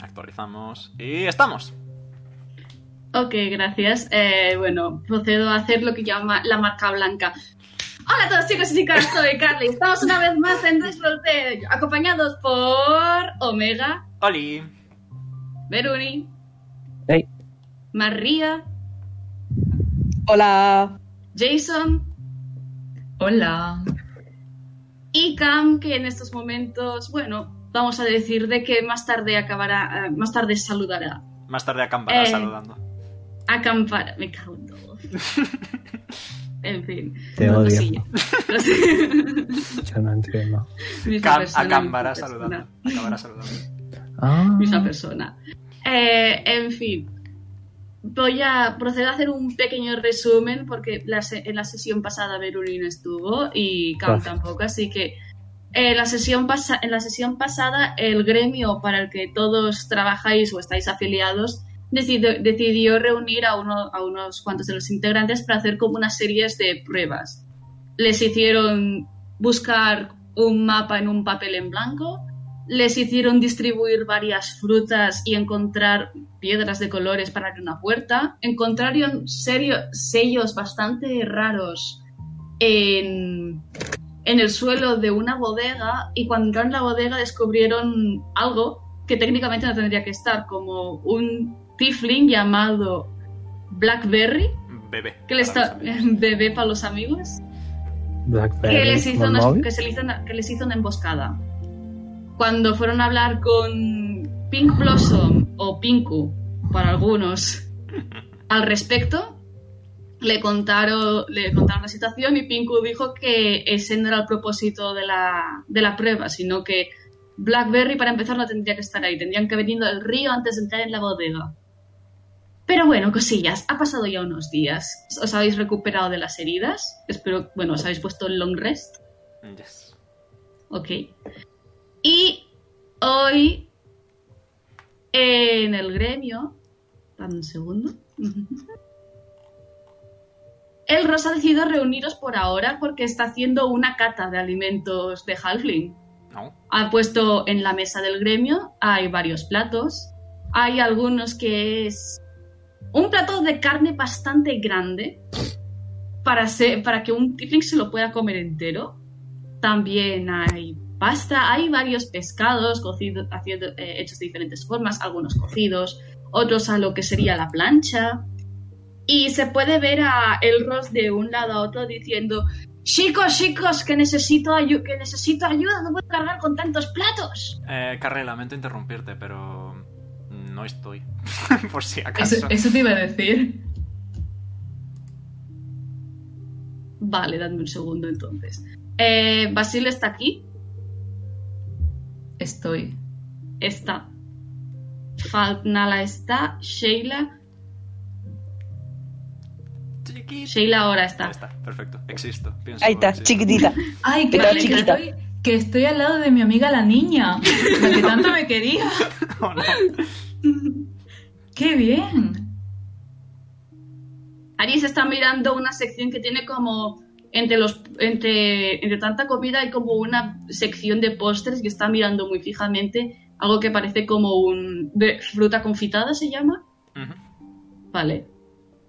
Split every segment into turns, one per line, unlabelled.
Actualizamos. Y estamos.
Ok, gracias. Eh, bueno, procedo a hacer lo que llama la marca blanca. Hola a todos chicos y chicas, soy Carly. Estamos una vez más en Disfrute, acompañados por Omega,
Oli.
Veruni,
Hey.
María,
Hola.
Jason
Hola.
Y Cam, que en estos momentos, bueno, vamos a decir de que más tarde acabará, eh, más tarde saludará.
Más tarde acampará
Eh.
saludando.
Acampar. Me cago en todo. en fin.
Te
No, no
odio.
sé yo. No sé.
Yo no entiendo.
Misma
Cam-
persona,
acampará
misma persona.
saludando. Acabará saludando.
Ah,
misma persona. Eh, en fin, voy a proceder a hacer un pequeño resumen porque la se- en la sesión pasada Veruni no estuvo y Cam
Gracias.
tampoco, así que eh, la sesión pasa- en la sesión pasada el gremio para el que todos trabajáis o estáis afiliados decidió, decidió reunir a, uno, a unos cuantos de los integrantes para hacer como unas series de pruebas. Les hicieron buscar un mapa en un papel en blanco, les hicieron distribuir varias frutas y encontrar piedras de colores para abrir una puerta. Encontraron serio, sellos bastante raros en, en el suelo de una bodega y cuando entraron en la bodega descubrieron algo que técnicamente no tendría que estar, como un tifling llamado Blackberry,
Bebé.
que le
para
está
los amigos.
bebé para los amigos
Blackberry.
que les hizo
Mon
una,
Móvil.
que se le hizo una- que les hizo una emboscada. Cuando fueron a hablar con Pink Blossom o Pinku, para algunos, al respecto, le contaron, le contaron la situación y Pinku dijo que ese no era el propósito de la, de la prueba, sino que Blackberry, para empezar, no tendría que estar ahí. Tendrían que haber ido al río antes de entrar en la bodega. Pero bueno, cosillas, ha pasado ya unos días. Os habéis recuperado de las heridas. Espero, bueno, os habéis puesto el long rest.
Yes.
Ok. Y hoy en el gremio. Dame un segundo. El Rosa ha decidido reuniros por ahora porque está haciendo una cata de alimentos de Halfling.
No.
Ha puesto en la mesa del gremio, hay varios platos. Hay algunos que es un plato de carne bastante grande para, se- para que un tiefling se lo pueda comer entero. También hay pasta, hay varios pescados cocidos, haciendo, eh, hechos de diferentes formas, algunos cocidos, otros a lo que sería la plancha. Y se puede ver a Elros de un lado a otro diciendo, chicos, chicos, que necesito, ayu- que necesito ayuda, no puedo cargar con tantos platos.
Eh, Carrie, lamento interrumpirte, pero no estoy. Por si acaso.
Eso, eso te iba a decir.
Vale, dadme un segundo entonces. Eh, Basil está aquí,
Estoy.
está. Faltnala está, Sheila,
Chiquito.
Sheila ahora
Ya
está.
está, perfecto. Existo. Pienso
Ahí
que
está,
existo.
chiquitita.
Ay,
Pero
Carly, que
chiquita.
estoy, que estoy al lado de mi amiga la niña, la que tanto me quería.
No, no.
¡Qué bien!
Aries está mirando una sección que tiene como entre los entre, entre tanta comida hay como una sección de postres que está mirando muy fijamente algo que parece como un de fruta confitada se llama
Ujú.
vale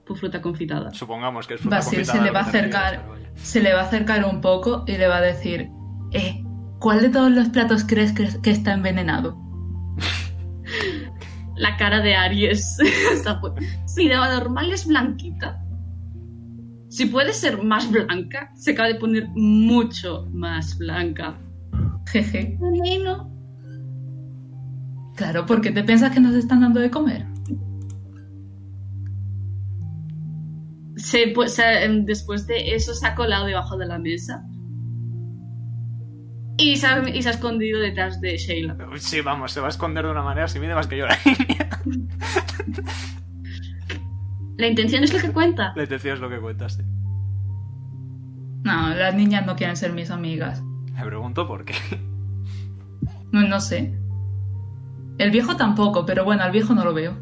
pues fruta confitada
Supongamos que es fruta
Basil
confitada
se le
lo
va
que
a
te refieres,
acercar.
pero vaya.
Se le va a acercar un poco y le va a decir, eh, ¿cuál de todos los platos crees que, que está envenenado?
la cara de Aries está pu- sí de normal es blanquita si puede ser más blanca se acaba de poner mucho más blanca
Jeje.
Veneno.
Claro, ¿por qué te piensas que nos están dando de comer?
se, pu- se- em, después de eso se ha colado debajo de la mesa y se ha, y se ha escondido detrás de Sheila.
Uy, Sí, vamos, se va a esconder de una manera si mide más que yo. La
La intención es lo que cuenta.
intención es lo que cuentas.
No, las niñas no quieren ser mis amigas.
Me pregunto por qué.
No, no sé. El viejo tampoco, pero bueno, al viejo no lo veo.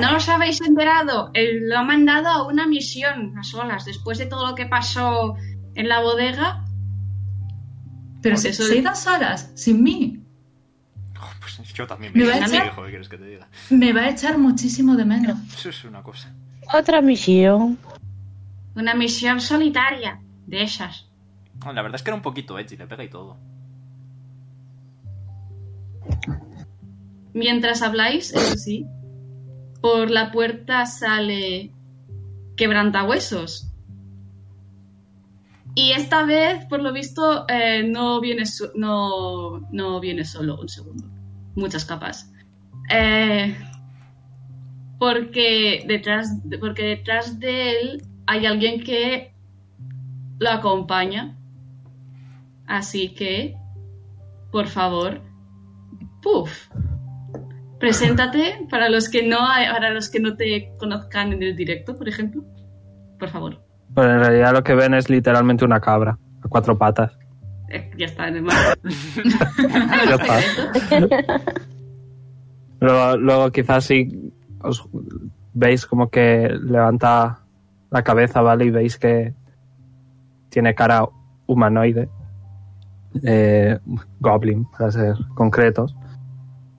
No os habéis enterado. eh, lo ha mandado a una misión a solas después de todo lo que pasó en la bodega.
Pero
Por
si,
eso-
si hay dos horas sin mí,
Oh, pues yo también
¿Me
me
va a
quedo
echar?
viejo, ¿qué quieres que te diga?
me va a echar muchísimo de menos.
Eso es una cosa.
Otra misión.
Una misión solitaria de esas.
No, la verdad es que era un poquito edgy, le pega y todo.
Mientras habláis, eso sí, por la puerta sale quebrantahuesos. Y esta vez, por lo visto, eh, no, viene su- no, no viene solo un segundo. Muchas capas. Eh, porque, detrás, porque detrás de él hay alguien que lo acompaña. Así que, por favor, puff. Preséntate para los que no para los que no te conozcan en el directo, por ejemplo. Por favor.
Pero en realidad lo que ven es literalmente una cabra a cuatro patas.
Eh, ya está en el mapa.
Ya está. Luego, luego quizás si os veis como que levanta la cabeza, ¿vale? Y veis que tiene cara humanoide. Eh, goblin, para ser concretos.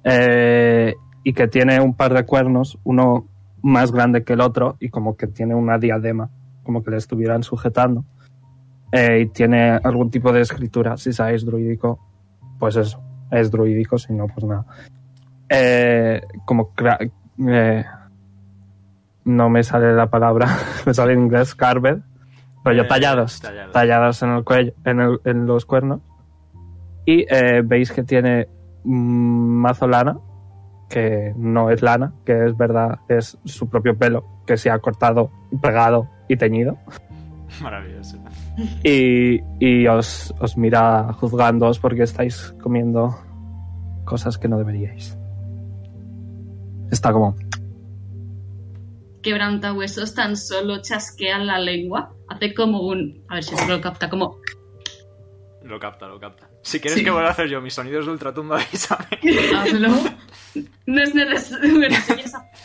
Eh, y que tiene un par de cuernos, uno más grande que el otro, y como que tiene una diadema, como que le estuvieran sujetando. Eh, y tiene algún tipo de escritura, si sabéis druídico, pues eso, es druídico, si no, pues nada eh, como cra- eh, no me sale la palabra me sale en inglés carver rollo
Eh,
tallados
tallados.
tallados en el cuello en, el- en los cuernos y eh, veis que tiene mm, mazo lana que no es lana que es verdad es su propio pelo que se ha cortado pegado y teñido
Maravilloso.
y, y os, os mira juzgándoos porque estáis comiendo cosas que no deberíais. Está como,
Quebrantahuesos tan solo chasquea la lengua. Hace como un. A ver si se lo capta, como.
Lo capta, lo capta. Si quieres
Sí.
que vuelva a hacer yo mis sonidos de ultratumba, avísame.
Hazlo.
No es necesario. bueno, si quieres hacerlo.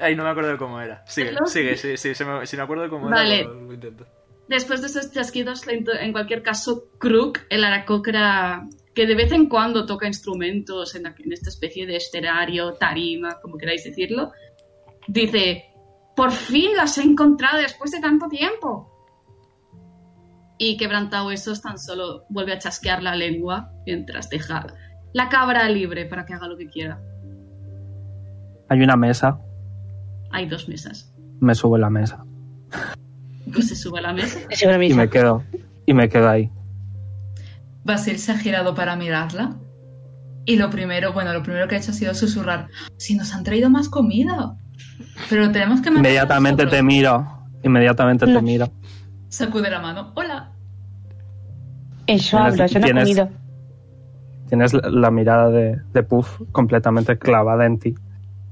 Ay, no me acuerdo de cómo era. Sigue,
¿Hazlo?
sigue, sí, sí, se me- si me acuerdo de cómo
Vale.
era, lo, lo intento.
Después de esos chasquidos, en to- en cualquier caso, Crook, el aracocra que de vez en cuando toca instrumentos en, aqu- en esta especie de escenario, tarima, como queráis decirlo, dice, por fin las he encontrado después de tanto tiempo. Y quebrantahuesos tan solo vuelve a chasquear la lengua mientras deja la cabra libre para que haga lo que quiera.
hay una mesa,
Hay dos mesas.
me subo en la mesa
Pues se sube a la mesa.
Es una
y
misión.
me quedo, y me quedo ahí.
Basil se ha girado para mirarla. Y lo primero, bueno, lo primero que ha hecho ha sido susurrar: Si nos han traído más comida. Pero tenemos que mandarla
Inmediatamente te
nosotros".
miro, inmediatamente
No.
te miro.
Sacude la mano. Hola.
Eso
Tienes-
hablo, eso no he
tienes-
comido.
Tienes la- la mirada de, de Puff completamente clavada en ti,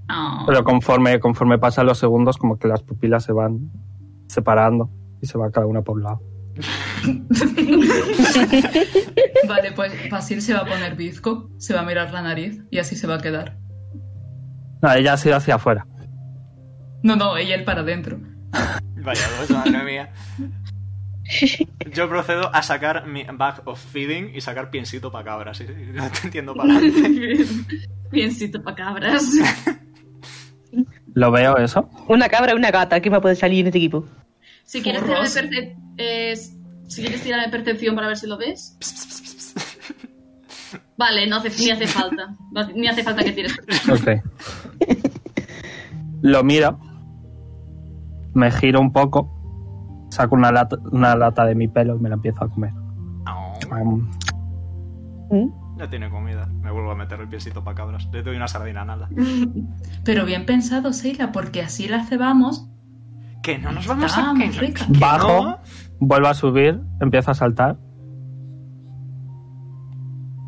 Ah.
pero conforme, conforme pasan los segundos como que las pupilas se van separando y se va cada una por un lado.
Vale, pues Basil se va a poner bizco, se va a mirar la nariz y así se va a quedar.
No, ella ha sido hacia afuera.
No, no, ella él para adentro.
Vaya, dos, madre mía. Yo procedo a sacar mi bag of feeding y sacar piensito para cabras. sí, sí, No te entiendo para
Biencito para cabras.
¿Lo veo eso?
Una cabra y una gata. ¿Qué me puede salir en este equipo?
Si quieres, tirar de
Porros.
perce- eh, si quieres tirar de percepción para ver si lo ves. Vale, no hace, ni hace falta. No hace- ni hace falta que tires.
Ok. Lo miro. Me giro un poco. Saco una lata, una lata de mi pelo y me la empiezo a comer. Um,
¿Mm?
Ya tiene comida. Me vuelvo a meter el piensito para cabras. Le doy una sardina a Nala.
Pero bien pensado, Seila, porque así la cebamos.
Que no nos vamos
Está
a...
muy
que-
rica.
que
Bajo.
no.
vuelvo a subir, empiezo a saltar.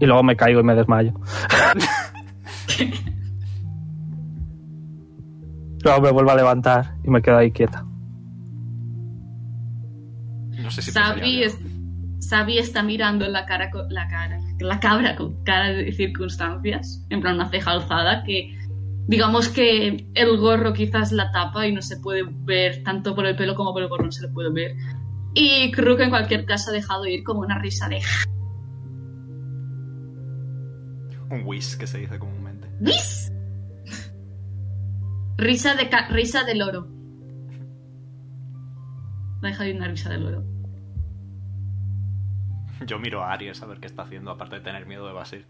Y luego me caigo y me desmayo. luego me vuelvo a levantar y me quedo ahí quieta.
No sé si
Sabi,
pensaría
es- Sabi está mirando la cara, co- la cara, la cabra con cara de circunstancias, en plan una ceja alzada que digamos que el gorro quizás la tapa y no se puede ver tanto por el pelo como por el gorro no se le puede ver. Y Crook en cualquier caso ha dejado ir como una risa de
Un whiz que se dice comúnmente.
¡Bis! Risa de ca- risa del oro. No deja de haber una risa del oro.
Yo miro a Aries a ver qué está haciendo, aparte de tener miedo de Basil.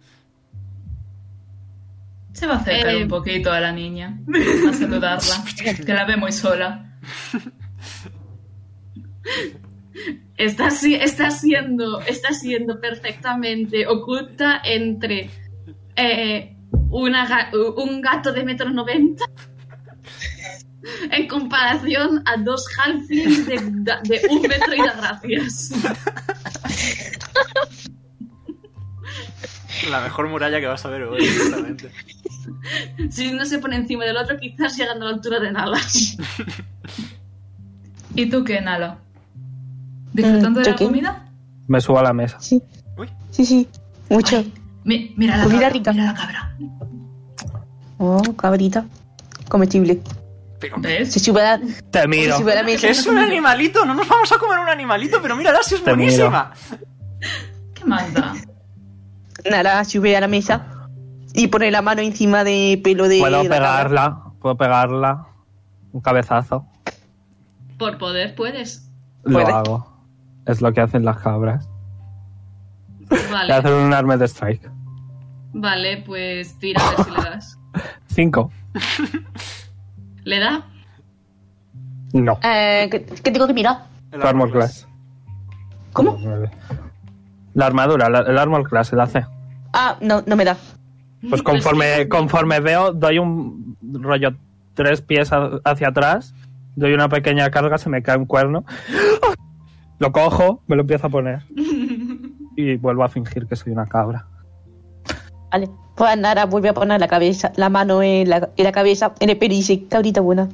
Se va a acercar
Eh.
un poquito a la niña a saludarla, que la ve muy sola.
Está, si- está siendo, está siendo perfectamente oculta entre eh, una ga- un gato de metro noventa en comparación a dos halflings de, de un metro y da gracias.
La mejor muralla que vas a ver hoy, justamente.
Si uno se pone encima del otro, quizás llegando a la altura de Nala.
¿Y tú qué, Nala? ¿Disfrutando de
¿yo
la
qué?
comida?
Me subo a la mesa.
Sí.
Uy.
Sí, sí. Mucho.
Mi- mira la
Comida
cabra,
rica.
mira la cabra.
Oh, cabrita. Comestible.
Pero,
¿Ves?
Se chupa la,
Te
se
miro.
chupa la
¿qué
mesa.
es un animalito? No nos vamos a comer un animalito, pero mírala si es
Te miro.
buenísima.
¿Qué más da?
Nala sube a la mesa y pone la mano encima de pelo de.
Puedo
la cabra.
pegarla. Puedo pegarla. Un cabezazo.
Por poder puedes.
Lo
Puede.
hago. Es lo que hacen las cabras. Le
Vale,
hacen un arma de strike.
vale, pues tira a ver si le das.
Cinco.
¿Le da?
No.
Eh, ¿qué, qué tengo que mirar?
El
Tu armor class.
¿Cómo?
La armadura, la- el armor class, el AC.
Ah, no, no me da.
Pues conforme, conforme veo, doy un rollo tres pies a- hacia atrás, doy una pequeña carga, se me cae un cuerno. Lo cojo, me lo empiezo a poner. Y vuelvo a fingir que soy una cabra.
Vale. Pues Nara vuelve a poner la cabeza, la mano en la, en la cabeza, en el pelo y dice, cabrita buena.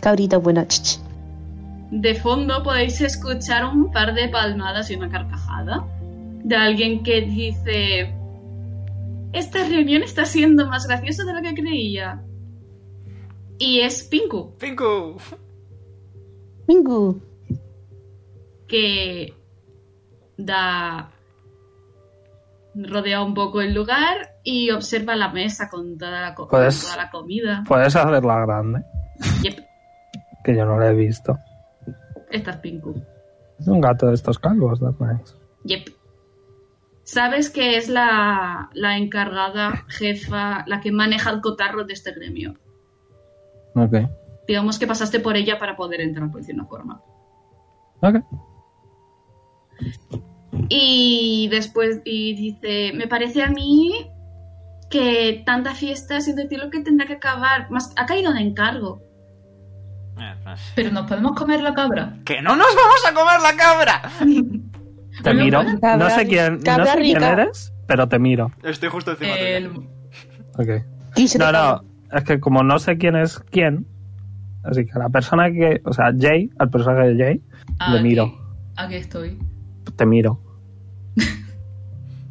Cabrita buena. Ch, ch.
De fondo podéis escuchar un par de palmadas y una carcajada de alguien que dice: Esta reunión está siendo más graciosa de lo que creía. Y es Pinku,
Cinco.
Mingu.
que da. rodea un poco el lugar y observa la mesa con toda la, co- con
Pues-
toda la comida.
Puedes hacerla grande,
Yep,
que yo no la he visto.
esta es Pinku.
Es un gato de estos calvos, ¿no? Pues,
Yep. Sabes que es la, la encargada, jefa, la que maneja el cotarro de este gremio.
Ok.
Digamos que pasaste por ella para poder entrar, por decir una forma.
Ok.
Y después y dice, me parece a mí que tanta fiesta, sin decir lo que tendrá que acabar, más, ha caído un encargo.
Eh, pues.
¿Pero nos podemos comer la cabra?
¡Que no nos vamos a comer la cabra!
Te
Bueno,
miro.
bueno,
cabra
no sé
ri-
quién, no
cabra
sé quién
rica.
eres, pero te miro.
Estoy justo encima de
El,
ella.
Ok.
Dice
No,
la
no,
cabra.
es que como no sé quién es quién, así que a la persona que, o sea, Jay, al personaje de Jay,
aquí,
le miro,
Aquí estoy.
te miro.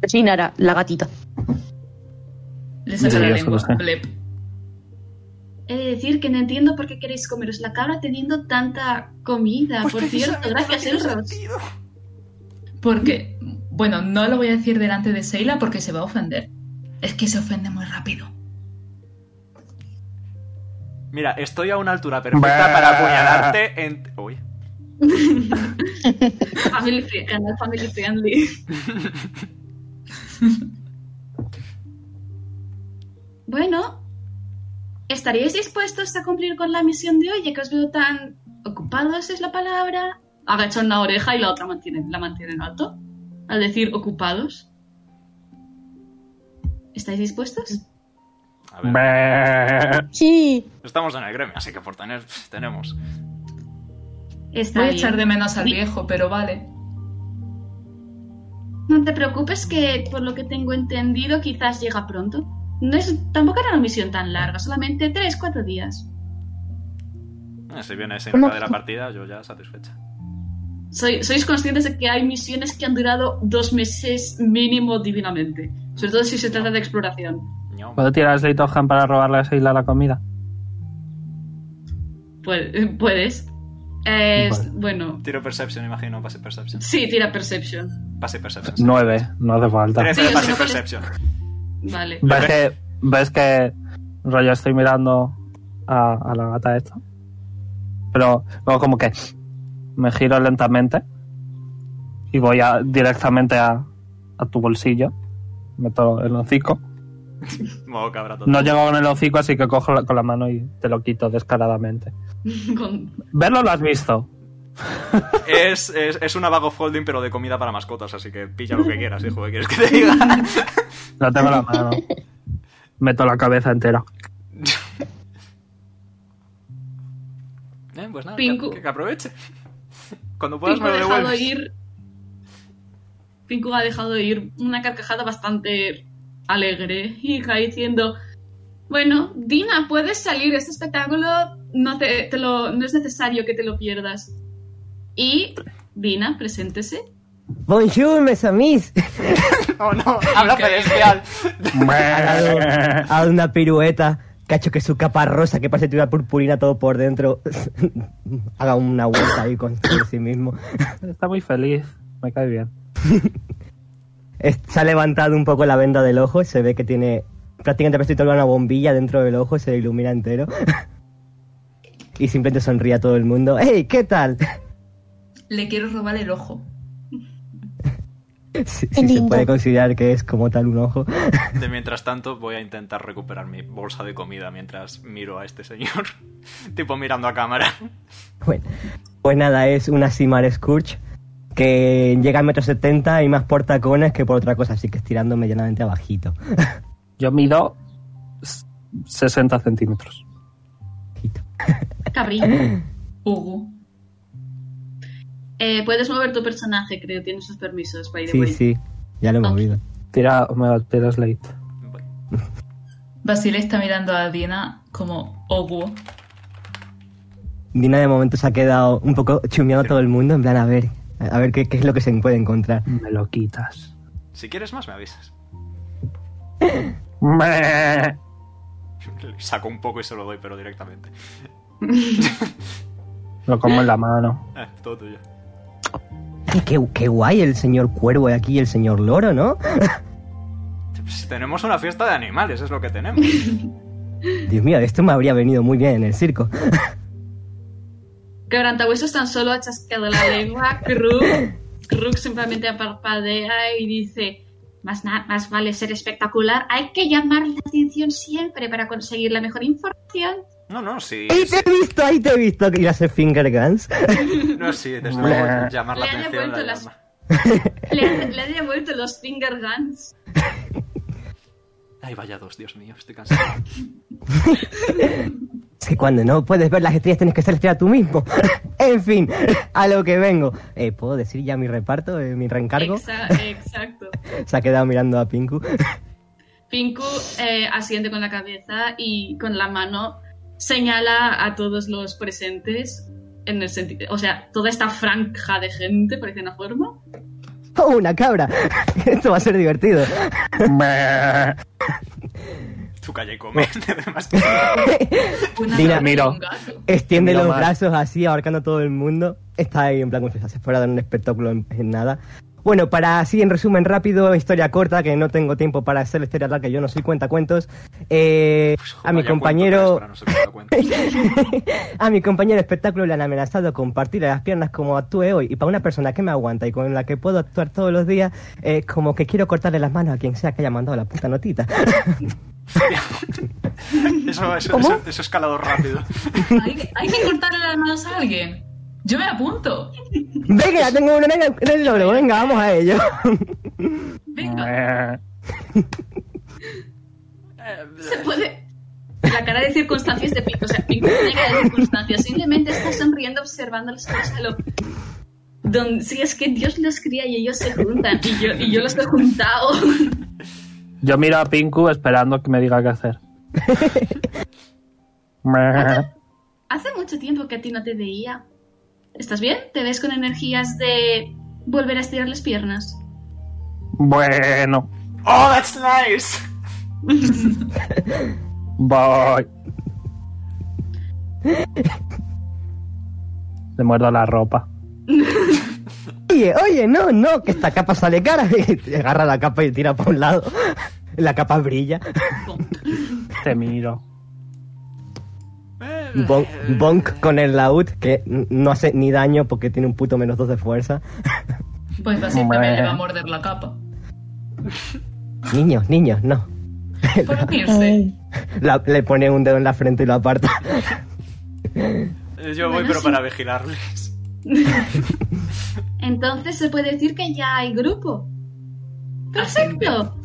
Sí, Nara, la gatita.
Le saca
Sí,
la
yo
lengua.
solo sé.
Blep.
He de decir que no entiendo por qué queréis comeros la cabra teniendo tanta comida,
Pues
por cierto. Gracias, Elros.
Porque, bueno, no lo voy a decir delante de Seila porque se va a ofender. Es que se ofende muy rápido.
Mira, estoy a una altura perfecta para apuñalarte en... Uy.
Family friendly, canal family friendly. bueno, ¿estaríais dispuestos a cumplir con la misión de hoy, ya que os veo tan ocupados, es la palabra? Agacha una oreja y la otra mantiene, la mantiene en alto. Al decir ocupados. ¿Estáis dispuestos?
A ver,
Bleh.
Sí.
estamos en el gremio, así que por tener... Tenemos.
Está
Voy a
bien.
echar de menos al
Sí.
viejo, pero vale.
No te preocupes que, por lo que tengo entendido, quizás llega pronto. No es, tampoco era una misión tan larga, solamente 3-4 días.
Eh, Si viene sin
¿Cómo?
de la partida, yo ya satisfecha.
Soy- sois conscientes de que hay misiones que han durado dos meses mínimo divinamente. Sobre todo si se trata de exploración.
Ño.
¿Puedo tirar a Slatohan para robarle a Seila la comida?
Pues, puedes. Eh,
Vale.
Bueno,
Tiro Perception, imagino, pase Perception.
sí, tira Perception.
Pase Perception.
Nueve, no hace falta.
Trece
Sí,
de
yo
pase
tengo que-
Perception.
Vale.
¿Ves que, ves que rollo estoy mirando a, a la gata esta? Pero luego como que me giro lentamente y voy a- directamente a, a tu bolsillo. Meto el hocico.
Modo cabra total.
No llego con el hocico, así que cojo la- con la mano y te lo quito descaradamente.
Con-
Verlo lo has visto.
Es, es, es una bag of holding, pero de comida para mascotas, así que pilla lo que quieras, hijo, ¿qué quieres que te diga?
Lo tengo en la mano. Meto la cabeza entera.
Eh, pues nada,
Pinku.
que, que aproveche. Cuando puedas
Pinku
me lo
ha dejado
devuelves.
ir. Pinku ha dejado ir una carcajada bastante alegre. Hija diciendo: Bueno, Dina, puedes salir. Este espectáculo no, te, te lo, no es necesario que te lo pierdas. Y Dina, preséntese.
Bonjour, mes amis.
Oh no, habla celestial.
Ha dado, ha dado una pirueta. Cacho que su capa rosa, que parece que tiene una purpurina todo por dentro, haga una vuelta ahí con con sí mismo.
Está muy feliz. Me cae bien.
Es- Se ha levantado un poco la venda del ojo, se ve que tiene prácticamente parece que tiene una bombilla dentro del ojo, se le ilumina entero. Y simplemente sonríe a todo el mundo. ¡Hey, qué tal!
Le quiero robar el ojo.
Si,
Qué
si se
lindo.
puede considerar que es como tal un ojo.
De mientras tanto, voy a intentar recuperar mi bolsa de comida mientras miro a este señor. tipo mirando a cámara.
Bueno, pues nada, es una Simar Scourge que llega al metro setenta y más por tacones que por otra cosa, así que estirando medianamente abajito.
Yo mido s- 60 centímetros.
Cabrillo.
Hugo.
Eh, puedes mover tu personaje, creo. Tienes sus permisos, by the
Sí,
way.
pues,
sí, ya lo he
Ok.
movido.
Tira Omega Tira Slate.
Basile está mirando a Dina como Oguo.
Dina de momento se ha quedado un poco chumeando a todo el mundo, en plan a ver, a ver qué, qué es lo que se puede encontrar.
Me lo quitas.
Si quieres más, me avisas.
Me-
Le Saco un poco y se lo doy, pero directamente.
Lo como en la mano.
Eh, todo tuyo.
Ay, qué, qué guay el señor cuervo de aquí y el señor loro, ¿no?
Si tenemos una fiesta de animales, es lo que tenemos.
Dios mío, esto me habría venido muy bien en el circo.
Quebrantahuesos tan solo ha chasqueado la lengua. Krug, Krug simplemente parpadea y dice: más, na- más vale ser espectacular. Hay que llamar la atención siempre para conseguir la mejor información.
No, no, sí.
¡Ahí te he visto! ¡Ahí te he visto! Que iba a hacer finger guns.
No, sí, desde luego llamar la
Le han
atención.
devuelto
la
las-
llama.
Le, han- le han devuelto los finger guns.
Ay, vaya dos, Dios mío, estoy cansado.
Es que cuando no puedes ver las estrellas tienes que ser estrella tú mismo. en fin, a lo que vengo. Eh, ¿Puedo decir ya mi reparto, eh, mi reencargo?
Exa- exacto.
Se ha quedado mirando a Pinku.
Pinku eh, asiente con la cabeza y con la mano señala a todos los presentes. En el sentido, o sea, toda esta franja de gente, por decir una forma.
¡Oh, una cabra! Esto va a ser divertido.
Me-
Tú calla y come. Además,
Una
Dina,
rata y
miro.
un gato.
Extiende
Mira
los
más.
brazos así, abarcando a todo el mundo. Está ahí en plan como si se fuera a dar un espectáculo en, en nada. Bueno, para así, en resumen rápido, historia corta, que no tengo tiempo para hacer la historia larga, yo no soy cuentacuentos. Eh, a mi
vaya
compañero...
cuento que es para no ser cuentacuentos.
A mi compañero de espectáculo le han amenazado con partirle las piernas como actúe hoy. Y para una persona que me aguanta y con la que puedo actuar todos los días, eh, como que quiero cortarle las manos a quien sea que haya mandado la puta notita.
Eso, eso,
¿Cómo?
eso, eso escalado rápido.
Hay, que- hay que cortarle las manos a alguien. Yo me apunto.
venga, ya tengo una en el- en el logro, venga, vamos a ello.
Venga.
me-
se puede. La cara de circunstancias de Pink, o sea, Pink no tiene cara de circunstancias, simplemente está sonriendo observando las cosas. a Lo... Don- Si es que Dios los cría y ellos se juntan, y yo, y yo los he juntado.
Yo miro a Pinku esperando que me diga qué hacer. Me-
Hace mucho tiempo que a ti no te veía. ¿Estás bien? ¿Te ves con energías de volver a estirar las piernas?
Bueno,
¡Oh, that's nice!
voy. Le muerdo la ropa.
Oye, oye, no, no, que esta capa sale cara. Y te agarra la capa y tira para un lado. La capa brilla.
Te miro.
Bonk, bonk con el laúd, que n- no hace ni daño porque tiene un puto menos dos de fuerza.
Pues básicamente
Hombre.
le va a morder la capa.
Niños, niños, no.
Por unirse.
Ay,
La- le pone un dedo en la frente y lo aparta.
Eh, Yo voy,
Bueno,
pero
sí.
para vigilarles.
Entonces se puede decir que ya hay grupo. Perfecto.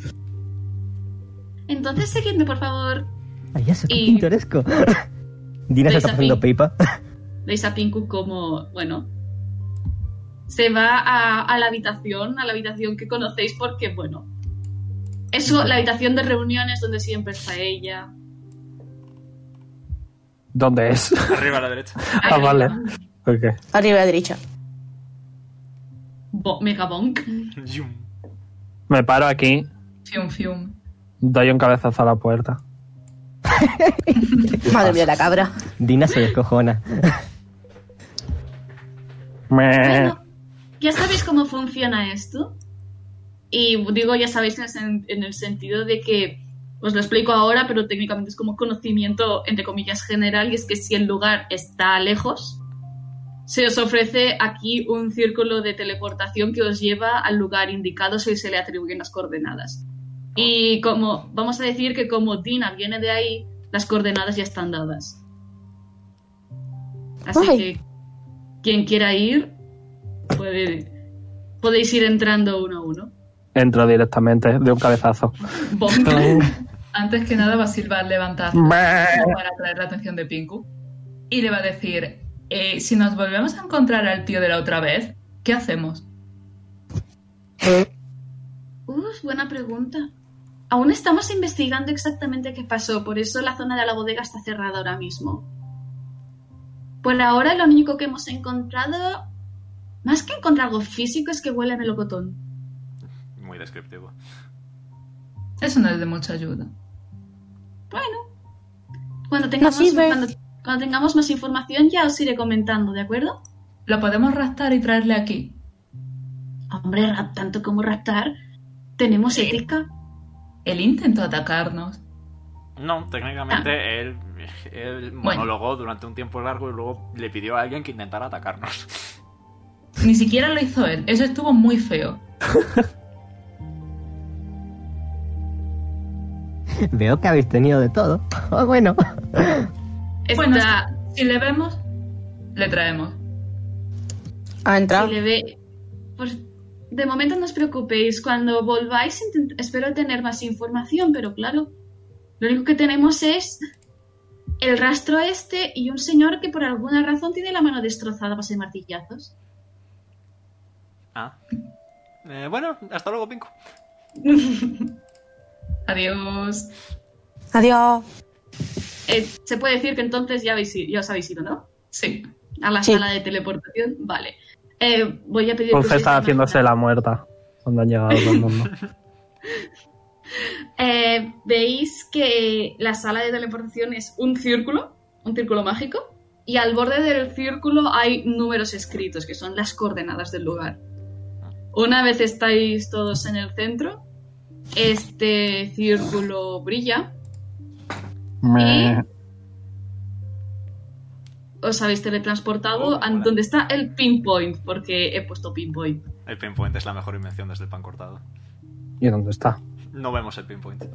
Entonces seguidme, por favor.
Ay, eso, qué
Y-
pintoresco. Dina se está
Luisa
pasando
Pi.
pipa.
Veis a Pinku como, bueno, se va a, a la habitación, a la habitación que conocéis porque, bueno, eso, la habitación de reuniones donde siempre está ella.
¿Dónde es?
Arriba a la derecha.
ah, vale. Ok.
Arriba a la derecha.
Bo- Mega bonk.
Yum.
Me paro aquí,
Fium, fium.
doy un cabezazo a la puerta.
Madre mía, la cabra.
Dina se descojona.
Me...
Bueno, ya sabéis cómo funciona esto. Y digo, ya sabéis en el, sen- en el sentido de que os lo explico ahora, pero técnicamente es como conocimiento, entre comillas, general, y es que si el lugar está lejos, se os ofrece aquí un círculo de teleportación que os lleva al lugar indicado si se le atribuyen las coordenadas. Y como vamos a decir que como Dina viene de ahí, las coordenadas ya están dadas. Así
Ay.
que quien quiera ir, puede, podéis ir entrando uno a uno.
Entro directamente de un cabezazo.
Bom.
Antes que nada, Basil va a levantar
Me-
para atraer la atención de Pinku y le va a decir: eh, Si nos volvemos a encontrar al tío de la otra vez, ¿qué hacemos?
Uf, buena pregunta. Aún estamos investigando exactamente qué pasó, por eso la zona de la bodega está cerrada ahora mismo. Por ahora lo único que hemos encontrado, más que encontrar algo físico, es que huele a melocotón.
Muy descriptivo.
Eso no es de mucha ayuda.
Cuando tengamos,
sirve.
cuando, cuando tengamos más información ya os iré comentando, ¿de acuerdo?
Lo podemos raptar y traerle aquí.
Hombre, rap- tanto como raptar, tenemos ética.
Él intentó atacarnos.
No, técnicamente
Ah.
él, él monologó durante un tiempo largo y luego le pidió a alguien que intentara atacarnos.
Ni siquiera lo hizo él. Eso estuvo muy feo.
Veo que habéis tenido de todo. Ah, bueno.
Bueno,
Está-
Si le vemos, le traemos.
Ha
Ah.
entrado.
Si le ve- pues, de momento no os preocupéis. Cuando volváis, intent- espero tener más información, pero claro, lo único que tenemos es el rastro este y un señor que por alguna razón tiene la mano destrozada para ser martillazos.
Ah. Eh, bueno, hasta luego, Pinku.
Adiós.
Adiós.
Eh, se puede decir que entonces ya, habéis i- ya os habéis ido, ¿no?
Sí.
A la
Sí.
sala de teleportación. Vale. Eh, voy a pedir.
Dulce está
sistema-
haciéndose la muerta cuando han llegado todo el mundo.
Eh, Veis que la sala de teleportación es un círculo, un círculo mágico, y al borde del círculo hay números escritos, que son las coordenadas del lugar. Una vez estáis todos en el centro, este círculo brilla,
Me-
os habéis teletransportado
Oh,
a
hola.
donde está el pinpoint, porque he puesto pinpoint.
El pinpoint es la mejor invención desde el pan cortado.
¿Y dónde está?
No vemos el pinpoint.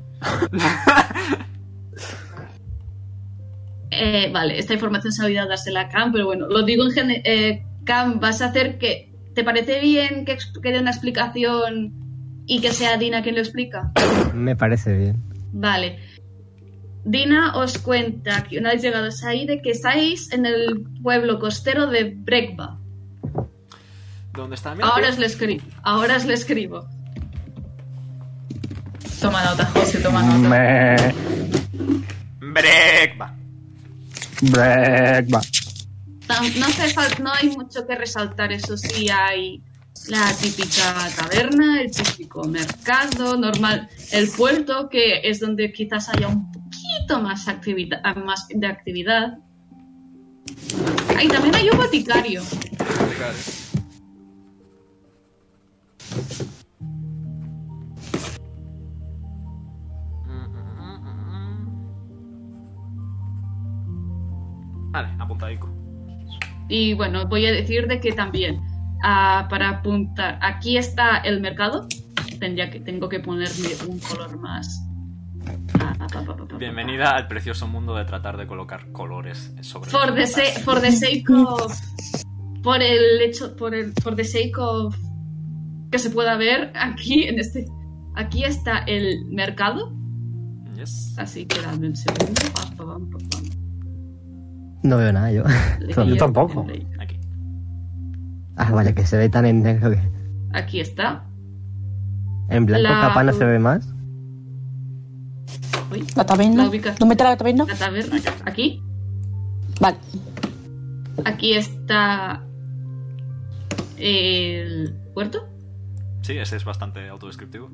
Eh, vale, esta información se ha olvidado dársela a Cam, pero bueno, lo digo en general. Cam, vas a hacer que. ¿Te parece bien que, ex- que dé una explicación y que sea Dina quien lo explica?
Me parece bien.
Vale. Dina os cuenta que una vez llegados ahí de que estáis en el pueblo costero de Bregba.
¿Dónde está mi
Ahora os lo escribo. Ahora os lo escribo.
Toma nota, José, toma nota.
Me...
Break, va.
Break, va.
Tam- No, hace fal- no hay mucho que resaltar, eso sí hay la típica taberna, el típico mercado, normal, el puerto, que es donde quizás haya un poquito más, activita- más de actividad. Ay, también hay un boticario.
Boticario. Vale, apuntadico.
Y bueno, voy a decir de que también, ah, para apuntar, aquí está el mercado. Tendría que, tengo que ponerme un color más. Ah, pa, pa, pa, pa, pa,
Bienvenida al precioso mundo de tratar de colocar colores sobre
For
las
the,
notas.
sa- for the sake of. Por el hecho. Por el, for the sake of. Que se pueda ver aquí en este. Aquí está el mercado.
Yes.
Así que dame un segundo. Pa, pa, pam, pa, pam.
No veo nada yo.
Leí
Yo
el-
tampoco.
leí.
Aquí.
Ah, vale, que se ve tan en negro que.
Aquí está.
En blanco
La-
capaz no se ve más.
Uy,
La taberna.
La ubicación.
¿No mete la taberna?
la taberna. Aquí.
Vale.
Aquí está. El puerto.
Sí, ese es bastante autodescriptivo.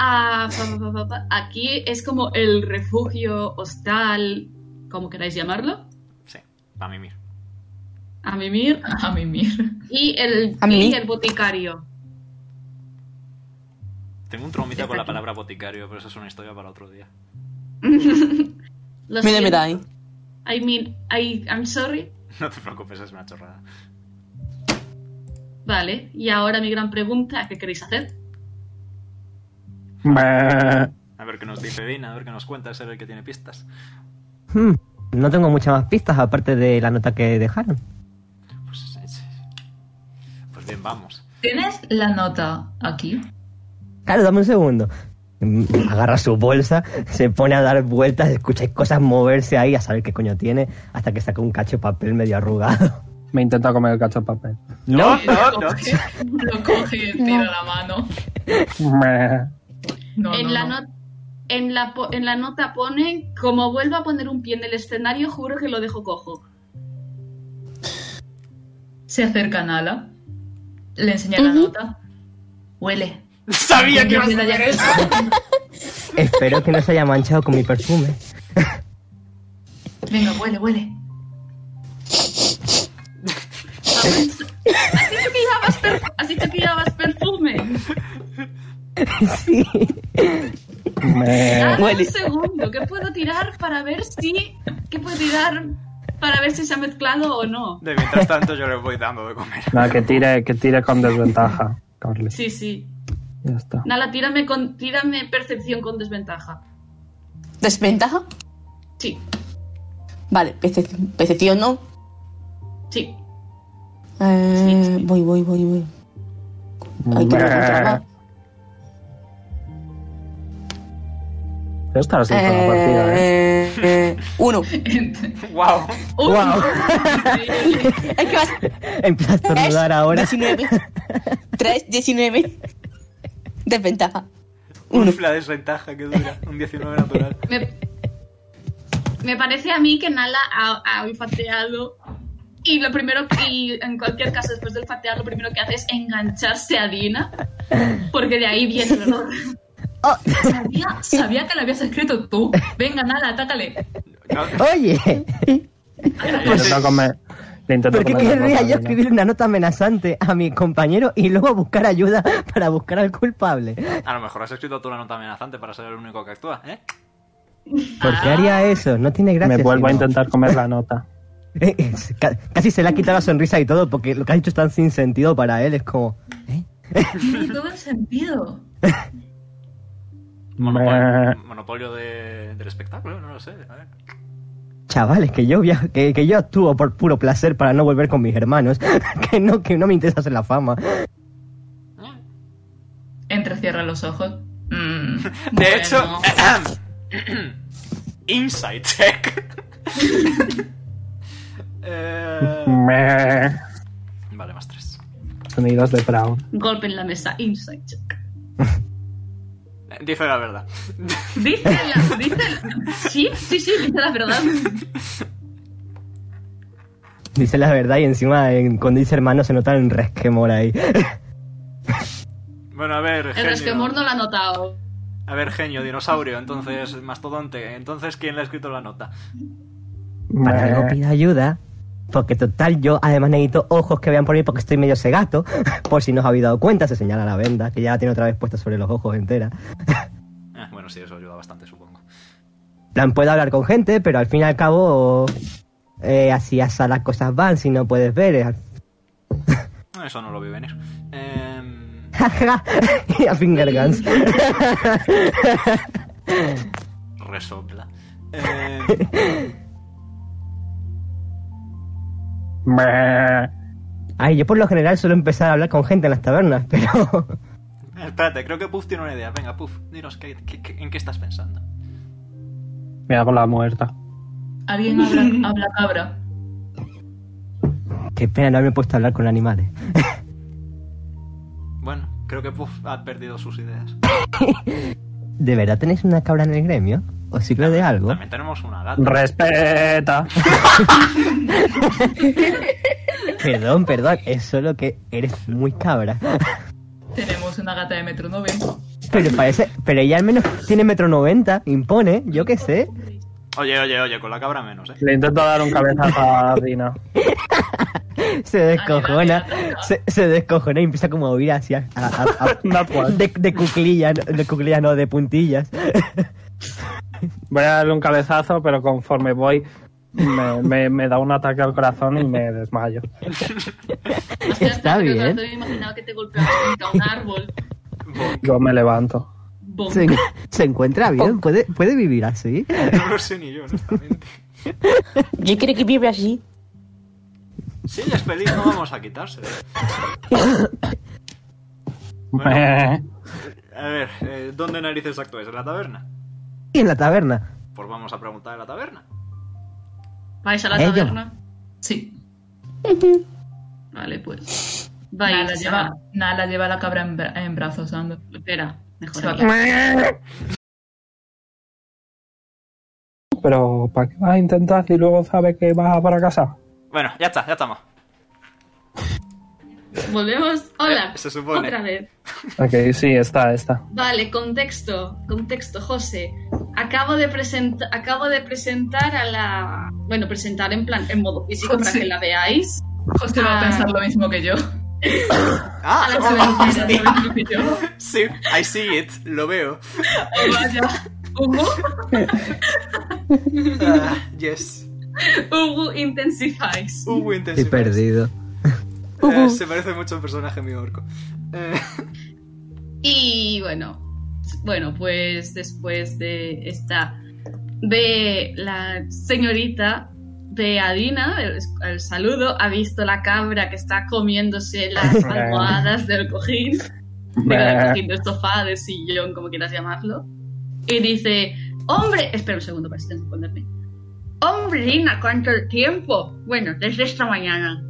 Ah, pa, pa, pa, pa, pa. Aquí es como el refugio, hostal, como queráis llamarlo.
Sí, para mimir.
A mimir.
A mimir.
Y el,
¿A mí?
y el boticario.
Tengo un traumita
Está
con la
aquí.
palabra boticario, pero eso es una historia para otro día.
Lo
Mira,
siento.
mira ahí.
I mean, I, I'm sorry.
No te preocupes, es una chorrada.
Vale, y ahora mi gran pregunta, ¿qué queréis hacer?
Meh.
A ver qué nos dice Dina, a ver qué nos cuenta, es el que tiene pistas.
Hmm, No tengo muchas más pistas aparte de la nota que dejaron.
Pues, sí, sí. pues bien, vamos.
¿Tienes la nota aquí?
Claro, dame un segundo. Mm, Agarra su bolsa, se pone a dar vueltas, escucháis cosas moverse ahí a saber qué coño tiene, hasta que saca un cacho de papel medio arrugado.
Me intenta comer el cacho de papel.
No,
lo coge, lo coge y tira la mano.
Meh.
No,
en,
no,
la
no.
not- en, la po- en la nota pone, como vuelvo a poner un pie en el escenario, juro que lo dejo cojo.
Se acerca a Nala. Le enseña la nota. Huele.
Sabía que ibas a hacer eso.
Espero que no se haya manchado con mi perfume.
Venga, huele, huele.
¿Has dicho que llevabas, per- has dicho que llevabas perfume?
Sí.
Meh.
Dame
Huele.
un segundo, ¿qué puedo tirar para ver si... ¿Qué puedo tirar para ver si se ha mezclado o no?
De mientras tanto, yo les voy dando de comer.
No, que tire, que tire con desventaja. Carly.
Sí, sí.
Ya está.
Nala, tírame, con, tírame percepción con desventaja.
¿Desventaja?
Sí,
Vale, perce- percepción no.
sí.
Eh,
Sí, sí.
Voy, voy, voy, voy. Ay, que no me
Meh.
traba.
Yo estaré así con la partida, ¿eh?
Eh, eh, uno.
¡Wow!
Uy,
Guau.
increíble.
Es que vas
Empieza a estornudar ahora.
19. 3, 19. Desventaja.
Uf, la desventaja que dura. Un 19 natural.
me, me parece a mí que Nala ha, ha olfateado y lo primero que, y en cualquier caso después de olfatear lo primero que hace es engancharse a Dina porque de ahí viene el olor.
Sabía, sabía que lo habías escrito tú. Venga, Nala, atácale.
No,
Oye,
Eh,
Le
pues
intento comer. Le intento
pues- ¿por qué
comer la
querría
ropa,
yo
mira.
escribir una nota amenazante a mi compañero y luego buscar ayuda para buscar al culpable?
a lo mejor has escrito tú una nota amenazante para ser el único que actúa, ¿eh?
¿Por qué haría eso? No tiene gracia.
Ah. Me vuelvo a
si no.
intentar comer la nota.
Eh, eh, ca- Casi se le ha quitado la sonrisa y todo porque lo que ha dicho es tan sin sentido para él. Es como, ¿eh?
Tiene todo el sentido.
Meh.
Monopolio, monopolio de- del espectáculo, no lo sé. A ver.
Chavales, que yo, via- que, que yo actúo por puro placer para no volver con mis hermanos. Que no, que no me interesa hacer la fama.
Entra, cierra los ojos. Mm,
De
bueno.
hecho, Insight check. Eh,
Meh.
vale, más tres.
Sonidos de fraude.
Golpe en la mesa, inside check.
Eh, Dice la verdad.
Dice la, dice la- sí, sí, sí, dice la verdad.
Dice la verdad y encima en- cuando dice hermano se nota un resquemor ahí.
Bueno, a ver,
El resquemor no
genio.
lo ha notado.
A ver, genio, dinosaurio, entonces mastodonte. Entonces, ¿quién le ha escrito la nota?
Para
Meh.
algo pido ayuda. Porque total, yo además necesito ojos que vean por mí porque estoy medio cegato. Por si no os habéis dado cuenta, se señala la venda, que ya la tiene otra vez puesta sobre los ojos entera.
Ah, bueno, sí, eso ayuda bastante, supongo.
plan, puedo hablar con gente, pero al fin y al cabo, eh, así hasta las cosas van, si no puedes ver. es al-
No, Eso no lo vi venir. Em,
y a finger guns.
resopla. Em,
Meh.
Ay, yo por lo general suelo empezar a hablar con gente en las tabernas, pero...
Eh, espérate, creo que Puff tiene una idea. Venga, Puff, dinos qué- qué- qué- en qué estás pensando.
Me hago la muerta.
Alguien habla, habla cabra.
Qué pena no haberme puesto a hablar con animales.
Bueno, creo que Puff ha perdido sus ideas.
¿De verdad tenéis una cabra en el gremio? ¿O ciclo de algo?
También tenemos una gata.
Respeta.
Perdón, perdón, es solo que eres muy cabra.
Tenemos una gata de metro 90.
Pero parece... Pero ella al menos tiene metro noventa, impone, yo qué sé.
Oye, oye, oye, con la cabra menos, ¿eh?
Le intento dar un cabezazo a Dina.
Se descojona, se, se descojona y empieza como a huir hacia... a- a- a-
Not one.
De, de cuclillas, de cuclillas no, de puntillas.
Voy a darle un cabezazo, pero conforme voy, me, me- me da un ataque al corazón y me desmayo.
Está
Yo
bien.
me imaginaba que te golpeabas contra un árbol.
Yo me levanto.
Bom.
Se, en- se encuentra bien, puede, puede vivir así.
No lo sé ni yo, honestamente.
Yo quiero que vive así.
Si ella es feliz, no vamos a eh. quitárselo.
Meh.
A ver, eh, ¿dónde narices actúes? ¿En la taberna?
Y en la taberna.
Pues vamos a preguntar en la taberna.
¿Vais a la
Ello.
taberna?
Sí.
Vale, pues.
Nala
Vais a...
lleva, Nala lleva la cabra en, bra- en brazos, ando.
Espera, mejor.
Se va
aquí.
Pero, ¿para qué vas a intentar si luego sabes que vas para casa?
Bueno, ya está, ya estamos.
Volvemos.
Eh,
Hola.
se supone.
Otra vez.
Ok, sí, está, está.
Vale, contexto. Contexto, José. Acabo de, presentar acabo de presentar a la. Bueno, presentar en plan en modo físico para
José.
que la veáis.
José va a
Ah.
pensar lo mismo que yo.
¡Ah!
A la
Piensa
taberna.
lo mismo que yo.
Sí, I see it, lo veo.
Ahí va ya. Hugo,
Ah, yes.
Hugo intensifies.
Hugo
Estoy
intensifies.
perdido.
Eh, se parece mucho a un personaje mío orco. Eh,
Y bueno, bueno, pues después de esta, ve la señorita, ve a Dina, el, el saludo, ha visto la cabra que está comiéndose las almohadas del cojín, digo, del
Meh.
cojín del sofá, del sillón, como quieras llamarlo, y dice, hombre, espera un segundo para responderme. Hombre, Dina, ¿cuánto tiempo? Bueno, desde esta mañana.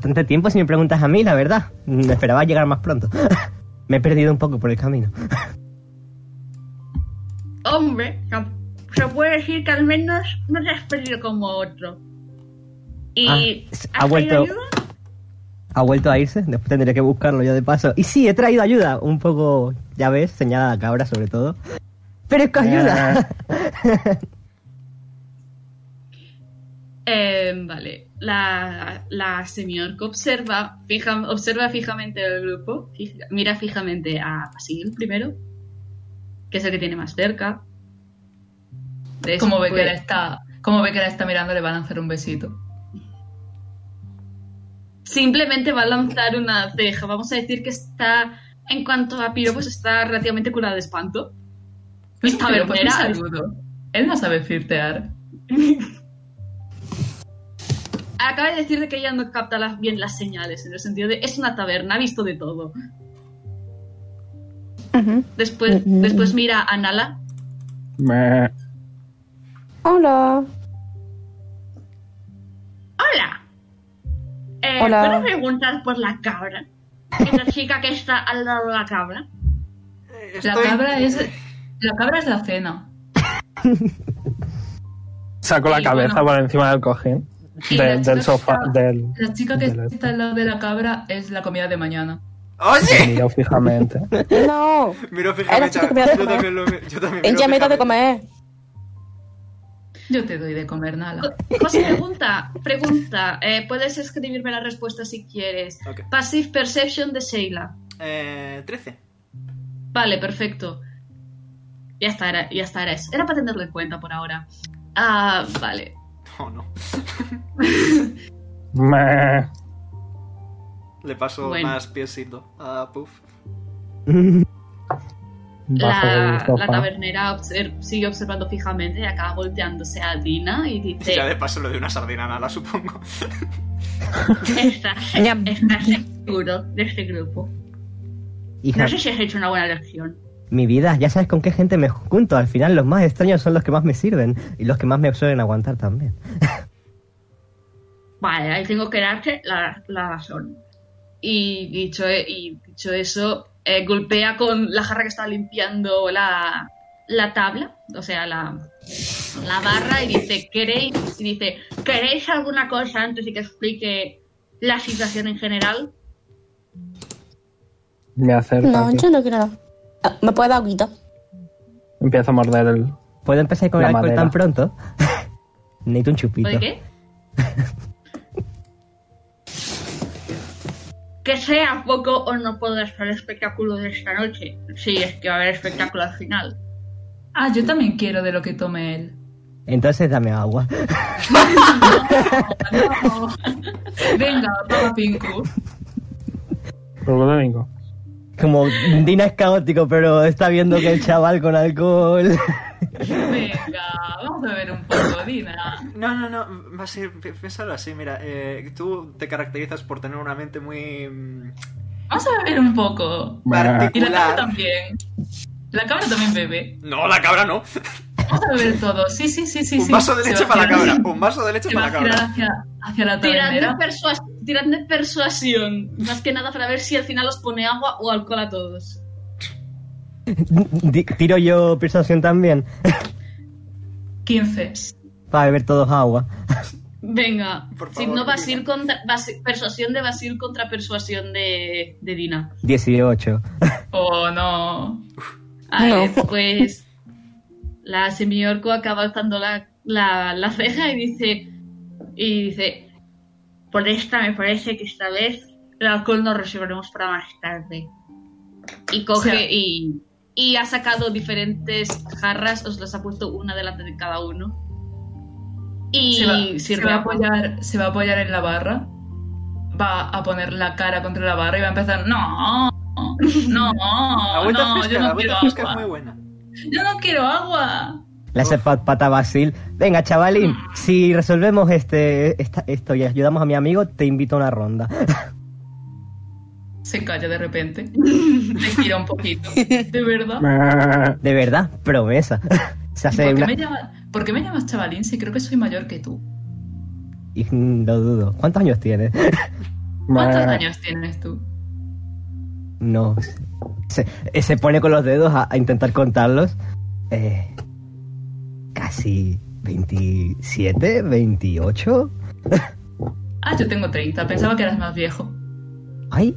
Tanto tiempo si me preguntas a mí, la verdad. Me esperaba llegar más pronto. Me he perdido un poco por el camino.
hombre, no- se puede decir que al menos no te has perdido como otro. Y
Ah,
¿has
ha vuelto-
traído ayuda?
Ha vuelto a irse, después tendré que buscarlo yo de paso. Y sí, he traído ayuda. Un poco, ya ves, señala a la cabra sobre todo. Pero es que ayuda.
Eh, vale, la, la semiorca observa, fija- observa fijamente el grupo, fija- mira fijamente a Basil primero, que es el que tiene más cerca.
como ve que
Después-
la está, como ve que la está mirando, le va a lanzar un besito.
simplemente va a lanzar una ceja. Vamos a decir que está, en cuanto a piropos, está relativamente curada de espanto.
Es
Esta
un piropo, es pues un
verbena-
saludo. Él no sabe flirtear.
Acaba de decir que ella no capta las- bien las señales, en el sentido de es una taberna, ha visto de todo. Después,
Mm, mm,
después mira a Nala.
Meh.
Hola.
¡Hola! Eh,
Hola.
¿Puedo preguntar por la cabra? Esa chica que está al lado de la cabra.
La
estoy-
cabra es, la cabra es la cena.
Saco la
Y
cabeza
bueno.
por encima del cojín.
Y
de-
la chica
del
que
sofá,
está-
del...
La chica que
de la-
está al lado de la cabra es la comida de mañana.
Lo
¡Oye!
miro fijamente.
No.
Miro fijamente.
chico que me da de
yo
comer.
también lo vi- yo también miro
Ella me da de
fijamente.
comer.
Yo te doy de comer, Nala.
José, pregunta, pregunta. eh, puedes escribirme la respuesta si quieres.
Ok.
Passive Perception de Sheila.
Eh, 13.
Vale, perfecto. Ya está, era, ya está, era eso. Era para tenerlo en cuenta por ahora. Ah, vale.
Oh, no.
Meh.
Le paso
Bueno.
más piecito Ah, a Puff.
Bajo del
La, la
sofá.
tabernera obser- sigue observando fijamente y acaba volteándose a Dina y dice...
Ya de paso lo de una sardina nala, supongo.
Estás,
Ñam.
estás seguro de este grupo.
Hija,
No sé si has hecho una buena elección.
mi vida, ya sabes con qué gente me junto. Al final los más extraños son los que más me sirven y los que más me suelen aguantar también.
Vale, ahí tengo que darte la, la razón. Y dicho, e- y dicho eso, eh, golpea con la jarra que está limpiando la, la tabla, o sea, la, la barra, y dice, ¿queréis? Y dice, ¿queréis alguna cosa antes de que explique la situación en general?
Me acerco.
No,
aquí.
yo no quiero nada. Ah, ¿Me puede dar agüita?
Empiezo a morder el.
¿Puedo empezar con
La
el alcohol
madera.
tan pronto? Necesito un chupito.
¿Puede qué? que sea poco o no podrás ver el espectáculo de esta noche, si es que va a haber espectáculo al final.
Ah, yo también quiero de lo que tome él.
Entonces dame agua.
Venga, toma Pinku.
Luego domingo.
Como Dina es caótico, pero está viendo que el chaval con alcohol.
Venga, vamos a ver un poco, Dina.
No, no, no, va a ser, pi- piénsalo así, mira, eh, tú te caracterizas por tener una mente muy mm,
Vamos a beber un poco.
Meh.
Y la cabra
particular.
también. La cabra también bebe.
No, la cabra no.
Vamos a beber todo. Sí, sí, sí, sí.
Un
sí.
vaso de
Se
leche
va
para la
girando-
cabra. Un vaso de leche
Se va
para
a
la
girar
cabra.
hacia, hacia la
Tirad de,
tabernera.
persua- tirad de persuasión, más que nada para ver si al final os pone agua o alcohol a todos.
Di- Tiro yo persuasión también.
15.
Para beber todos agua.
Venga,
Por
si
favor,
no vas a ir
Dina.
contra vas- persuasión de Basil contra persuasión de, de Dina.
18.
Oh, no.
Vale,
No.
pues la semiorco acaba alzando la, la, la ceja y dice y dice por esta me parece que esta vez el alcohol nos reservaremos para más tarde. Y coge
O sea-
y, y ha sacado diferentes jarras, os las ha puesto una delante de cada uno. Y
se va,
sirve
se va a
agua.
apoyar, se va a apoyar en la barra, va a poner la cara contra la barra y va a empezar, no, no,
La vuelta
no,
fresca,
yo
la
no quiero
vuelta fresca es muy
agua,
buena.
yo no quiero agua.
Le hace pat- pata a Basil. Venga, chavalín,
Mm.
si resolvemos este, esta- esto y ayudamos a mi amigo, te invito a una ronda.
Se calla de repente, te gira un poquito, de verdad.
Meh.
De verdad, promesa. Se
¿Y ¿Por
hace
qué,
una...
me llama- por qué me llamas chavalín si creo que soy mayor que tú?
Y, mm, Lo dudo. ¿Cuántos años tienes?
¿Cuántos
Meh.
años tienes tú?
No sé. Se, eh, se pone con los dedos a, a intentar contarlos. Eh, casi 27, 28.
Ah, yo tengo 30, pensaba que eras más viejo.
Ay,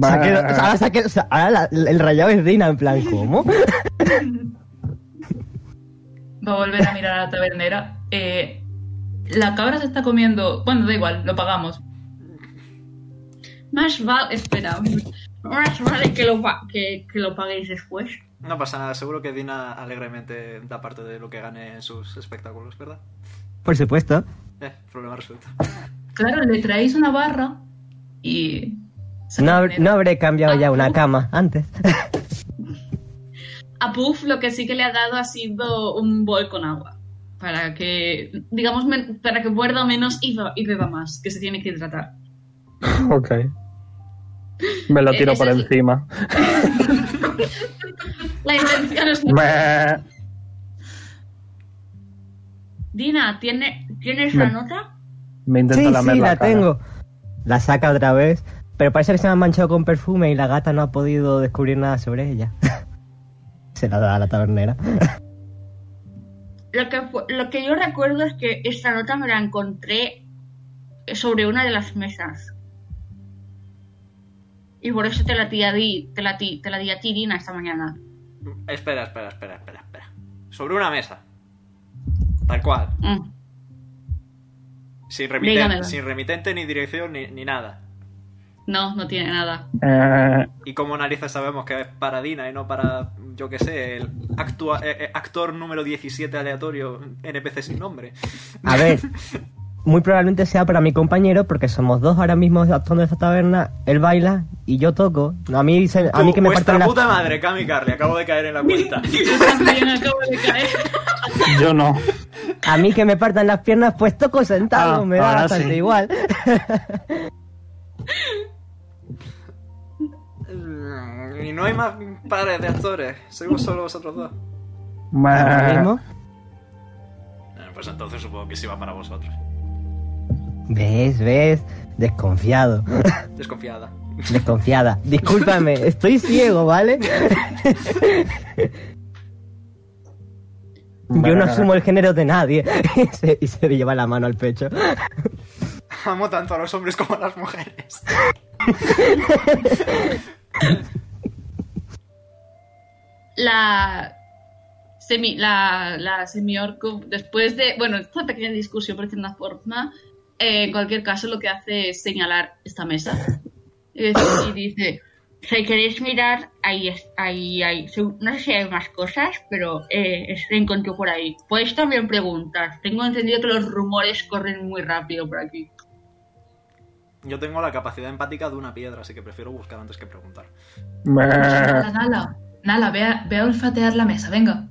se ha quedado- o sea, ahora, se ha quedado- o sea, ahora la- la- el rayado es Dina, en plan, ¿cómo?
Va a volver a mirar a la tabernera. Eh, la cabra se está comiendo, bueno, da igual, lo pagamos.
Más vale, espera, más vale que lo, pa- que, que lo paguéis después.
No pasa nada, seguro que Dina alegremente da parte de lo que gane en sus espectáculos, ¿verdad?
Por supuesto.
Eh, problema resuelto.
Claro, le traéis una barra y.
No, hab- no habré cambiado
Ah,
ya una cama antes.
A Puff lo que sí que le ha dado ha sido un bol con agua. Para que, digamos, men- para que muerda menos y, ba- y beba más, que se tiene que hidratar.
Ok. Me lo tiro
Eh, Ese
por
es-
encima.
La intención es...
Meh.
Dina, ¿tiene, ¿tienes
Me-
la nota?
Me intento
Sí,
lamer
sí,
la,
la,
cara.
tengo. La saca otra vez. Pero parece que se me ha manchado con perfume y la gata no ha podido descubrir nada sobre ella. se la da a la tabernera.
Lo que, fu- lo que yo recuerdo es que esta nota me la encontré sobre una de las mesas. Y por eso te la di, a di- te la di, te la di a ti, Dina, esta mañana.
Espera, espera, espera, espera, espera. Sobre una mesa. Tal cual.
Mm.
Sin remitente,
Dígamelo.
sin remitente ni dirección ni, ni nada.
No, no tiene nada.
Eh,
Y como narices sabemos que es para Dina y no para, yo qué sé, el actua- eh, eh, actor número 17 aleatorio, NPC sin nombre.
A ver, muy probablemente sea para mi compañero, porque somos dos ahora mismo actuando en esta taberna. Él baila y yo toco. A mí, se- a mí
Tú,
que me
vuestra
partan la...
puta madre, Cami Carly, acabo de caer en la cuenta.
Yo también acabo de caer.
yo no.
A mí que me partan las piernas, pues toco sentado,
Ah,
me da
ahora
bastante
sí.
igual.
Mm, Y no hay más pares de actores, sois solo vosotros dos.
Ah.
Ahora Ah, mismo.
Eh, Pues entonces supongo que sí va para vosotros.
¿Ves? ¿Ves? Desconfiado.
Desconfiada.
Desconfiada. Discúlpame, estoy ciego, ¿vale? Yo no asumo el género de nadie. Y se, y se le lleva la mano al pecho.
Amo tanto a los hombres como a las mujeres.
La. Semi, la, la semiorco, después de. Bueno, esta pequeña discusión, por decirlo de una forma, eh, en cualquier caso, lo que hace es señalar esta mesa. Y, dice- y dice: Si queréis mirar, ahí, es- ahí, ahí. Se- No sé si hay más cosas, pero eh, es- encontré por ahí. Podéis también preguntar. Tengo entendido que los rumores corren muy rápido por aquí.
Yo tengo la capacidad empática de una piedra, así que prefiero buscar antes que preguntar.
Nala, Nala, Nala, ve a, ve a olfatear la mesa, venga.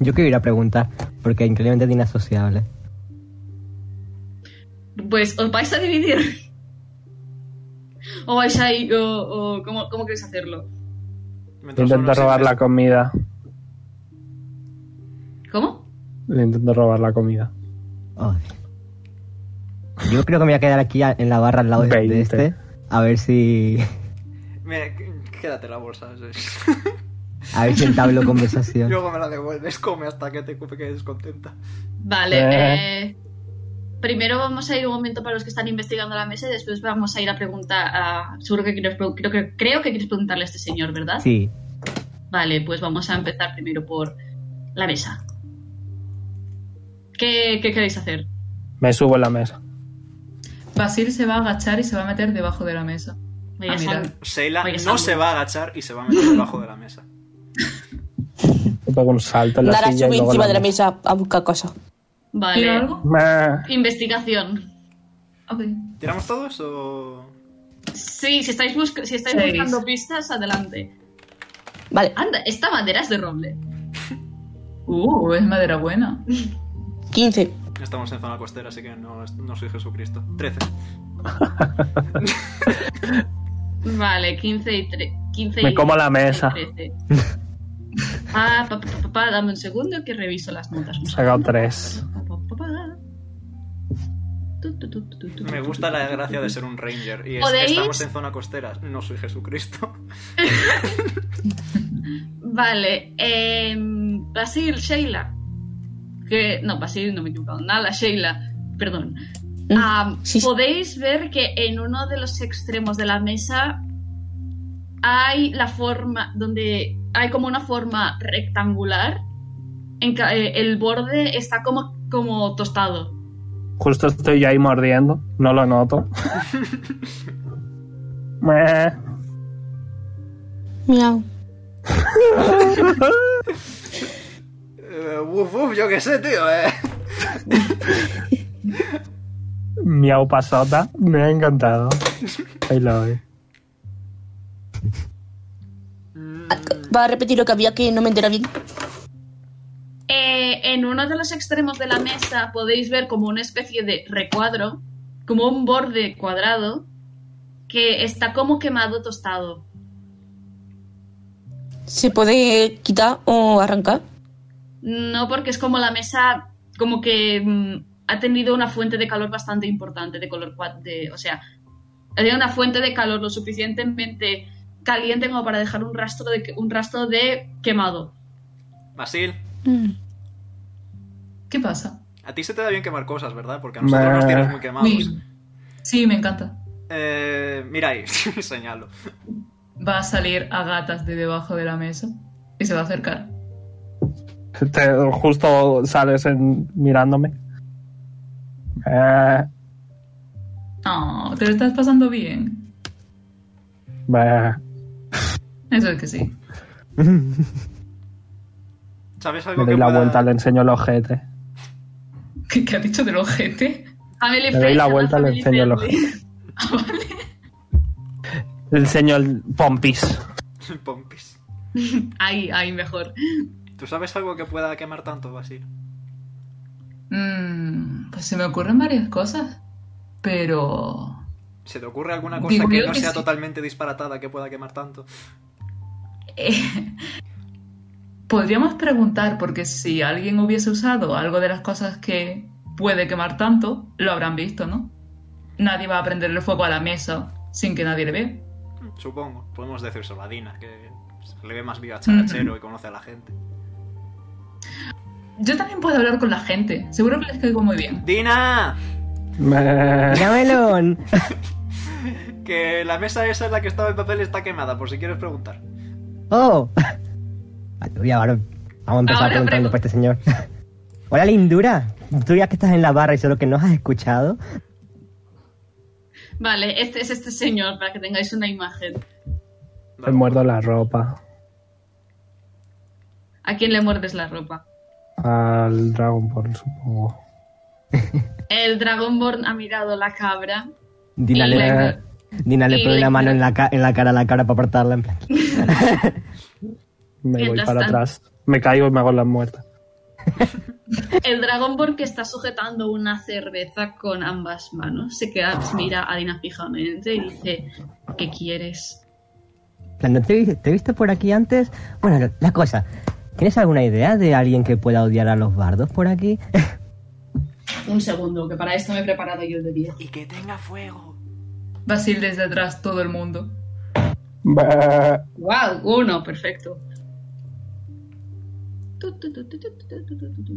Yo quiero ir a preguntar, porque increíblemente es inasociable.
Pues os vais a dividir. O vais a ir. O, o- ¿cómo, ¿Cómo queréis hacerlo?
Mientras
Intento
uno se-
robar la comida.
¿Cómo?
Le intento robar la comida.
Oh. Yo creo que me voy a quedar aquí a- en la barra al lado de- de
Veinte.
este. A ver si.
Mira, qu- quédate la bolsa. sí.
A ver si entablo conversación.
Luego me la devuelves, come hasta que te cupe que descontenta.
Vale.
Eh.
eh, primero vamos a ir un momento para los que están investigando la mesa y después vamos a ir a preguntar. A, seguro que quieres, pre- creo, que creo que quieres preguntarle a este señor, ¿verdad?
Sí.
Vale, pues vamos a empezar primero por la mesa. ¿Qué, qué queréis hacer?
Ah,
Me subo a la mesa.
Basil se va a agachar y se va a meter debajo de la mesa.
Me voy a
Ah, mira.
sal-
Sheila
Oye,
no
Samuel.
se va a agachar y se va a meter debajo de la mesa.
Le pego un salto en la
Nara
silla
sube
y luego
encima
la
de la mesa a buscar cosas.
¿Tiro
Vale.
algo?
mesa.
Investigación.
Ok.
¿Tiramos todos o.?
Sí, si estáis, busc- si estáis
Seis.
buscando pistas, adelante.
Vale,
Anda, esta bandera es de roble.
Uh, es madera buena.
15.
Estamos en zona costera, así que no, no soy Jesucristo. 13.
Vale, 15 y 3. 15
Me
y-
como la mesa.
13. Ah, pa, pa, pa, pa, pa, dame un segundo que reviso las notas.
He sacado tres.
Pa, pa, pa, pa. Tu, tu, tu, tu, tu, tu,
Me
tu,
gusta
tu,
la
tu,
gracia
tu,
de
tu.
ser un ranger. Y es,
¿Podéis?
estamos en zona costera, no soy Jesucristo.
Vale, eh, Basil, Sheila. Que, no, Basil, no me he equivocado. Nala, Sheila, perdón. Ah,
Mm. sí, sí.
Podéis ver que en uno de los extremos de la mesa hay la forma, donde hay como una forma rectangular. En ca- eh, el borde está como, como tostado.
Justo estoy yo ahí mordiendo. No lo noto. Meh.
Miau.
Eh, uf, uf, yo qué sé, tío, eh.
Miau pasota. Me ha encantado. Ahí lo doy.
Va a repetir lo que había que no me entera bien.
Eh, en uno de los extremos de la mesa podéis ver como una especie de recuadro, como un borde cuadrado, que está como quemado tostado.
¿Se puede quitar o arrancar?
No porque es como la mesa, como que mm, ha tenido una fuente de calor bastante importante, de color cua- de, o sea, ha tenido una fuente de calor lo suficientemente caliente como para dejar un rastro de, que- un rastro de quemado.
Basil,
¿Qué pasa?
a ti se te da bien quemar cosas, ¿verdad? Porque a nosotros nos
Bah.
tienes muy quemados.
Uy. Sí, me encanta.
Eh, mira ahí, señalo.
Va a salir a gatas de debajo de la mesa y se va a acercar.
Te- justo sales en- mirándome. Eh,
No, te lo estás pasando bien.
eh.
Eso es que sí.
¿Sabes
Le
algo que
doy la
pueda-
vuelta, le enseño el ojete.
¿Qué, qué ha dicho del ojete?
Family
Le doy la
friendly,
vuelta, le
family
enseño el
friendly.
ojete. Le enseño el pompis.
Pompis.
Ahí, ahí mejor.
¿Tú sabes algo que pueda quemar tanto, Basil?
Mm, pues se me ocurren varias cosas. Pero.
¿Se te ocurre alguna cosa
Digo,
que
creo
no
que
sea
sí.
totalmente disparatada que pueda quemar tanto?
eh, podríamos preguntar, porque si alguien hubiese usado algo de las cosas que puede quemar tanto, lo habrán visto, ¿no? Nadie va a prenderle fuego a la mesa sin que nadie le vea.
Supongo. Podemos decir a Dina, que se le ve más
Mm.
viva charachero y conoce a la gente.
Yo también puedo hablar con la gente. Seguro que les caigo muy bien.
¡Dina!
Me-
¡Llamelón!
Que la mesa esa en la que estaba el papel está quemada, por si quieres preguntar.
¡Oh! Vale, voy ahora. Vamos a empezar
Ahora
preguntando
pregun-
por este señor. Hola, lindura. Tú ya que estás en la barra y solo que no has escuchado.
Vale, este es este señor, para que tengáis una imagen.
Le muerdo la ropa
¿A quién le muerdes la ropa?
al Dragon Ball, supongo.
El Dragonborn ha mirado la cabra.
Dina
Y
le,
le-
Dina le
y
pone
le-
la mano en la, ca- en la cara a la cara para apartarla. En plan.
Me voy
Mientras
para
tanto-
atrás. Me caigo y me hago la muerta.
El Dragonborn que está sujetando una cerveza con ambas manos. Se queda, se mira a Dina fijamente y dice, ¿qué quieres?
En plan, ¿no te, vi- te he visto por aquí antes? Bueno, lo- la cosa. ¿Tienes alguna idea de alguien que pueda odiar a los bardos por aquí?
Un segundo, que para esto me he preparado yo de 10.
Y que tenga fuego.
Basil desde atrás, todo el mundo.
Me-
¡Wow! Uno, perfecto. Tu, tu, tu, tu, tu, tu, tu, tu, tu, tu.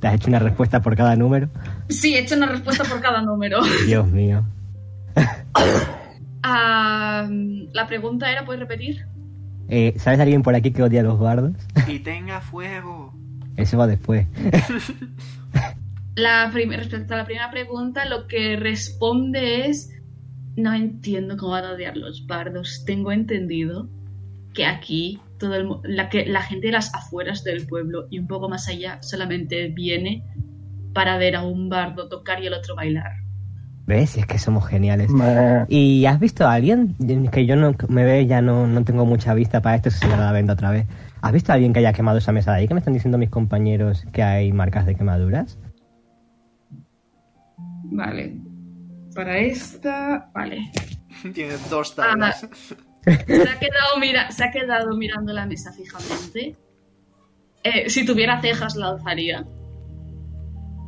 ¿Te has hecho una respuesta por cada número?
Sí, he hecho una respuesta por cada número.
Dios mío.
Ah, la pregunta era, ¿puedes repetir?
Eh, ¿Sabes de alguien por aquí que odia a los bardos?
Y tenga fuego.
Eso va después.
La prim- respecto a la primera pregunta, lo que responde es, no entiendo cómo van a odiar los bardos. Tengo entendido que aquí todo el mu- la, que, la gente de las afueras del pueblo y un poco más allá solamente viene para ver a un bardo tocar y el otro bailar.
¿Ves? Es que somos geniales.
me-
¿Y has visto a alguien? Es Que yo no me ve, ya no, no tengo mucha vista para esto, se me la venda otra vez. ¿Has visto a alguien que haya quemado esa mesa de ahí? Que me están diciendo mis compañeros que hay marcas de quemaduras.
Vale. Para esta... Vale.
Tiene dos
Ah,
tablas.
Se ha quedado, mira, se ha quedado mirando la mesa fijamente. Eh, si tuviera cejas, la alzaría.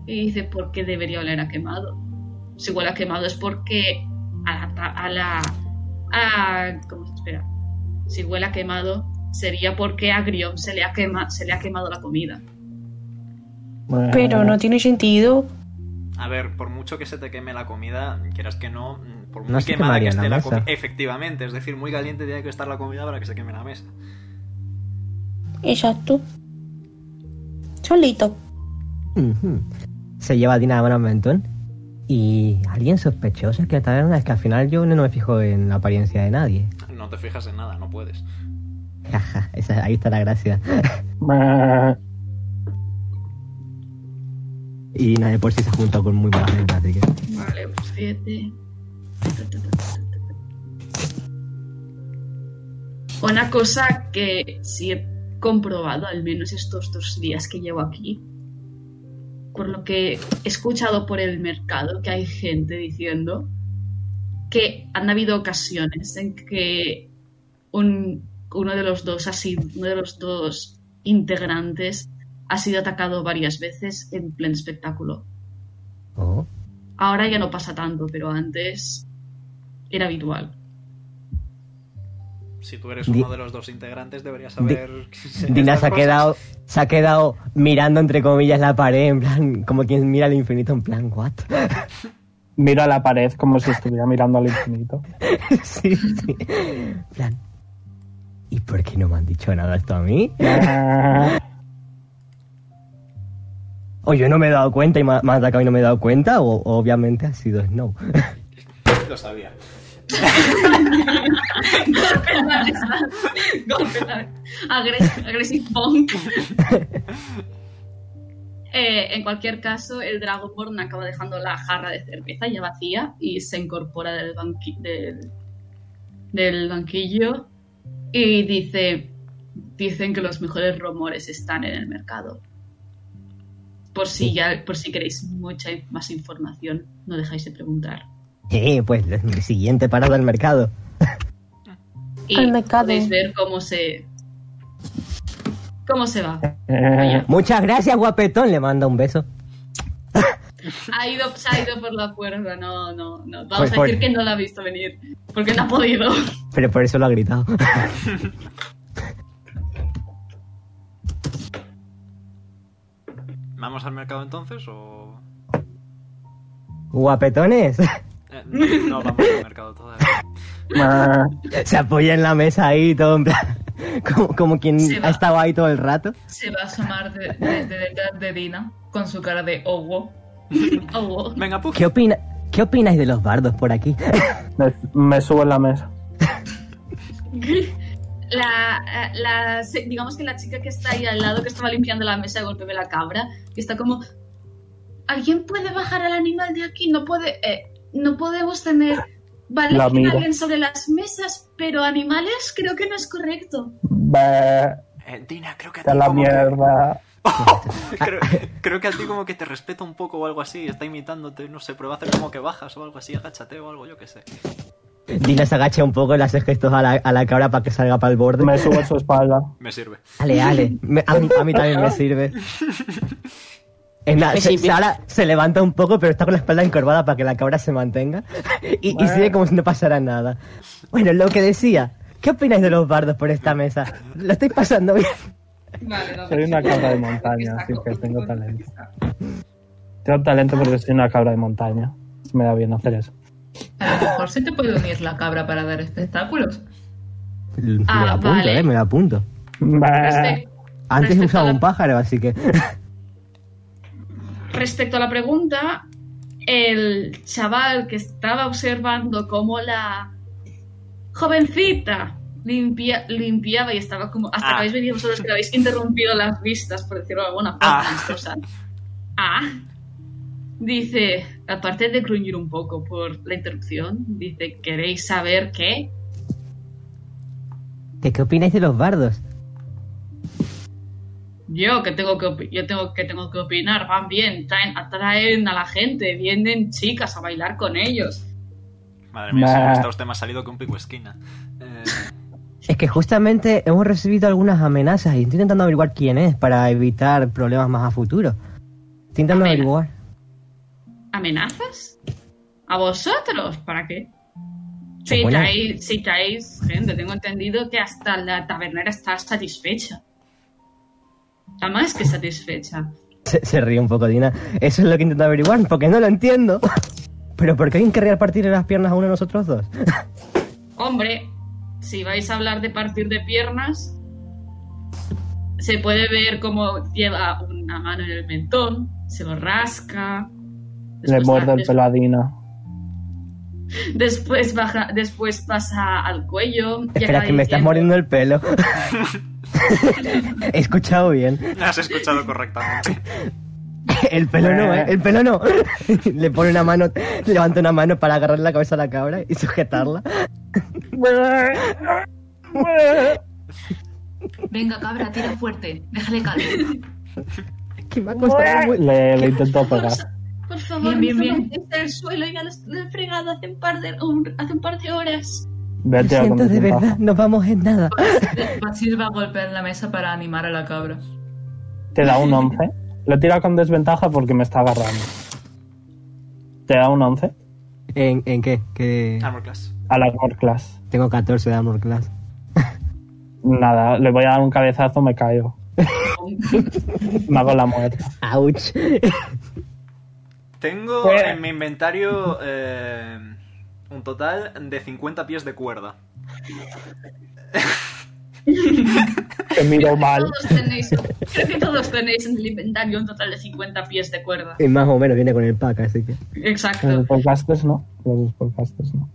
Y dice, ¿por qué debería oler a quemado? Si huele a quemado es porque a la... ta- A la a- ¿Cómo se espera? Si huele a quemado sería porque a Grion se le ha, quema, se le ha quemado la comida.
me-
Pero no tiene sentido.
A ver, por mucho que se te queme la comida, quieras que no, mm, por muy
No se
quemada que
quemaría
esté
la
la
mesa.
comida. Efectivamente, es decir, muy caliente tiene que estar la comida para que se queme la mesa.
Exacto. Solito.
Ujú. Se lleva a Dina de mano al mentón. ¿Y alguien sospechoso que la taberna? Es que al final yo no me fijo en la apariencia de nadie.
No te fijas en nada, no puedes.
Jaja, esa- ahí está la gracia.
me-
Y Dina de por sí se junta con muy mala gente, así que...
Vale, pues fíjate. Una cosa que sí he comprobado, al menos estos dos días que llevo aquí, por lo que he escuchado por el mercado, que hay gente diciendo que han habido ocasiones en que un- uno de los dos, así, uno de los dos integrantes ha sido atacado varias veces en pleno espectáculo.
Oh.
Ahora ya no pasa tanto, pero antes era habitual.
Si tú eres
Di-
uno de los dos integrantes, deberías saber.
Dina
estas
se ha
cosas.
quedado, se ha quedado mirando entre comillas la pared, en plan, como quien mira al infinito, en plan, what?
Miro a la pared como si estuviera mirando al infinito.
sí, sí. En plan. ¿y por qué no me han dicho nada esto a mí?
Eh,
o yo no me he dado cuenta y me, ha- me han atacado y no me he dado cuenta, o obviamente ha sido Snow.
Lo sabía.
Golpe en la mesa. Golpe en la mesa. Agres- Aggressive punk. Eh, en cualquier caso, el Dragonborn acaba dejando la jarra de cerveza ya vacía y se incorpora del, banqui- del, del banquillo y dice, dicen que los mejores rumores están en el mercado. Por si, ya, por si queréis mucha in- más información, no dejáis de preguntar.
Sí, pues la siguiente parada al mercado.
Y
Al mercado.
podéis ver cómo se... cómo se va.
eh,
Muchas gracias, guapetón. Le manda un beso.
Ha ido, se ha ido por la puerta, no, no, no. Vamos
Pues,
a decir
pues.
que no la ha visto venir, porque no ha podido.
Pero por eso lo ha gritado.
¿Vamos al mercado entonces o...?
Guapetones.
Eh, no vamos al mercado todavía.
Se apoya en la mesa ahí, todo en plan. Como, como quien
Sí, va.
ha estado ahí todo el rato.
Se va a asomar de- desde detrás de Dina con su cara de oh wow.
Oh, wow.
Venga, Puff.
¿Qué, opina, ¿Qué opináis de los bardos por aquí?
Me, me subo en la mesa.
La, la- se- digamos que la chica que está ahí al lado, que estaba limpiando la mesa de golpe de la cabra, que está como, ¿alguien puede bajar al animal de aquí? No puede, eh, no podemos tener
La
vale
miro.
alguien sobre las mesas, pero animales creo que no es correcto.
Ve,
Eh, Dina, creo que a ti
que la
como que-
mierda.
creo, creo que a ti como que te respeta un poco o algo así, está imitándote, no sé, prueba a hacer como que bajas o algo así, agáchate o algo, yo qué sé.
Dina se agacha un poco y le hace gestos a la, a la cabra para que salga para el borde.
Me subo a su espalda.
Me sirve.
Ale, ale. Me- a, mí, a mí también me sirve. Es nada,
Me
se-
sirve.
Sara se levanta un poco, pero está con la espalda encorvada para que la cabra se mantenga. Y, y sigue como si no pasara nada. Bueno, lo que decía. ¿Qué opináis de los bardos por esta mesa? ¿Lo estáis pasando bien?
Vale, vamos.
Soy una cabra de montaña, así que tengo talento. Tengo talento porque soy una cabra de montaña. Se me da bien hacer eso.
A lo mejor se te puede unir la cabra para dar espectáculos.
Me
Ah,
la apunto,
vale.
eh, me la apunto.
Ve,
Ah.
Respe-
Antes
Respecto a
usaba
la-
un pájaro, así que.
Respecto a la pregunta, el chaval que estaba observando cómo la jovencita limpia- limpiaba y estaba como. Hasta
Ah.
que habéis venido vosotros que le habéis interrumpido las vistas, por decirlo de alguna forma.
Ah.
amistosa. Ah. Dice, aparte de gruñir un poco por la interrupción, dice: ¿Queréis saber qué?
¿Qué, qué opináis de los bardos?
Yo que tengo que opi- yo tengo que tengo que opinar, van bien, traen, atraen a la gente, vienen chicas a bailar con ellos.
Madre mía,
Bah.
Sara, está usted más salido que un pico esquina. Eh,
Es que justamente hemos recibido algunas amenazas y estoy intentando averiguar quién es para evitar problemas más a futuro. Estoy intentando
Amenazas.
averiguar.
¿Amenazas? ¿A vosotros? ¿Para qué?
Se
Si
pone-
traéis, si traéis gente, tengo entendido que hasta la tabernera está satisfecha. Está más que satisfecha.
Se, se ríe un poco, Dina. Eso es lo que intento averiguar, porque no lo entiendo. Pero ¿por qué alguien querría partirle las piernas a uno de nosotros dos?
Hombre, si vais a hablar de partir de piernas, se puede ver cómo lleva una mano en el mentón, se lo rasca.
Le
después-
muerdo el
des-
pelo a Dina.
Después, baja, después pasa al cuello. y
Espera,
acaba
que me estás
diciendo-
mordiendo el pelo. He escuchado bien.
la has escuchado correctamente.
El pelo no, ¿eh? El pelo no. Le pone una mano, levanta una mano para agarrar la cabeza a la cabra y sujetarla.
Venga, cabra, tira fuerte. Déjale calmo.
Que me ha costado muy-
Le, le intento pegar.
Por favor,
Bien,
bien,
bien,
bien, el suelo ya lo lo he fregado hace un par de, un- hace un par de horas.
Voy a
Lo
tirar con
siento, de verdad,
desventaja.
nos vamos en nada.
Basil va a golpear la mesa para animar a la cabra.
Te da un 11. Lo tira con desventaja porque me está agarrando. Te da un 11
¿En, en qué? Que
Armor class.
al Armor Class.
tengo 14 de Armor Class.
Nada, le voy a dar un cabezazo, me caigo. Me hago la muerta.
Ouch.
Tengo
Pues-
en mi inventario eh, un total de 50 pies de cuerda.
Te miro mal.
Todos tenéis, creo que todos tenéis en el inventario un total de 50 pies de cuerda.
Y más o menos viene con el pack, así que.
Exacto.
Los podcasters no. Los podcasters no.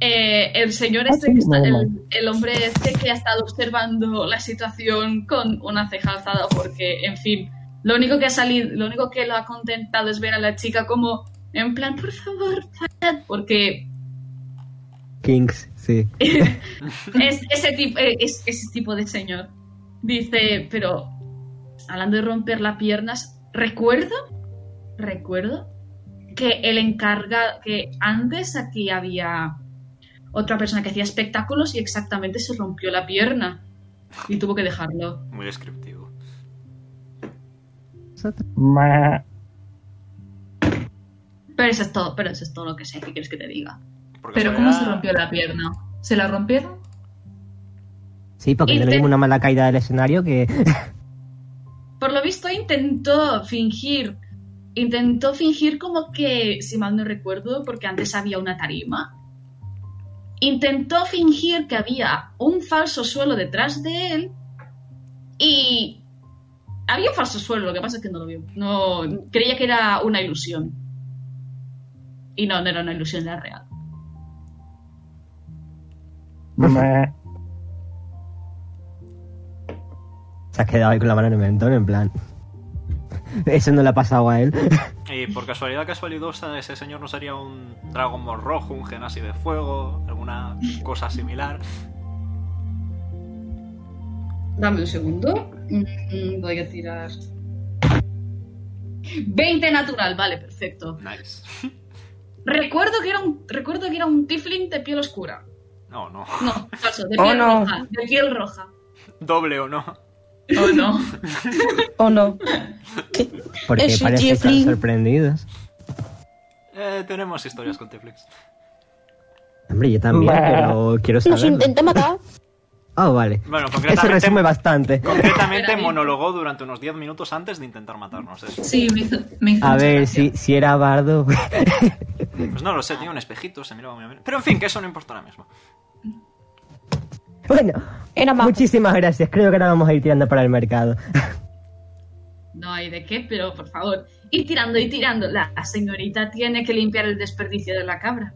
Eh, el
Ah,
señor este que está, el, el hombre este que ha estado observando la situación con una ceja alzada porque, en fin, lo único que ha salido, lo único que lo ha contentado es ver a la chica como en plan, por favor, parad, porque
Kings, sí.
es ese tipo, es ese tipo de señor. Dice, pero hablando de romper las piernas, recuerdo, recuerdo que el encargado, que antes aquí había otra persona que hacía espectáculos y exactamente se rompió la pierna y tuvo que dejarlo.
Muy descriptivo.
Ma-
Pero eso es todo, pero eso es todo lo que sé, ¿qué quieres que te diga?
Porque
Pero
se
¿cómo
vea-
se rompió la pierna? ¿Se la rompieron?
Sí, porque
Y
no le
te-
dimos una mala caída del escenario que.
Por lo visto intentó fingir, intentó fingir como que, si mal no recuerdo, porque antes había una tarima, intentó fingir que había un falso suelo detrás de él y había un falso suelo, lo que pasa es que no lo vio. No, creía que era una ilusión. Y no, no era una ilusión, era real.
ma-
Se ha quedado ahí con la mano en el mentón, en plan. Eso no le ha pasado a él.
Y por casualidad casualidosa, ese señor no sería un Dragon Ball rojo, un genasi de fuego, alguna cosa similar.
Dame un segundo. Mm, Voy a tirar. 20 natural, vale, perfecto.
Nice.
Recuerdo que era un, recuerdo que era un tiefling de piel oscura.
No, no.
No, falso, de
Oh,
piel
no.
roja. De piel roja.
Doble o no.
Oh,
¿O no?
¿O no?
Porque
Es un
parece estar
tiefling.
sorprendidos.
Eh, tenemos historias con Tiflix.
Hombre, yo también,
Bah.
pero quiero
Nos
saberlo.
intenta matar.
Ah, vale.
Bueno,
Eso
concretamente,
resume bastante.
concretamente
¿eh?
Espera,
monologó durante unos 10 minutos antes de intentar matarnos. Eso.
Sí, me hizo, me hizo
A
mucha
ver,
gracia.
si, si era bardo.
Pues no lo sé, tiene un espejito, se miraba muy a menudo. Pero en fin, que eso no importa ahora mismo.
bueno,
Era más.
muchísimas gracias. Creo que ahora vamos a ir tirando para el mercado.
No hay de qué, pero por favor. Ir tirando y tirando. La señorita tiene que limpiar el desperdicio de la cabra.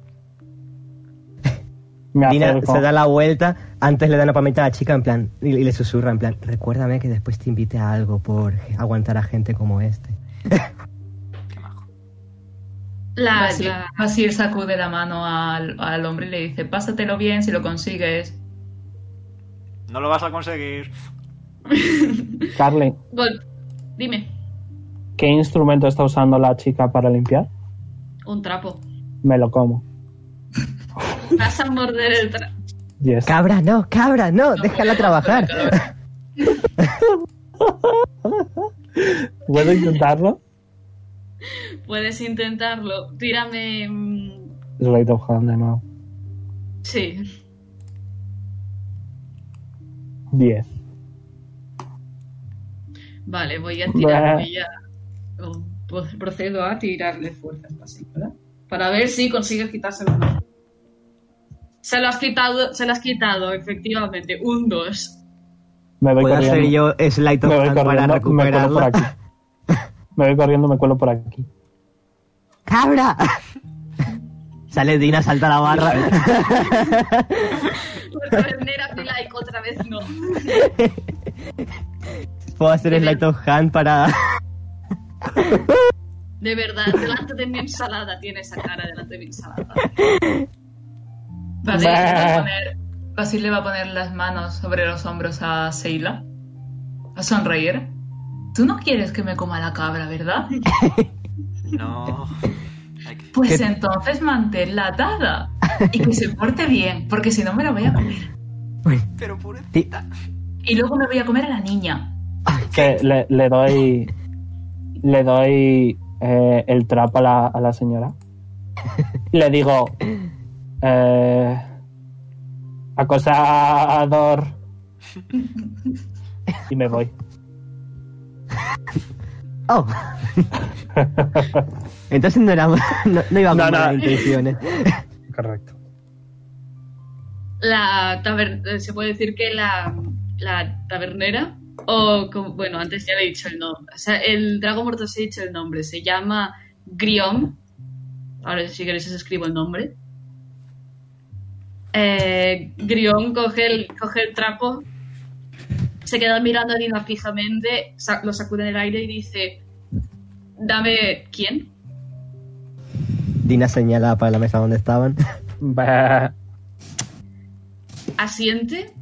Me
Dina
acerco.
se da la vuelta, antes le da una palmita a la chica en plan, y, y le susurra en plan, recuérdame que después te invite a algo por aguantar a gente como este.
Qué majo.
La,
Ah,
Basil,
la-
Basil sacude la mano al, al hombre y le dice, pásatelo bien si lo consigues.
No lo vas a conseguir.
Carly,
Gol. Dime,
¿qué instrumento está usando la chica para limpiar?
un trapo.
Me lo como.
Vas a morder el trapo.
Yes.
Cabra, no, cabra, no, déjala trabajar.
¿Puedo intentarlo?
Puedes intentarlo. Tírame. mm,
Slate of hand de nuevo.
Sí.
10.
Vale, voy a tirar,
Bah.
voy a- o pro- procedo a tirarle fuerza a esta señora. Para ver si consigues quitárselo. o no. Se lo has quitado, se lo has quitado, efectivamente. Un 2.
Me voy
¿Puedo
corriendo.
hacer yo slide
me
of
voy
hand para
corriendo, me cuelo por
recuperarla?
aquí. Me voy corriendo, me cuelo por aquí.
¡Cabra! Sale Dina, salta la barra.
Otra vez Nera mi like, otra vez no.
Puedo hacer slide of hand para...
De verdad, delante de mi ensalada tiene esa cara, delante de mi ensalada.
Basil, le va a
Bah.
poner, Basil le va a poner las manos sobre los hombros a Seila. A sonreír. Tú no quieres que me coma la cabra, ¿verdad?
No. Hay que-
Pues
¿Qué-
entonces manténla atada. Y que se porte bien, porque si no me la voy a comer.
Pero pure.
Di-
Y luego me voy a comer a la niña.
Que le, le doy. Le doy eh, el trapo a la, a la señora. Le digo. Eh, acosador. Y me voy.
Oh. Entonces no era... No, no iba con
No, no.
malas intenciones.
Correcto.
la taber- eh, se puede decir que la, la tabernera, o como- bueno, antes ya le he dicho el nombre, o sea, el dragón muerto se ha dicho el nombre, se llama Griom, ahora si queréis os escribo el nombre. Eh, Griom coge el, coge el trapo, se queda mirando a Dina fijamente, sa- lo sacude en el aire y dice, dame quién.
Dina señala para la mesa donde estaban.
Bah.
asiente,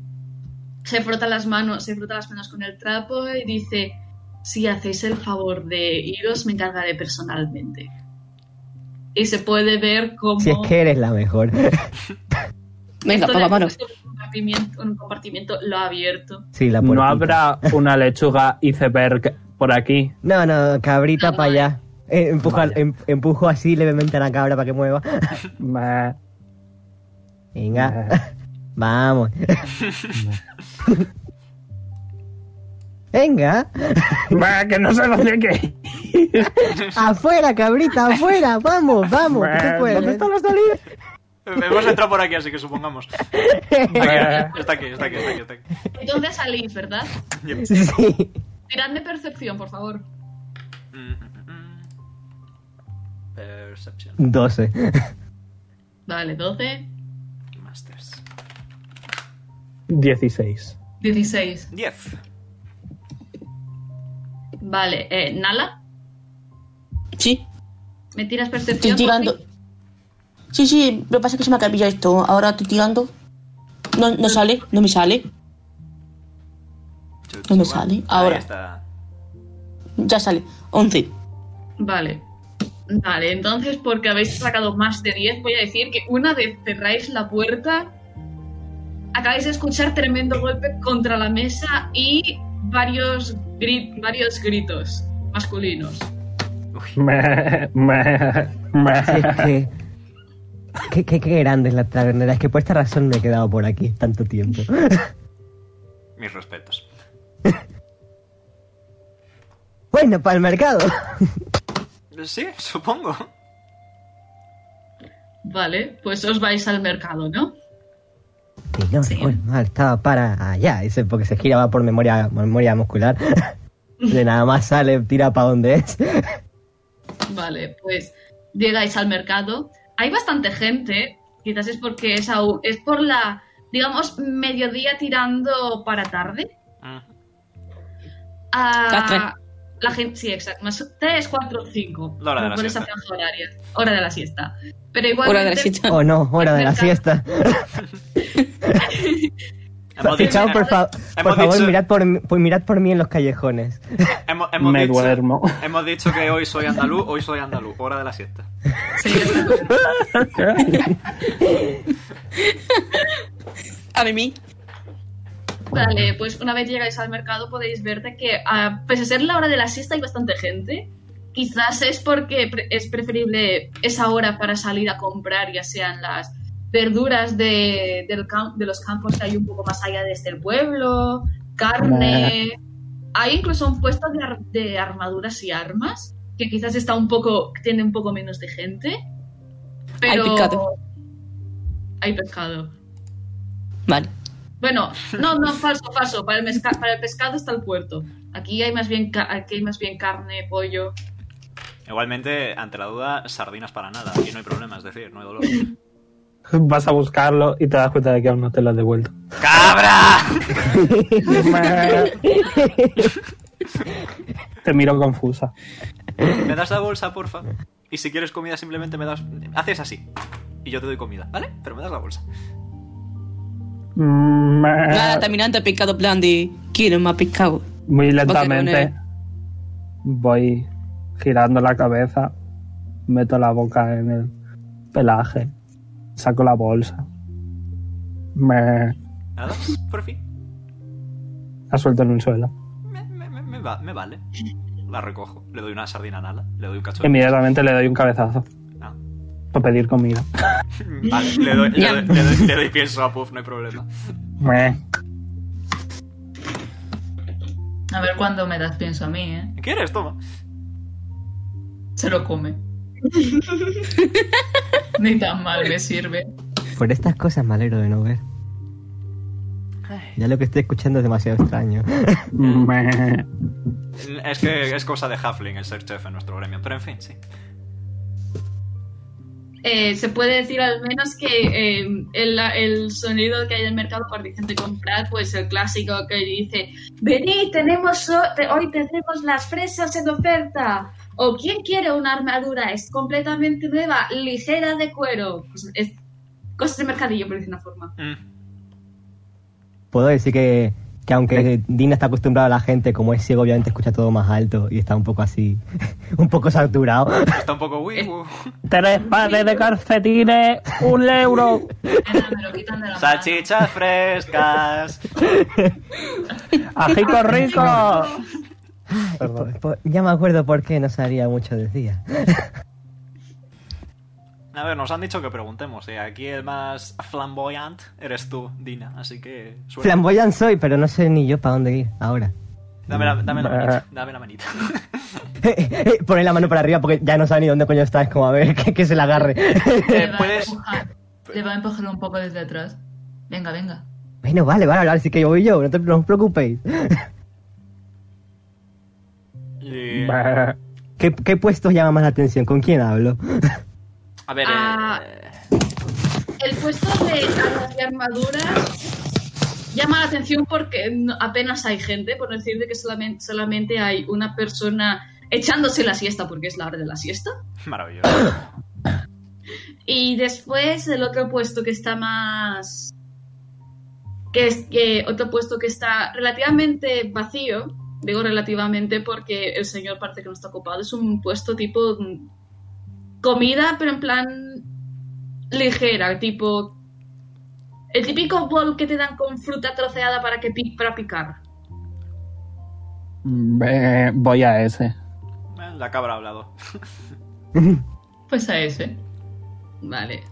se frota las manos, se frota las manos con el trapo y dice: Si hacéis el favor de iros, me encargaré personalmente. Y se puede ver cómo
Si es que eres la mejor.
esto
Venga,
le
ponga
ha
mano.
puesto en un compartimiento, en un compartimiento lo ha abierto.
Sí, la
No
puertita.
habrá una lechuga iceberg por aquí.
No, no, cabrita
No,
para
no.
allá. Eh, empuja- em- empujo así levemente a la cabra para que mueva.
Bah. eh,
Venga. Vamos. Venga.
Bah, que no se lo llegue.
Afuera, cabrita, afuera. Vamos, vamos. que tú
Bah,
puedes.
¿Dónde están los delirios?
Hemos entrado por aquí, así que supongamos. Está aquí, está aquí, está aquí, está aquí. Está aquí.
Entonces salís, ¿verdad?
Yep.
Sí.
Tiradme percepción, por favor.
Mm, mm, mm. Perception.
12.
Vale, 12.
Masters.
16.
16.
10.
Vale, eh, Nala,
Sí,
¿me tiras
estoy
percepción?
tirando. Sí, sí, lo que pasa es que se me ha cambiado esto. Ahora estoy tirando. No, no sale, no me sale. No me sale. Ahora.
Ahí está.
Ya sale. 11.
Vale. Vale, entonces porque habéis sacado más de 10, voy a decir que una vez cerráis la puerta, acabáis de escuchar tremendo golpe contra la mesa y varios, gri- varios gritos masculinos.
Bah, bah,
Sí, es
bah.
que. Qué, qué, qué grande es la tabernera. Es que por esta razón me he quedado por aquí tanto tiempo.
Mis respetos.
Bueno, para el mercado.
Sí, supongo.
Vale, pues os vais al mercado, ¿no?
Sí, no,
Sí.
bueno, mal, estaba para allá, dice, porque se giraba por memoria, memoria muscular. De nada más sale, tira para donde es.
Vale, pues llegáis al mercado. Hay bastante gente, quizás es porque es, au- es por la, digamos, mediodía tirando para tarde.
Mm.
Ah,
Las tres.
La gente, sí, exacto. Más 3, 4, 5.
La hora de la siesta.
horaria. Hora de la siesta. Pero igual.
Hora de la siesta.
Oh no, hora de la
Mercado.
siesta.
Hemos dicho,
Fichaos, por, fa- por
Hemos
favor,
dicho-
mirad por, mi- por- pues mirad por mí en los callejones.
hemos- hemos
Me
dicho-
duermo.
hemos dicho que hoy soy andaluz, hoy soy andaluz. Hora de la siesta.
Sí, ya está.
A mí.
Vale, pues una vez llegáis al mercado podéis ver de que, ah, pese a ser la hora de la siesta, hay bastante gente. Quizás es porque pre- es preferible esa hora para salir a comprar, ya sean las verduras de, del cam- de los campos que hay un poco más allá desde el pueblo, carne. Hay incluso un puesto de, ar- de armaduras y armas, que quizás está un poco, tiene un poco menos de gente. Pero
pescado.
Hay pescado.
Vale.
Bueno, no, no, falso, falso. Para el, mezca- para el pescado está el puerto. Aquí hay más bien, ca- aquí hay más bien carne, pollo.
Igualmente, ante la duda, sardinas para nada. Y no hay problema, es decir, no hay dolor.
Vas a buscarlo y te das cuenta de que aún no te lo has devuelto.
¡Cabra!
Bah. Te miro confusa.
¿Me das la bolsa, porfa? Y si quieres comida, simplemente me das. Haces así. Y yo te doy comida, ¿vale? Pero me das la bolsa.
Bah.
Nada, terminando el pescado plan de quiero más pescado.
Muy
Boquerones.
lentamente voy girando la cabeza, meto la boca en el pelaje, saco la bolsa, me
¿Nada? Por fin.
la suelto en el suelo.
Me, me- me- me va- me vale. La recojo. Le doy una sardina a Nala. Le doy un cacho.
Inmediatamente le doy un cabezazo para pedir comida.
Vale, le doy, le, doy, le doy- le doy pienso a Puff, no hay problema.
Me-
Mm.
A ver cuándo me das pienso a mí, ¿eh?
¿Quieres? Toma.
Se lo come. Ni tan mal me sirve.
Por estas cosas me alegro de no ver. Ya lo que estoy escuchando es demasiado extraño.
Meh.
Es que es cosa de Huffling el ser chef en nuestro gremio, pero en fin, sí.
Eh, se puede decir al menos que eh, el, el sonido que hay en el mercado cuando hay gente comprar, pues el clásico que dice, venid, tenemos ho- te- hoy tenemos las fresas en oferta. O quién quiere una armadura, es completamente nueva, ligera de cuero. Pues es cosas de mercadillo, por decir una forma.
Mm.
Puedo decir que, que aunque Dina está acostumbrada a la gente, como es ciego, obviamente escucha todo más alto y está un poco así, un poco saturado.
Está un poco wii woo.
Tres pares de calcetines, un euro.
Ana, me lo quitan de la mano.
Salchichas frescas.
Ajico rico.
Po- po- Pues, ya me acuerdo por qué no salía mucho de día.
A ver, nos han dicho que preguntemos. ¿eh? Aquí el más flamboyant eres tú, Dina, así que suelta.
Flamboyant soy, pero no sé ni yo para dónde ir ahora.
Dame la, dame la manita, dame la manita. Eh,
Eh, Poner la mano para arriba porque ya no sabe ni dónde coño está. Es como a ver que, que se la agarre.
Le va, a
puedes-
empujar, le va a empujar un poco desde atrás. Venga, venga.
bueno, vale, vale, vale, así que yo voy yo, no, te, no os preocupéis.
Y-
Meh.
¿Qué, ¿Qué puesto llama más la atención? ¿Con quién hablo?
a ver, eh,
Ah. El puesto de armas y armaduras llama la atención porque no- apenas hay gente, por decir de que solamente, solamente hay una persona echándose la siesta porque es la hora de la siesta.
maravilloso.
Y después el otro puesto que está más... que es que otro puesto que está relativamente vacío, digo relativamente porque el señor parece que no está ocupado, es un puesto tipo mm, comida, pero en plan ligera, tipo el típico bol que te dan con fruta troceada para que pi- para picar.
Meh. Voy a ese.
Eh, La cabra ha hablado.
Pues a ese.
Vale.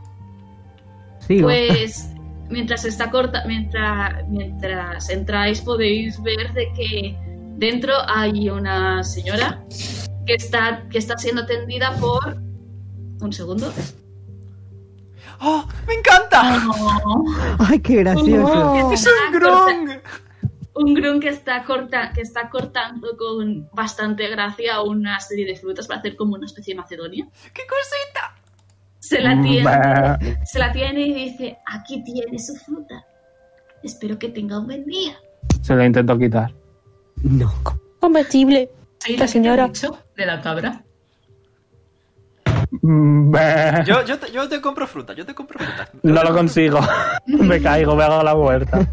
Sigo.
Pues mientras está corta, mientras, mientras entráis podéis ver de que dentro hay una señora que está, que está siendo atendida por un segundo.
¡Oh! ¡Me encanta!
Ay, qué gracioso.
Que
¡Es
está
un
corta-
grong!
un grun que está corta, que está cortando con bastante gracia una serie de frutas para hacer como una especie de macedonia.
¡Qué cosita!
Se la tiene,
Meh.
se la tiene y dice, aquí tiene su fruta. Espero que tenga un buen día.
Se lo intento quitar.
No.
Convertible.
Ahí que
La
te he
señora.
dicho De la cabra.
Meh.
Yo, yo, te, yo te compro fruta, yo te compro fruta.
Mm, eh, No lo consigo. Me caigo, me hago la vuelta.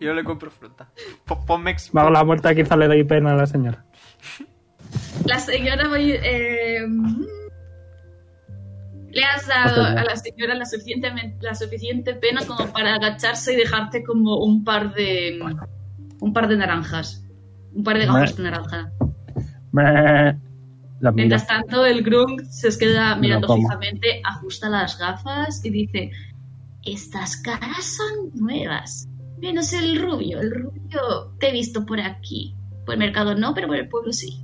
Yo le compro fruta. Po- Ponme, ex-
Me hago la vuelta, quizá le doy pena a la señora.
La señora voy. eh, le has dado a la señora la, suficientemente, la suficiente pena como para agacharse y dejarte como un par de. un par de naranjas. Un par de gajos de naranja.
Meh. La Eh, miro.
Mientras tanto, el Grung se queda mirando
como.
fijamente, ajusta las gafas y dice: Estas caras son nuevas. Menos el rubio. El rubio te he visto por aquí. Por el mercado no, pero por el pueblo sí.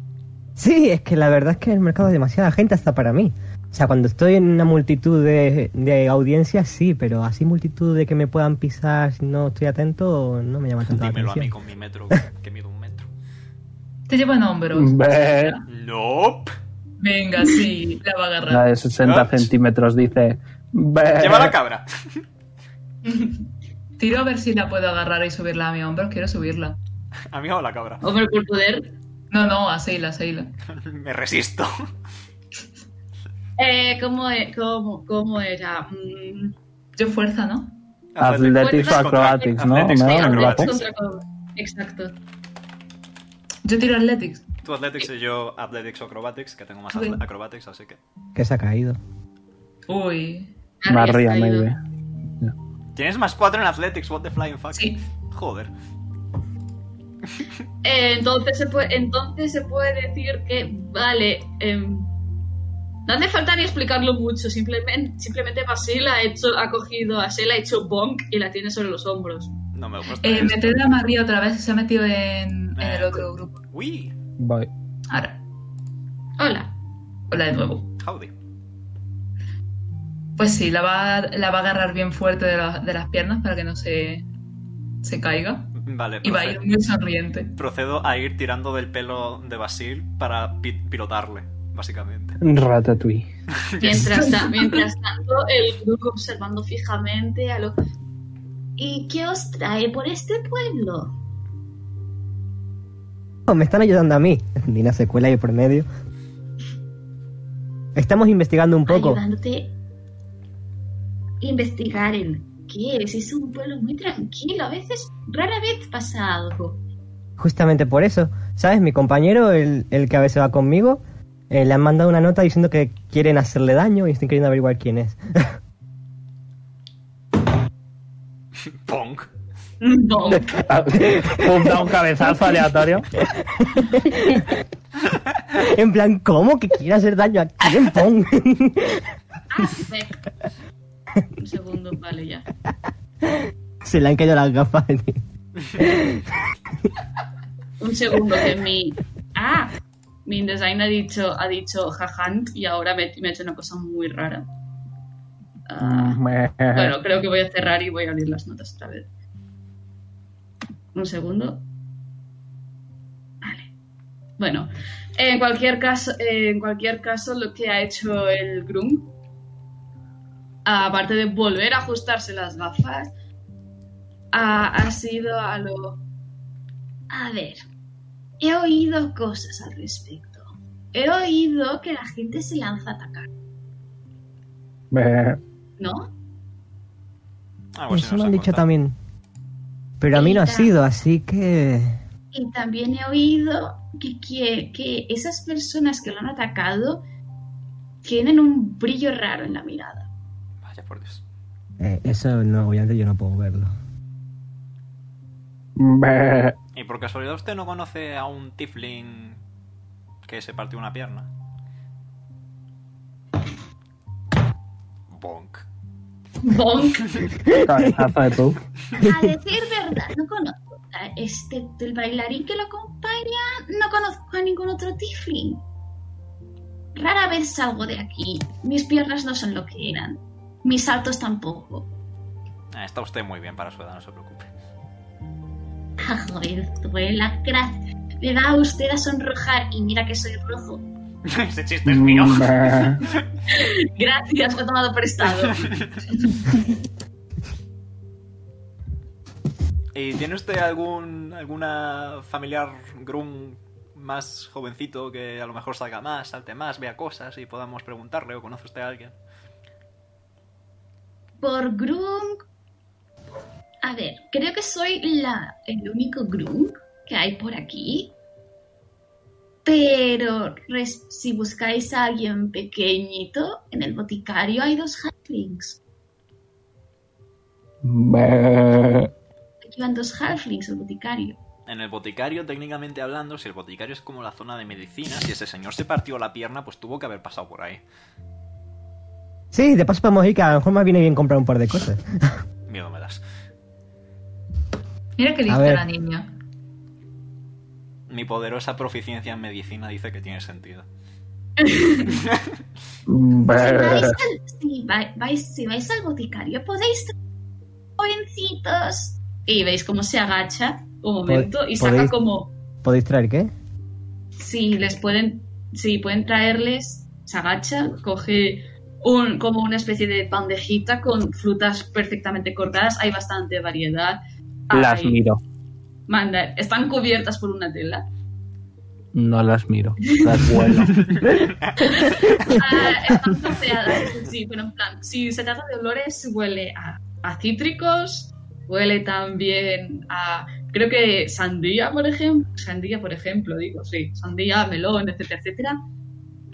Sí, es que la verdad es que el mercado es demasiada gente hasta para mí. O sea, cuando estoy en una multitud de, de audiencias, sí, pero así multitud de que me puedan pisar si no estoy atento, no me llama tanto la
Dímelo a mí
atención.
con mi metro, que mido un metro.
Te llevan a
Mm.
Mm,
hombros.
pues,
Meh.
Nope.
Venga, sí, la va a
La
agarrar.
de 60 centímetros dice. "Bee".
Lleva la cabra.
Tiro a ver si la puedo agarrar y subirla a mi hombro. Quiero subirla.
A mí o la cabra.
Hombre, por poder.
No, no, a Seila, a Seila.
Me resisto.
Eh, ¿cómo, e- cómo, cómo era? Mm,
Yo fuerza, ¿no?
Athletics o
contra-
acrobatics, ¿no?
Athletics
Me
sí,
da un
contra
acrobatics
gratis.
acrobatics.
contra co- Exacto.
Yo tiro Athletics.
Tú athletics y yo athletics o acrobatics, que tengo más
Bien.
athle- acrobatics, así que...
Que se ha caído.
Uy.
Me
Habías
ría,
caído.
maybe.
Tienes más cuatro en athletics, what the flying fuck.
Sí.
Joder.
Eh, entonces, se puede, entonces se puede decir que, vale, em, no hace falta ni explicarlo mucho, simplemente, simplemente Basila ha, hecho, ha cogido a Shela, ha hecho bonk y la tiene sobre los hombros.
No me gusta
Eh,
esto.
meted a María otra vez. Se ha metido en, en el
Eh,
otro grupo.
Uy,
Voy.
Ahora,
Hola.
hola de nuevo.
howdy.
Pues sí, la va, la va a agarrar bien fuerte de, la- de las piernas para que no se se caiga.
Vale,
Y va a ir
procedo,
muy sonriente.
procedo a ir tirando del pelo de Basil para pi- pilotarle, básicamente.
Ratatouille.
Mientras, ta- mientras tanto, el Groot observando fijamente a lo... ¿Y qué os trae por este pueblo?
No, me están ayudando a mí. Ni una secuela ahí por medio. Estamos investigando un poco.
Ayudándote a investigar en qué es. Es un pueblo muy tranquilo. A veces, rara vez pasa algo.
Justamente por eso. ¿Sabes? Mi compañero, el, el que a veces va conmigo, eh, le han mandado una nota diciendo que quieren hacerle daño y están queriendo averiguar quién es.
Punk.
No.
Pum, da un cabezazo aleatorio.
en plan, ¿cómo que quiere hacer daño a quién? Pon?
Ah, perfecto. Un segundo, vale, ya.
Se le han caído las gafas.
Un segundo, que mi... Ah, mi InDesign ha dicho, ha dicho jajan y ahora me, me ha hecho una cosa muy rara. Ah.
Mm, eh,
Bueno, creo que voy a cerrar y voy a abrir las notas otra vez. Un segundo. Vale. Bueno, en cualquier caso, en cualquier caso lo que ha hecho el Grum, aparte de volver a ajustarse las gafas, ha, ha sido a lo... A ver, he oído cosas al respecto. He oído que la gente se lanza a atacar, ¿no?
Ah, pues
Eso
si
me
nos
han
ha
dicho
contado.
también. Pero a mí no ha sido, así que...
Y también he oído que, que, que esas personas que lo han atacado tienen un brillo raro en la mirada.
Vaya por Dios.
eh, eso no, obviamente yo no puedo verlo.
¿Y por casualidad usted no conoce a un tifling que se partió una pierna? Bonk.
Bonk.
Cabezazo de Puff.
A decir verdad, no conozco. a Este, el bailarín que lo acompaña, no conozco a ningún otro tifling. Rara vez salgo de aquí. Mis piernas no son lo que eran. Mis saltos tampoco.
Ah, está usted muy bien para su edad, no se preocupe.
Ah, jovenzuela, gracias. Me va usted a sonrojar y mira que soy rojo.
Ese chiste es mío.
Mm.
Gracias, lo he tomado prestado.
¿Y tiene usted algún alguna familiar grum más jovencito que a lo mejor salga más, salte más, vea cosas y podamos preguntarle o conoce usted a alguien?
Por Grung. A ver, creo que soy la, el único Grung que hay por aquí. Pero res- si buscáis a alguien pequeñito, en el boticario hay dos halflings. Aquí van dos halflings al boticario.
En el boticario, técnicamente hablando, si el boticario es como la zona de medicina, si ese señor se partió la pierna, pues tuvo que haber pasado por ahí.
Sí, de paso podemos ir, que a lo mejor más viene bien comprar un par de cosas.
Miedo me das.
Mira que
A
lista
ver.
la niña.
Mi poderosa proficiencia en medicina dice que tiene sentido.
Si vais, al, si vai- vais- si vais al boticario, podéis traer jovencitos. Y veis cómo se agacha un momento y saca
podéis-
como
¿Podéis traer qué?
si les pueden, si pueden traerles, se agacha, coge un, como una especie de bandejita con frutas perfectamente cortadas. Hay bastante variedad.
Las
Hay
miro.
manda- están cubiertas por una tela.
No las miro. Las vuelo.
Ah, están troceadas, sí, pero en plan, si se trata de olores, huele a, a cítricos, huele también a, creo que sandía, por ejemplo, sandía, por ejemplo, digo, sí, sandía, melón, etcétera, etcétera.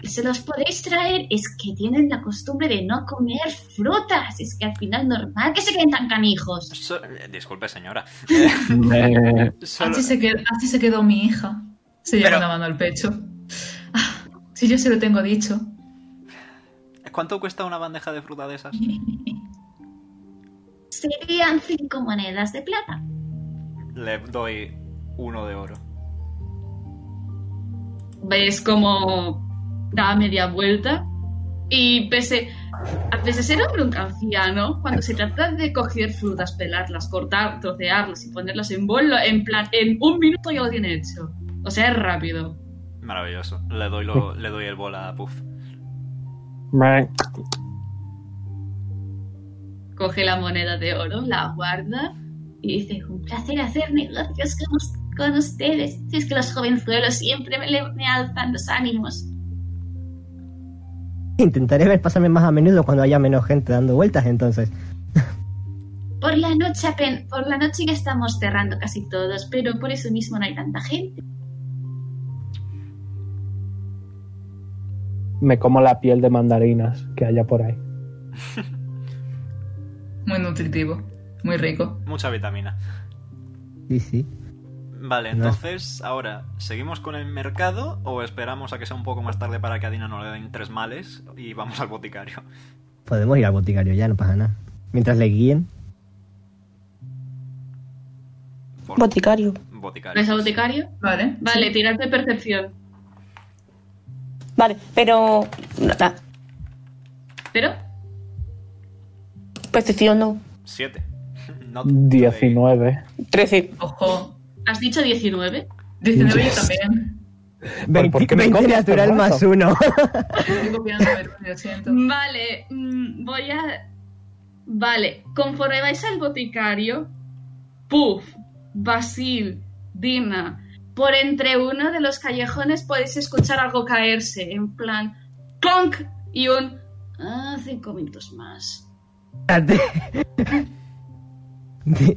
Se los podéis traer, es que tienen la costumbre de no comer frutas, es que al final normal que se queden tan canijos.
So- eh, disculpe, señora. Eh, Solo-
Así se, quedó, así se quedó mi hija. Se lleva
Pero-
una mano al pecho. Ah, si yo se lo tengo dicho.
¿Cuánto cuesta una bandeja de fruta de esas?
Serían cinco monedas de plata.
Le doy uno de oro.
ves como da media vuelta y pese A veces era un anciano, cuando se trata de coger frutas, pelarlas, cortar, trocearlas y ponerlas en bolo, en plan, en un minuto ya lo tiene hecho. O sea, es rápido.
Maravilloso. Le doy, lo- le doy el bola a Puff.
Meh.
Coge la moneda de oro, la guarda y dice, un placer hacer negocios con, us- con ustedes. Es que los jovenzuelos siempre me, le- me alzan los ánimos.
Intentaré ver pasarme más a menudo cuando haya menos gente dando vueltas entonces.
Por la noche apen- por la noche ya estamos cerrando casi todos, pero por eso mismo no hay tanta gente.
me como la piel de mandarinas que haya por ahí.
Muy nutritivo, muy rico.
Mucha vitamina.
Sí, sí.
Vale,
No.
entonces, ahora, ¿seguimos con el mercado o esperamos a que sea un poco más tarde para que a Dina no le den tres males y vamos al boticario?
Podemos ir al boticario ya, no pasa nada. Mientras le guíen.
Por-
Boticario.
boticario.
¿Ves al boticario?
Vale.
Vale, tirad de percepción.
Vale, pero. Na,
¿Pero?
percepción no.
Siete. Not today.
19.
13.
Ojo.
¿Has dicho 19?
19 yo también.
¿Por- por
20,
qué me
20
copias,
natural
hermano?
más uno.
Estoy copiando, pero lo siento.
Vale, mm, voy a... Vale, conforme vais al boticario, Puff, Basil, Dina, por entre uno de los callejones podéis escuchar algo caerse, en plan... ¡Clonk! Y un... Ah, cinco minutos más.
Di-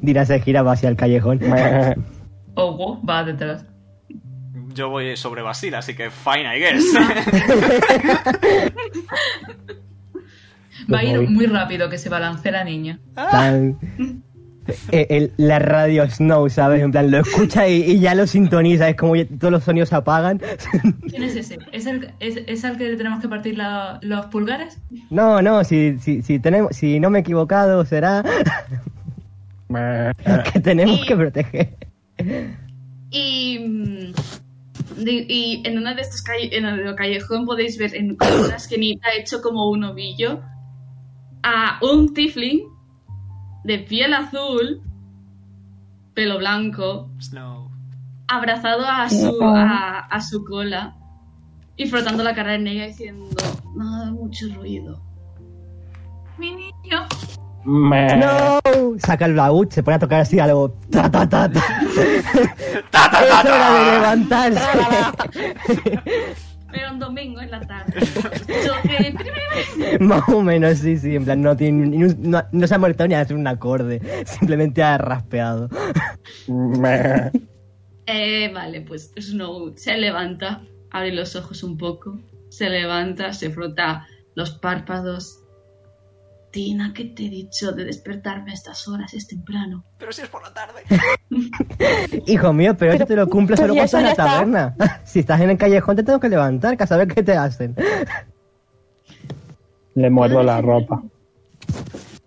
Dirá se gira va hacia el callejón.
Meh.
Ojo, Oh, va detrás.
Yo voy sobre Basil, así que fine, I guess.
Va a ir
voy.
muy rápido que se balance la niña. Ah.
Tan- Eh, el- la radio Snow, ¿sabes? En plan, lo escucha y, y ya lo sintoniza. Es como ya todos los sonidos se apagan.
¿Quién es ese? ¿Es el, es, es al que le tenemos que partir la- los pulgares?
No, no, si, si, si, tenemos, si no me he equivocado, será
Meh.
que tenemos que proteger.
Y, mm, di- y en uno de estos calle- en el callejón podéis ver en como una esquinita hecho como un ovillo a un tifling de piel azul, pelo blanco,
Snow.
abrazado a su, a, a su cola y frotando la cara en ella diciendo, no, mucho ruido.
Mi niño.
Meh.
¡No! Saca el baúl, se pone a tocar así algo. ¡Ta, ta, ta, ta!
¡Ta, ta, ta,
es hora de
ta!
levantarse!
Pero un domingo en la tarde. Yo eh, que-
Más o menos, sí, sí. En plan, no, tiene, ni un- no, no se ha molestado ni a hacer un acorde. Simplemente ha raspeado.
Meh.
Eh, vale, pues Snow se levanta, abre los ojos un poco, se levanta, se frota los párpados. Tina, ¿qué te he dicho de despertarme a estas horas? este Es temprano.
Pero si es por la tarde.
Hijo mío, pero,
Pero-
esto te lo cumple
pero
solo
ya
cuando estás en la
eso ya
taberna. Si estás en el callejón, te tengo que levantar, que a saber qué te hacen.
Le muerdo la ropa.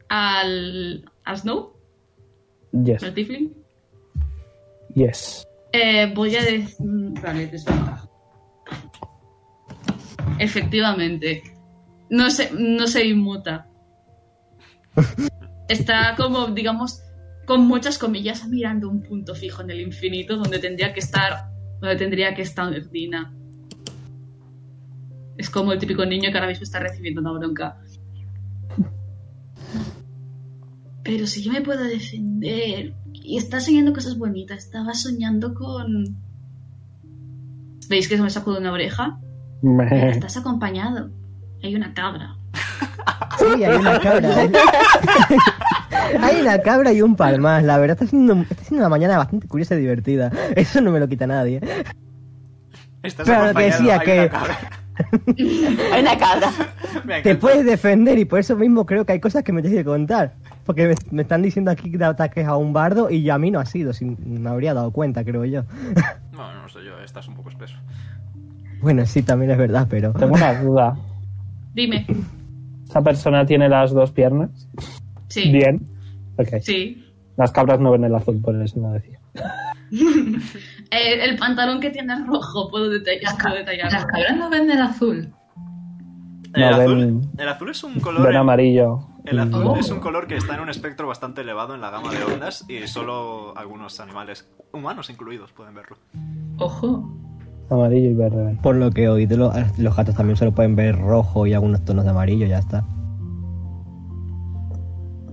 Al. a Snow,
Yes.
al Tiflin.
Yes.
Eh, voy a decir. Vale, desventaja. Efectivamente. No se, no se inmuta. Está como, digamos, con muchas comillas mirando un punto fijo en el infinito donde tendría que estar. Donde tendría que estar Dina. Es como el típico niño que ahora mismo está recibiendo una bronca. Pero si yo me puedo defender. Y está soñando cosas bonitas. Estaba soñando con. ¿Veis que se me sacudo una oreja? Pero
Meh.
estás acompañado. Hay una cabra.
Sí, hay una cabra. ¿eh? hay una cabra y un par más. La verdad, está siendo, está siendo una mañana bastante curiosa y divertida. Eso no me lo quita nadie.
Estás
Pero te
acompañado,
decía
hay
que-
una cabra.
Hay una cabra.
Me
Te
encanta.
puedes defender y por eso mismo creo que hay cosas que me tienes que contar. Porque me, me están diciendo aquí que da ataques a un bardo y a mí no ha sido. sin- me habría dado cuenta, creo yo.
No, no sé yo, estás un poco espeso.
Bueno, sí, también es verdad, pero...
Tengo una duda.
Dime.
¿Esa persona tiene las dos piernas?
Sí.
Bien. Ok.
Sí.
Las cabras no ven el azul, por eso no decía.
Eh, el pantalón que tiene es rojo, puedo, detall-
Las,
puedo
ca-
detallarlo.
las cabras no venden azul.
El
No,
azul,
ven-
el azul es un color.
ven amarillo.
El azul
Oh.
es un color que está en un espectro bastante elevado en la gama de ondas y solo algunos animales, humanos incluidos, pueden verlo.
Ojo.
Mm. Amarillo y verde. ven.
Por lo que he oído, lo- ah, los gatos también solo pueden ver rojo y algunos tonos de amarillo, ya está.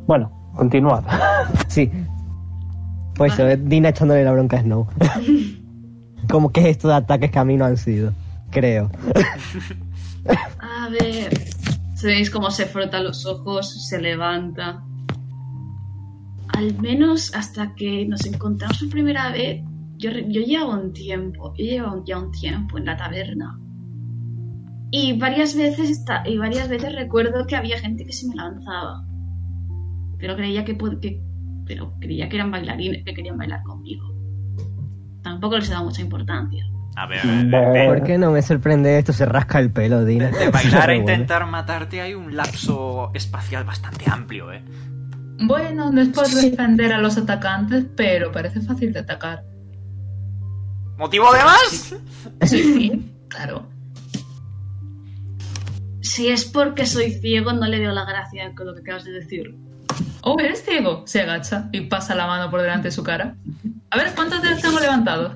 Bueno, continuad.
Sí.
Ah.
Pues eso, es Dina echándole la bronca a Snow. Como que estos ataques que a mí no han sido, creo.
A ver. Se veis cómo se frota los ojos, se levanta. Al menos hasta que nos encontramos por primera vez, yo, re- yo llevo un tiempo, yo llevo ya un tiempo en la taberna. Y varias veces esta- y varias veces recuerdo que había gente que se me lanzaba. Pero creía que, pod- que- pero creía que eran bailarines que querían bailar conmigo. Tampoco les he dado mucha importancia.
A ver,
Ve-
¿Por qué no me sorprende esto? Se rasca el pelo,
de,
Dina.
de bailar
Se
a
revuelve.
intentar matarte hay un lapso espacial bastante amplio, ¿eh?
Bueno, no es por defender a los atacantes, pero parece fácil de atacar.
¿Motivo de más?
Sí, sí, claro.
Si es porque soy ciego, no le veo la gracia con lo que acabas de decir.
Oh, eres ciego. Se agacha y pasa la mano por delante de su cara. A ver, ¿cuántos dedos tengo levantados?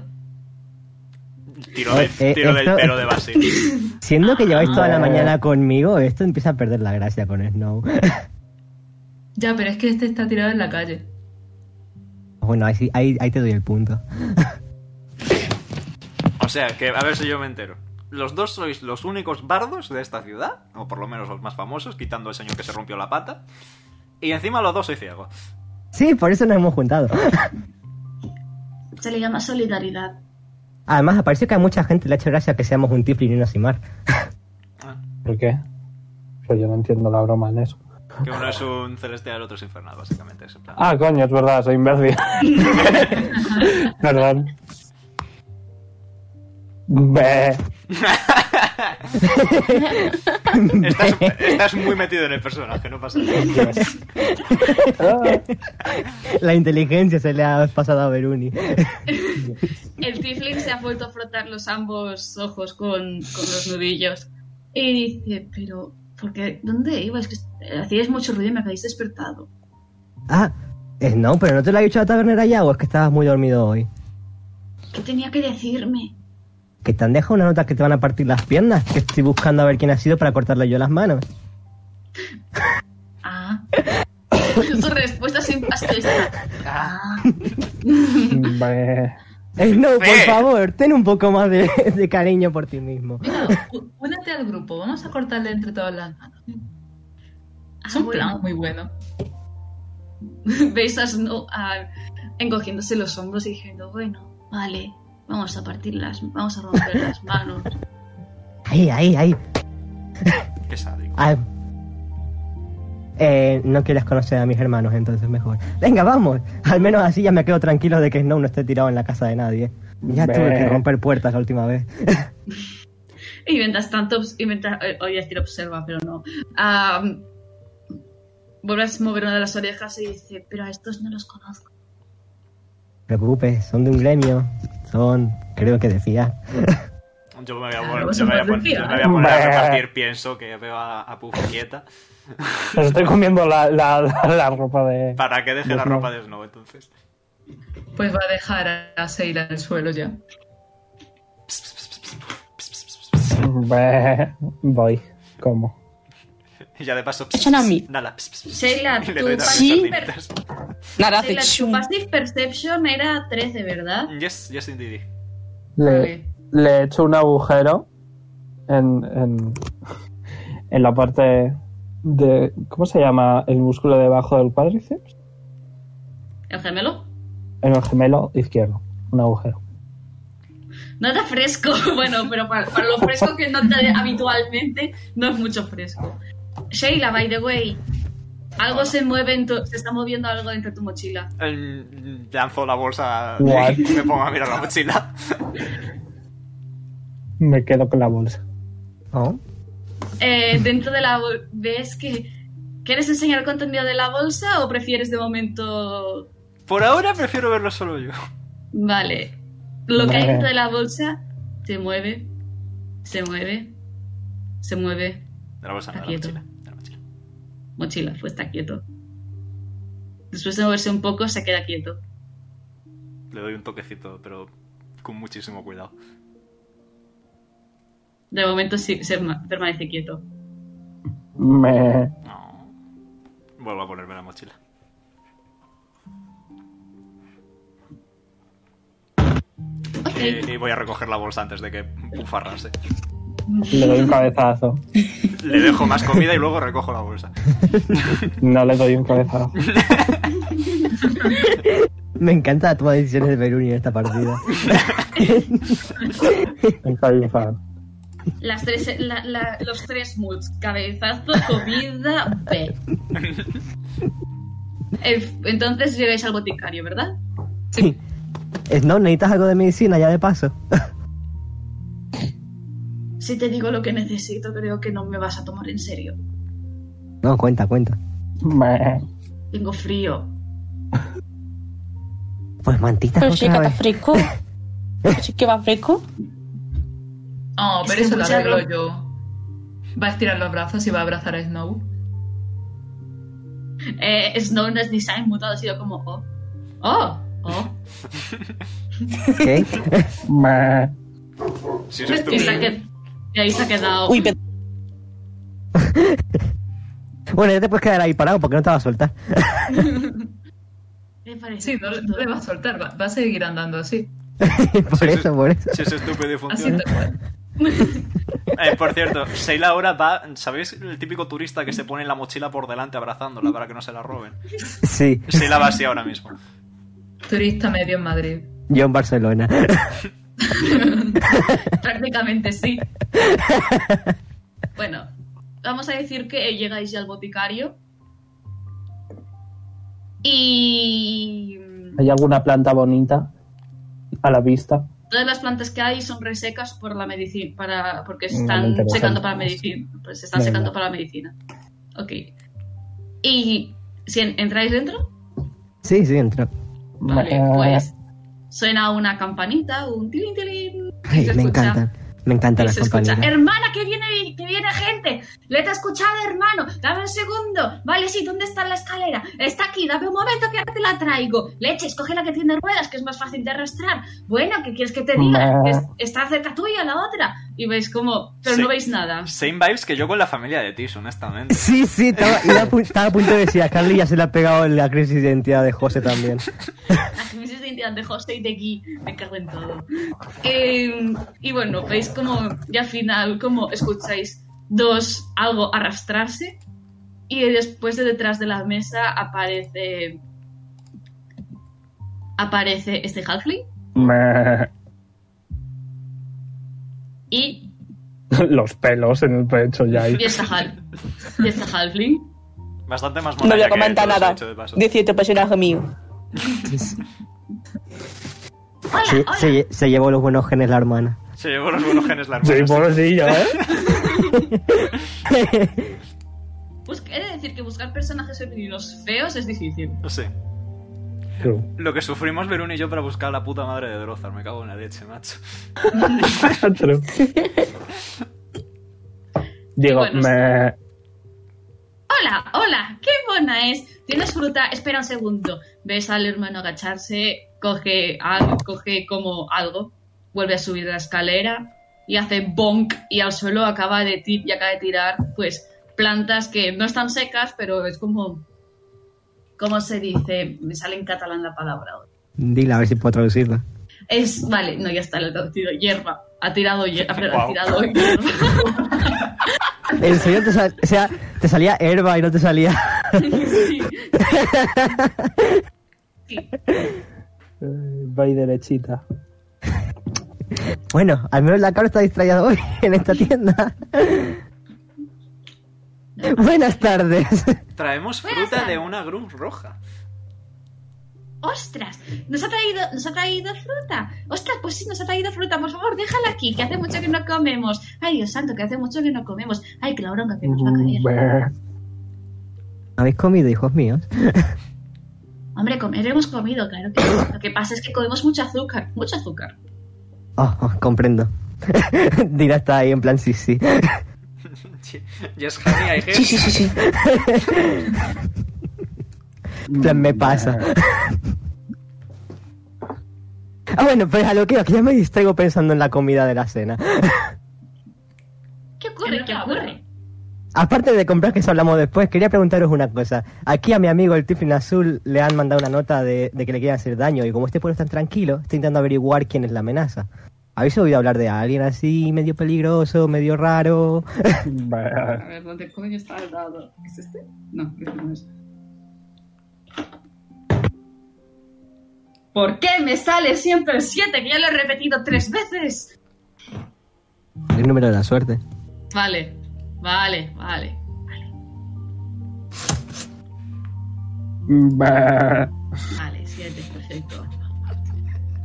Tiro, de-
Eh,
tiro del
esto-
pelo de base.
Siendo que lleváis toda la
Ah.
mañana conmigo, esto empieza a perder la gracia con Snow.
Ya, pero es que este está tirado en la calle.
bueno, ahí, sí- ahí, ahí te doy el punto.
O sea, que a ver si yo me entero. Los dos sois los únicos bardos de esta ciudad, o por lo menos los más famosos, quitando el señor que se rompió la pata. Y encima los dos soy ciego.
Sí, por eso nos hemos juntado.
Se le llama solidaridad.
Además, parece que a mucha gente le ha hecho gracia que seamos un Tiflin y una Simar.
¿Por qué? Pues yo no entiendo la broma en eso.
Que uno es un celestial, el otro es infernal, básicamente. Es en plan-
Ah, coño, es verdad, soy imbécil. Perdón. Ve.
estás, estás muy metido en el personaje, no pasa nada.
Ah,
La inteligencia se le ha pasado a Beruni.
El tiefling se ha vuelto a frotar los ambos ojos con, con los nudillos. Y dice, pero, porque ¿dónde ibas? Que hacíais mucho ruido y me habéis despertado.
Ah, Snow, pero no te lo ha dicho la tabernera ya o es que estabas muy dormido hoy.
¿Qué tenía que decirme?
Que te han dejado una nota que te van a partir las piernas, que estoy buscando a ver quién ha sido para cortarle yo las manos.
Ah. Su respuesta siempre ha sido esta. Ah.
ve.
Snow, por
Fe.
favor, ten un poco más de, de cariño por ti mismo.
Mira, ú- únete al grupo. Vamos a cortarle entre todas las manos. Es
Ah,
un
bueno.
plan muy bueno.
Veis a Snow ah, encogiéndose los hombros y diciendo, bueno, vale, vamos a partir las, vamos a romper las manos.
Ahí, ahí, ahí.
Qué sádico.
Ah, eh, no quieres conocer a mis hermanos, entonces mejor. Venga, vamos. Al menos así ya me quedo tranquilo de que Snow no esté tirado en la casa de nadie. Ya tuve
Ve.
que romper puertas la última vez.
Y mientras tanto, obs- y mientras, eh, oye, decir observa, pero no. Am, vuelve a mover una de las orejas y dice, pero a estos no los conozco.
No te preocupes, son de un gremio. Son, creo que decía.
Yo me voy a
Claro,
poner,
vos
yo me voy a
sos
poner- yo me voy a,
recién.
poner a
Bah.
repartir pienso que veo a, a Puff quieta
Os estoy comiendo la, la, la, la ropa de.
para que deje
Pues
la
no.
ropa de Snow entonces.
Pues va a dejar a- a Seila en el suelo ya.
Ve. Voy. ¿Cómo?
Y ya de paso...
Echan a mí.
Nala, pss, pss, pss,
Sheila,
y le
tú
doy las
sí.
sardinitas.
Nada,
Sí,
hace
la- tu
chum.
passive perception era 13, ¿verdad?
Yes, yes indeed.
Le,
Vale.
le echo un agujero en, en, en la parte de. ¿Cómo se llama? El músculo debajo del cuádriceps.
¿El gemelo?
En el gemelo izquierdo. Un agujero.
Nada fresco, bueno, pero para, para lo fresco que no te habitualmente, no es mucho fresco. Sheila, by the way, algo se mueve, en tu- se está moviendo algo dentro de tu mochila.
Em, Lanzo la bolsa
What?
y me pongo a mirar la mochila.
Me quedo con la bolsa.
Oh.
Eh, dentro de la bol- ves que quieres enseñar el contenido de la bolsa o prefieres de momento
Por ahora prefiero verlo solo yo.
vale lo que hay
Vale.
dentro de la bolsa se mueve se mueve se mueve
De la bolsa, no, de la
Aquí
mochila. de la mochila.
Mochila, pues está quieto. Después de moverse un poco, se queda quieto.
Le doy un toquecito, pero con muchísimo cuidado.
De momento sí, se ma- permanece quieto.
Me,
No. Vuelvo a ponerme la mochila. Eh, Y, y voy a recoger la bolsa antes de que bufarrase.
le doy un cabezazo.
Le dejo más comida y luego recojo la bolsa.
No le doy un cabezazo.
Me encanta tomar decisiones de Beruni en esta partida.
Un cabezazo.
Las tres, la- la- los tres moods, cabezazo, comida, B. Eh, Entonces llegáis al boticario, ¿verdad?
Sí. Snow, ¿necesitas algo de medicina ya de paso?
Si te digo lo que necesito, creo que no me vas a tomar en serio.
No, cuenta, cuenta.
Me,
Tengo frío.
Pues mantitas
Pero sí que
otra
va
vez.
fresco. Sí que va fresco.
Oh,
Es
pero
que
eso lo
mucha
arreglo
ropa.
yo. Va a estirar los brazos y va a abrazar a Snow.
Eh, Snow no es design mutado, ha sido como oh. Oh, oh.
¿Qué?
me,
Si se
Y, se ha
estuviera-
qued- y ahí se ha quedado.
Uy, pero
Bueno, ya te puedes quedar ahí parado porque no te va a soltar.
Me parece
Sí, no, le-
justo.
no le va a soltar, va, va a seguir andando así.
por eso, por eso.
Si es estúpido y
Así
funciona.
tal cual.
Eh, por cierto, Seila ahora va. ¿Sabéis el típico turista que se pone la mochila por delante abrazándola para que no se la roben?
Sí,
Seila va así ahora mismo.
Turista medio en Madrid.
yo en Barcelona.
Prácticamente sí. bueno, vamos a decir que llegáis ya al boticario. Y. mm,
¿Hay alguna planta bonita a la vista?
Todas las plantas que hay son resecas por la medicina, para, porque se
Mm,
están
interesante.
secando para la medicina. Pues se están
Venga.
secando para la medicina. Ok. Y si en- entráis dentro,
Sí, sí, entró.
vale,
Me-
pues suena una campanita, un tilín tilín. y
Ay,
se
me
escucha-
encantan. Me encantan
y
las
se escucha,
compañeras.
hermana, que viene, que viene gente. Le te he escuchado, hermano. Dame un segundo. Vale, sí, ¿dónde está la escalera? Está aquí, dame un momento que ahora te la traigo. Leches, coge la que tiene ruedas, que es más fácil de arrastrar. Bueno, ¿qué quieres que te diga?
Bah.
Es- está cerca tuya la otra. Y veis como, pero
Sí.
no veis nada.
Same vibes que yo con la familia de Tish, honestamente.
Sí, sí, estaba, iba a pu- estaba a punto de decir a Carly ya se le ha pegado la crisis de identidad de José también.
Las gemelas de identidad de Hoste y de Guy, me cago en todo. Eh, y bueno, veis como ya al final, como escucháis dos algo arrastrarse y después de detrás de la mesa aparece aparece este halfling
me-
y,
los pelos en el pecho ya. y-
y esta hal y esta halfling
Bastante más
no voy
montaña
a
que
comentar
todos,
nada
dicho de paso.
de cierto personaje mío.
hola
Sí,
hola
se, lle- se llevó los buenos genes la hermana.
Se llevó los buenos genes la
Sí,
hermana. sí.
pobrecillo, ¿eh?
Busca- he de decir que buscar personajes femeninos feos es difícil
Sí. Lo que sufrimos Verón y yo para buscar a la puta madre de Drozar. Me cago en la leche, macho.
True. Digo,
Bueno,
me,
Hola, hola, qué buena es. ¿Tienes fruta? Espera un segundo. Ves al hermano agacharse, coge algo, coge como algo, vuelve a subir la escalera y hace bonk y al suelo acaba de ti- y acaba de tirar pues plantas que no están secas, pero es como ¿cómo se dice? Me sale en catalán la palabra. ahora.
Dila, a ver si puedo traducirla.
Es vale, no ya está, lo he traducido hierba. Ha tirado hierba, ha
Guau.
tirado hierba.
En serio, te, sal- o sea, te salía herba y no te salía...
Sí. Sí.
eh, voy derechita.
Bueno, al menos la cara está distraída hoy en esta tienda. Buenas tardes.
Traemos
Buenas
fruta
tardes.
de una grun roja.
¡Ostras! Nos ha traído, nos ha traído fruta. ¡Ostras! Pues sí, nos ha traído fruta. Por favor, déjala aquí, que hace mucho que no comemos. Ay, Dios santo, que hace mucho que no comemos. Ay, que la bronca que nos
Mm,
va a caer.
Me-
¿Habéis comido, hijos míos?
Hombre, comer hemos comido, claro que sí. Lo que pasa es que comemos mucho azúcar, mucho azúcar.
Oh, oh, comprendo. Dila está ahí en plan sí, sí.
Yes, honey, I hear.
Sí, sí, sí, sí.
En plan, me pasa. ah, bueno, pues a lo que, que ya me distraigo pensando en la comida de la cena.
¿Qué ocurre? ¿Qué ocurre?
Aparte de comprar, que eso hablamos después, quería preguntaros una cosa. Aquí a mi amigo el Tiffin Azul le han mandado una nota de, de que le quieren hacer daño y como este pueblo es tan tranquilo, está intentando averiguar quién es la amenaza. ¿Habéis oído hablar de alguien así, medio peligroso, medio raro?
Bah.
A ver, ¿dónde coño está el dado? ¿Es este? No, este no es.
¿Por qué me sale siempre el 7? Que ya lo he repetido tres veces.
El número de la suerte.
Vale, vale, vale.
Bah.
Vale, 7, perfecto.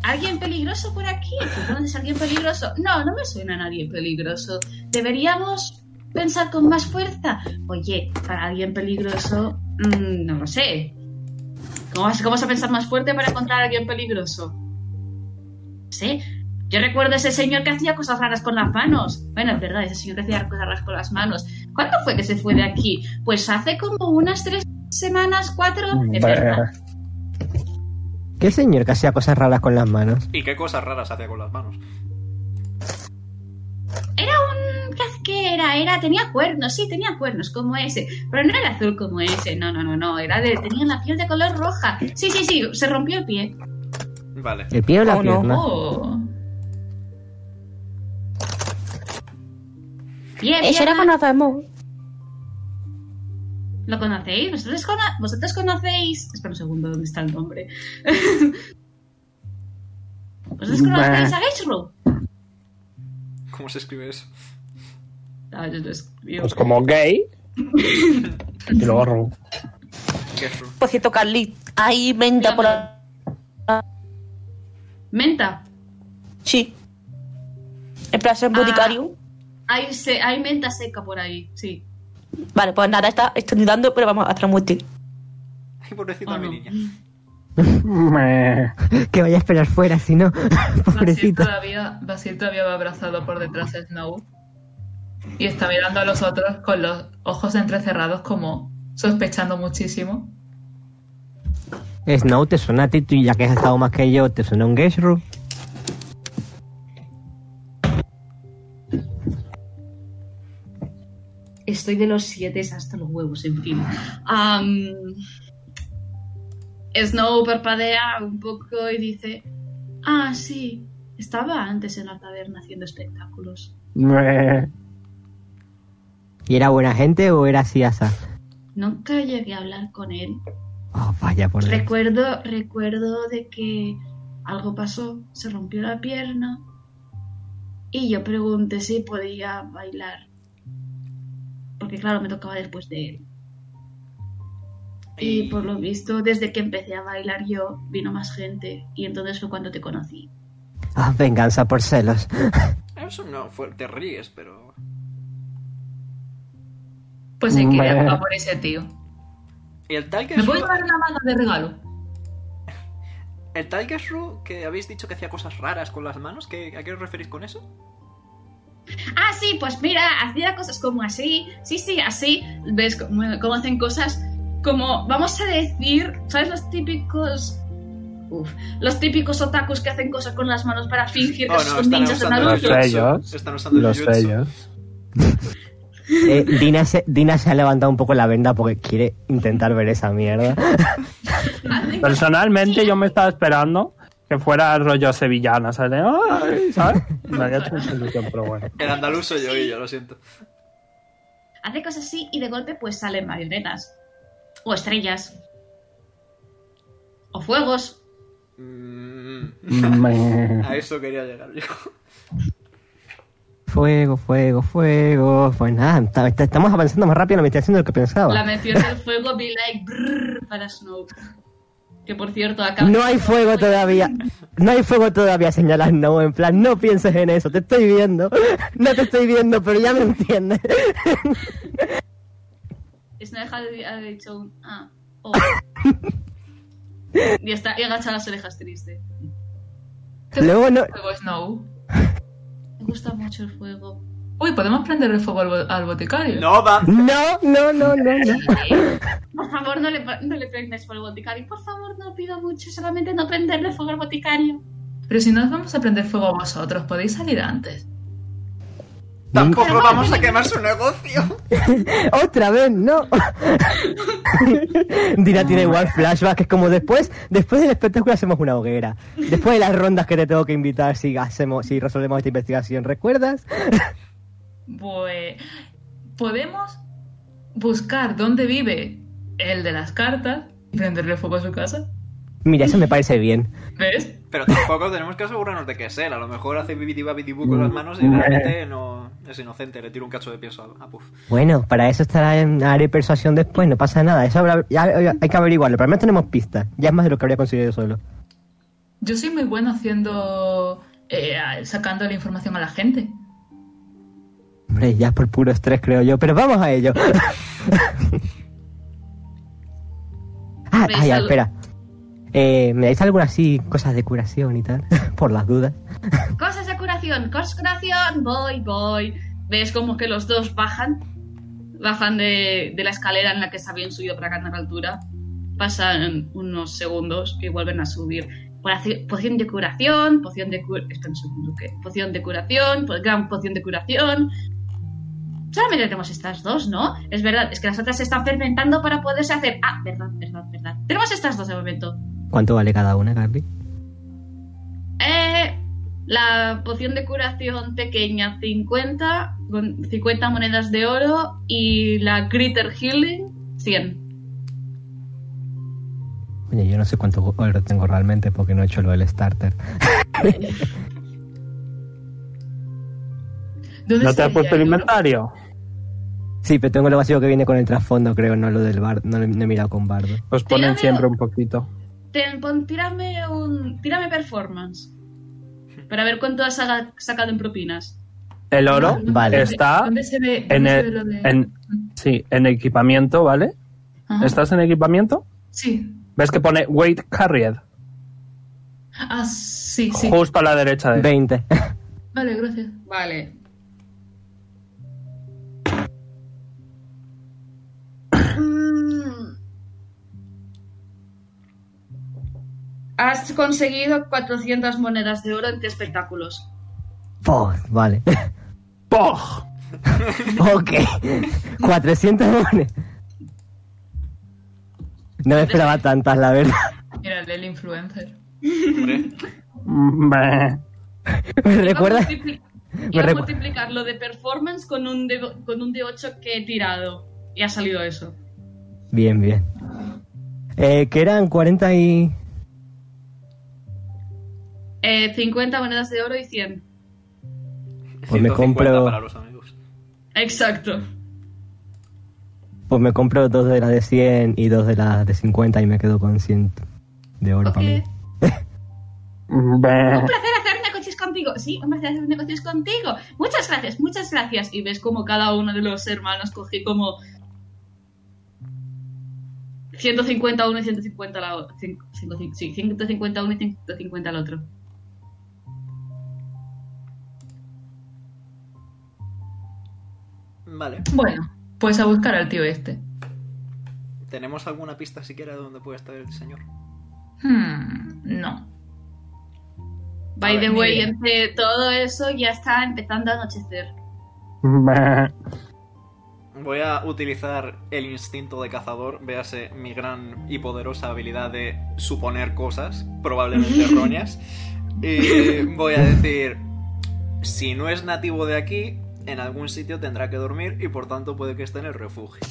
¿Alguien peligroso por aquí? ¿Conoces a alguien peligroso? No, no me suena a nadie peligroso. Deberíamos pensar con más fuerza. Oye, para alguien peligroso, mm, no lo sé. ¿Cómo vas, cómo vas a pensar más fuerte para encontrar a alguien peligroso? Sí. Yo recuerdo a ese señor que hacía cosas raras con las manos. Bueno, es verdad, ese señor que hacía cosas raras con las manos. ¿Cuándo fue que se fue de aquí? Pues hace como unas tres semanas, cuatro.
Mm,
Es verdad.
Bah.
¿Qué señor que hacía cosas raras con las manos?
¿Y qué cosas raras hace con las manos?
Era un. ¿qué- ¿Qué era? Era. Tenía cuernos, sí, tenía cuernos como ese. Pero no era azul como ese. No, no, no, no. Era de. Tenía la piel de color roja. Sí, sí, sí. Se rompió el pie.
Vale.
¿El pie o la
Oh, no.
pierna?
Oh.
Bien,
Eso era
bien.
cuando hacemos.
¿Lo conocéis? ¿Vosotros, cono- vosotros conocéis. Espera un segundo, ¿dónde está el nombre? ¿Vosotros conocéis a Geichru?
¿Cómo se escribe eso?
Ah, yo lo escribo.
Pues como gay. y luego ru.
Gertrude.
Por cierto, Carly, ahí menta por la...
Menta.
Sí. El placer
Ah.
boticario.
Hay, se- hay menta seca por ahí, sí.
Vale, pues nada, está estornudando, pero vamos hasta la muerte.
Ay, pobrecita
Oh,
mi
no.
niña.
Meh.
Que vaya a esperar fuera, si no.
Basil
Pobrecito.
todavía, Basil todavía va abrazado por detrás de Snow y está mirando a los otros con los ojos entrecerrados como sospechando muchísimo.
Snow, ¿te suena a ti? Tú, ya que has estado más que yo, ¿te suena un Geshru?
Estoy de los siete hasta los huevos, en fin. Am, Snow parpadea un poco y dice: Ah, sí, estaba antes en la taberna haciendo espectáculos.
Meh.
¿Y era buena gente o era así asa?
Nunca llegué a hablar con él.
Oh, vaya por Dios.
Recuerdo, recuerdo de que algo pasó, se rompió la pierna y yo pregunté si podía bailar. Porque claro, me tocaba después de él. Y por lo visto, desde que empecé a bailar yo, vino más gente y entonces fue cuando te conocí.
Ah, venganza por celos.
Eso no fue, te ríes, pero.
Pues sí, que
Vale.
va por ese tío.
¿Y el tal
¿Me
Gertrude-
puedo llevar una mano de regalo?
¿El tal Gertrude que habéis dicho que hacía cosas raras con las manos? ¿Qué, ¿A qué os referís con eso?
Ah, sí, pues mira, hacía cosas como así, sí, sí, así. ¿Ves cómo, cómo hacen cosas? Como, vamos a decir, ¿sabes los típicos... Uf, los típicos otakus que hacen cosas con las manos para fingir que
Oh, no,
son
están
ninjas de un
usando el
Los
adulto.
jutsu.
sellos.
Están usando el
Los
jutsu.
sellos.
Eh, Dina, se, Dina se ha levantado un poco la venda porque quiere intentar ver esa mierda.
Hacen-
Personalmente yo me estaba esperando que fuera rollo sevillana, ¿sabes? Ay, ¿sabes? Me había hecho mucha ilusión, pero bueno.
El andaluz soy yo, Guillo, lo siento.
Hace cosas así y de golpe pues salen marionetas. O estrellas. O fuegos.
Mm.
Meh.
a eso quería llegar yo.
Fuego, fuego, fuego. Pues nada, ta- ta- estamos avanzando más rápido, no me estoy haciendo lo que pensaba.
La mención del fuego, be like, brrr, para Snow. Que por cierto, acá...
No hay fuego todavía. No hay fuego todavía, señalas no, en plan, no pienses en eso, te estoy viendo. No te estoy viendo, pero ya me entiendes.
Snow ha de- ha dicho un... Ah, oh. y está y agacha las orejas triste.
Luego no,
Luego Snow.
Me gusta mucho el fuego.
Uy, podemos prender el fuego al, bo- al boticario.
No, va.
No, no, no, no, no.
Por favor, no le, no le prendes fuego al boticario. Por favor, no pido mucho, solamente no prenderle fuego al boticario.
Pero si no os vamos a prender fuego a vosotros, podéis salir antes.
Tampoco vamos a quemar su negocio.
Otra vez, no. Dina tiene igual flashback, es como después, después del espectáculo hacemos una hoguera. Después de las rondas que te tengo que invitar si hacemos, si resolvemos esta investigación, ¿recuerdas?
Pues podemos buscar dónde vive el de las cartas y prenderle fuego a su casa.
Mira, eso me parece bien.
¿Ves?
Pero tampoco tenemos que asegurarnos de que es él. A lo mejor hace bibidi babidi bu
Mm.
con las manos y realmente no es inocente. Le tiro un cacho de pienso a, a Puff.
Bueno, para eso estará en área de persuasión después, no pasa nada. Eso habrá- ya- ya- hay que averiguarlo, pero al menos tenemos pistas. Ya es más de lo que habría conseguido yo solo.
Yo soy muy bueno haciendo. eh, a- sacando la información a la gente.
Hombre, ya es por puro estrés, creo yo, pero vamos a ello. ah,
¿Veis
ah, ya,
algo?
espera. Eh, ¿Me dais alguna así, cosas de curación y tal? por las dudas.
Cosas de curación, cosas de curación, voy, voy. ¿Ves como que los dos bajan? Bajan de, de la escalera en la que se habían subido para ganar altura. Pasan unos segundos y vuelven a subir. Poci- Poción de curación, poción de curación. Espera un segundo, ¿qué? Poción de curación, po- gran poción de curación. Solamente tenemos estas dos, ¿no? Es verdad, es que las otras se están fermentando para poderse hacer. Ah, verdad, verdad, verdad. Tenemos estas dos de momento.
¿Cuánto vale cada una, Carly?
Eh, la poción de curación pequeña, 50, con 50 monedas de oro. Y la Critter Healing, 100.
Oye, yo no sé cuánto oro tengo realmente porque no he hecho lo del starter.
¿No te
¿Dónde
has
estaría
puesto el
euro?
inventario?
Sí, pero tengo lo vacío que viene con el trasfondo, creo, no lo del bar, no lo no he mirado con bardo.
Os ponen
Tírame-
siempre un poquito.
Ten- pon- tírame un. Tírame performance. Para ver cuánto has saga- sacado en propinas.
El oro
¿Dónde-
Vale.
está
¿Dónde se ve,
en
dónde se
el-
ve lo de-
en- Sí, en equipamiento, ¿vale?
Ajá.
¿Estás en equipamiento?
Sí.
¿Ves que pone Weight Carried?
Ah, sí, sí.
Justo a la derecha de
20.
Vale, gracias.
Vale. Has conseguido 400 monedas de oro entre espectáculos.
Puf, vale.
¡Pog!
ok. 400 monedas. No me esperaba tantas, la verdad.
Mira, el del influencer.
Hombre,
Meh.
¿Me
Iba a
recuerdas?
multipli-
me
iba a
recu-
multiplicar lo de performance con un, de, con un D8 que he tirado. Y ha salido eso.
Bien, bien. Eh, que eran 40 y...
Eh, 50 monedas de oro y 100.
Pues me
150
compro-
para los amigos.
Exacto.
Pues me compro dos de las de 100 y dos de las de 50 y me quedo con 100 de oro
Ok.
para mí.
Meh.
Un placer hacer negocios contigo. Sí, un placer hacer negocios contigo. Muchas gracias, muchas gracias. Y ves como cada uno de los hermanos cogí como 150 uno y 150 la otra. Sí, 150 uno y 150 al otro.
Vale.
Bueno, pues a buscar al tío este.
¿Tenemos alguna pista siquiera de dónde puede estar el señor?
Hmm, no.
By
A ver,
the
ni
way,
idea.
entre todo eso ya está empezando a anochecer.
Meh.
Voy a utilizar el instinto de cazador, véase mi gran y poderosa habilidad de suponer cosas, probablemente erróneas. Y voy a decir, si no es nativo de aquí, en algún sitio tendrá que dormir y por tanto puede que esté en el refugio.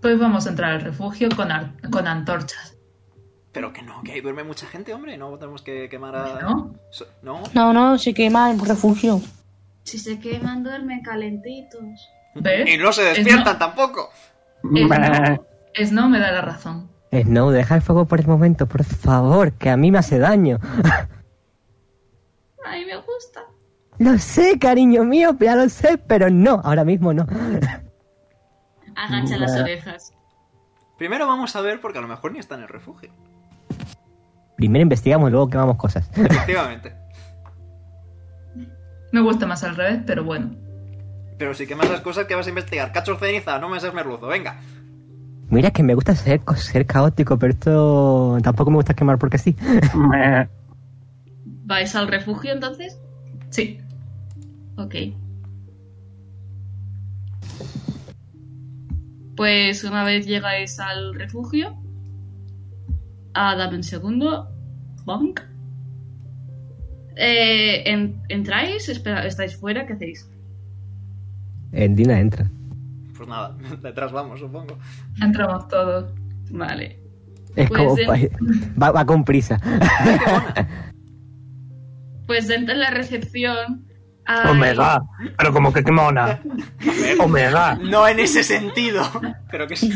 Pues vamos a entrar al refugio con, ar- con antorchas,
Pero que no, que ahí duerme mucha gente, hombre, no tenemos que quemar a...
¿no?
So- ¿No?
No, no, se quema el refugio.
Si se queman, duermen calentitos.
¿Ves?
Y no se
Es
despiertan tampoco.
Es
Meh.
Eh, no, es no me da la razón.
Snow, Eh, deja el fuego por el momento, por favor, que a mí me hace daño.
A mí me gusta.
Lo sé, cariño mío, ya lo sé, pero no, ahora mismo no.
Agacha las orejas.
Primero vamos a ver porque a lo mejor ni está en el refugio.
Primero investigamos, luego quemamos cosas.
Efectivamente.
Me gusta más al revés, pero bueno.
Pero sí que más las cosas que vas a investigar. Cacho ceniza, no me seas merluzo, venga.
Mira que me gusta ser, co- ser caótico, pero esto tampoco me gusta quemar porque sí.
Meh.
¿Vais al refugio entonces?
Sí.
Ok. Pues una vez llegáis al refugio. Ah, dame un segundo. Bonk. Eh, en- ¿Entráis? Espera, ¿Estáis fuera? ¿Qué hacéis?
En Eh, Dina entra.
Pues nada, detrás vamos, supongo.
Entramos todos.
Vale.
Es
Pues
como.
en-
Va, va con prisa.
Pues dentro de la recepción. hay-
Omega, pero como que qué mona. Omega,
No en ese sentido. Pero que sí.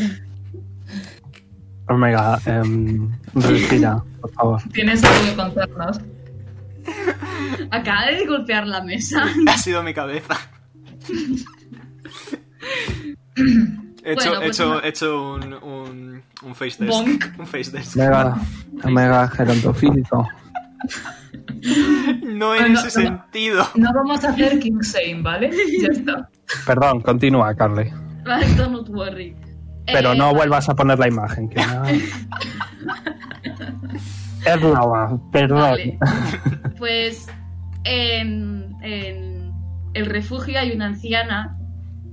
Omega, em, respira, por favor.
Tienes algo que contarnos.
Acaba de golpear la mesa.
Ha sido mi cabeza. He hecho,
Bueno,
he
pues
hecho,
no.
he hecho un, un, un face test.
Bonk.
Un face test.
Omega, Omega gerontofílico.
No en
Ah, no,
ese
no, no.
sentido.
No vamos a hacer King Sane, ¿vale? Ya está.
Perdón, continúa, Carly.
Vale, Don't worry.
Pero
Eh,
no vuelvas a poner la imagen. Que no... Erlaua, perdón.
Vale. Pues en, en el refugio hay una anciana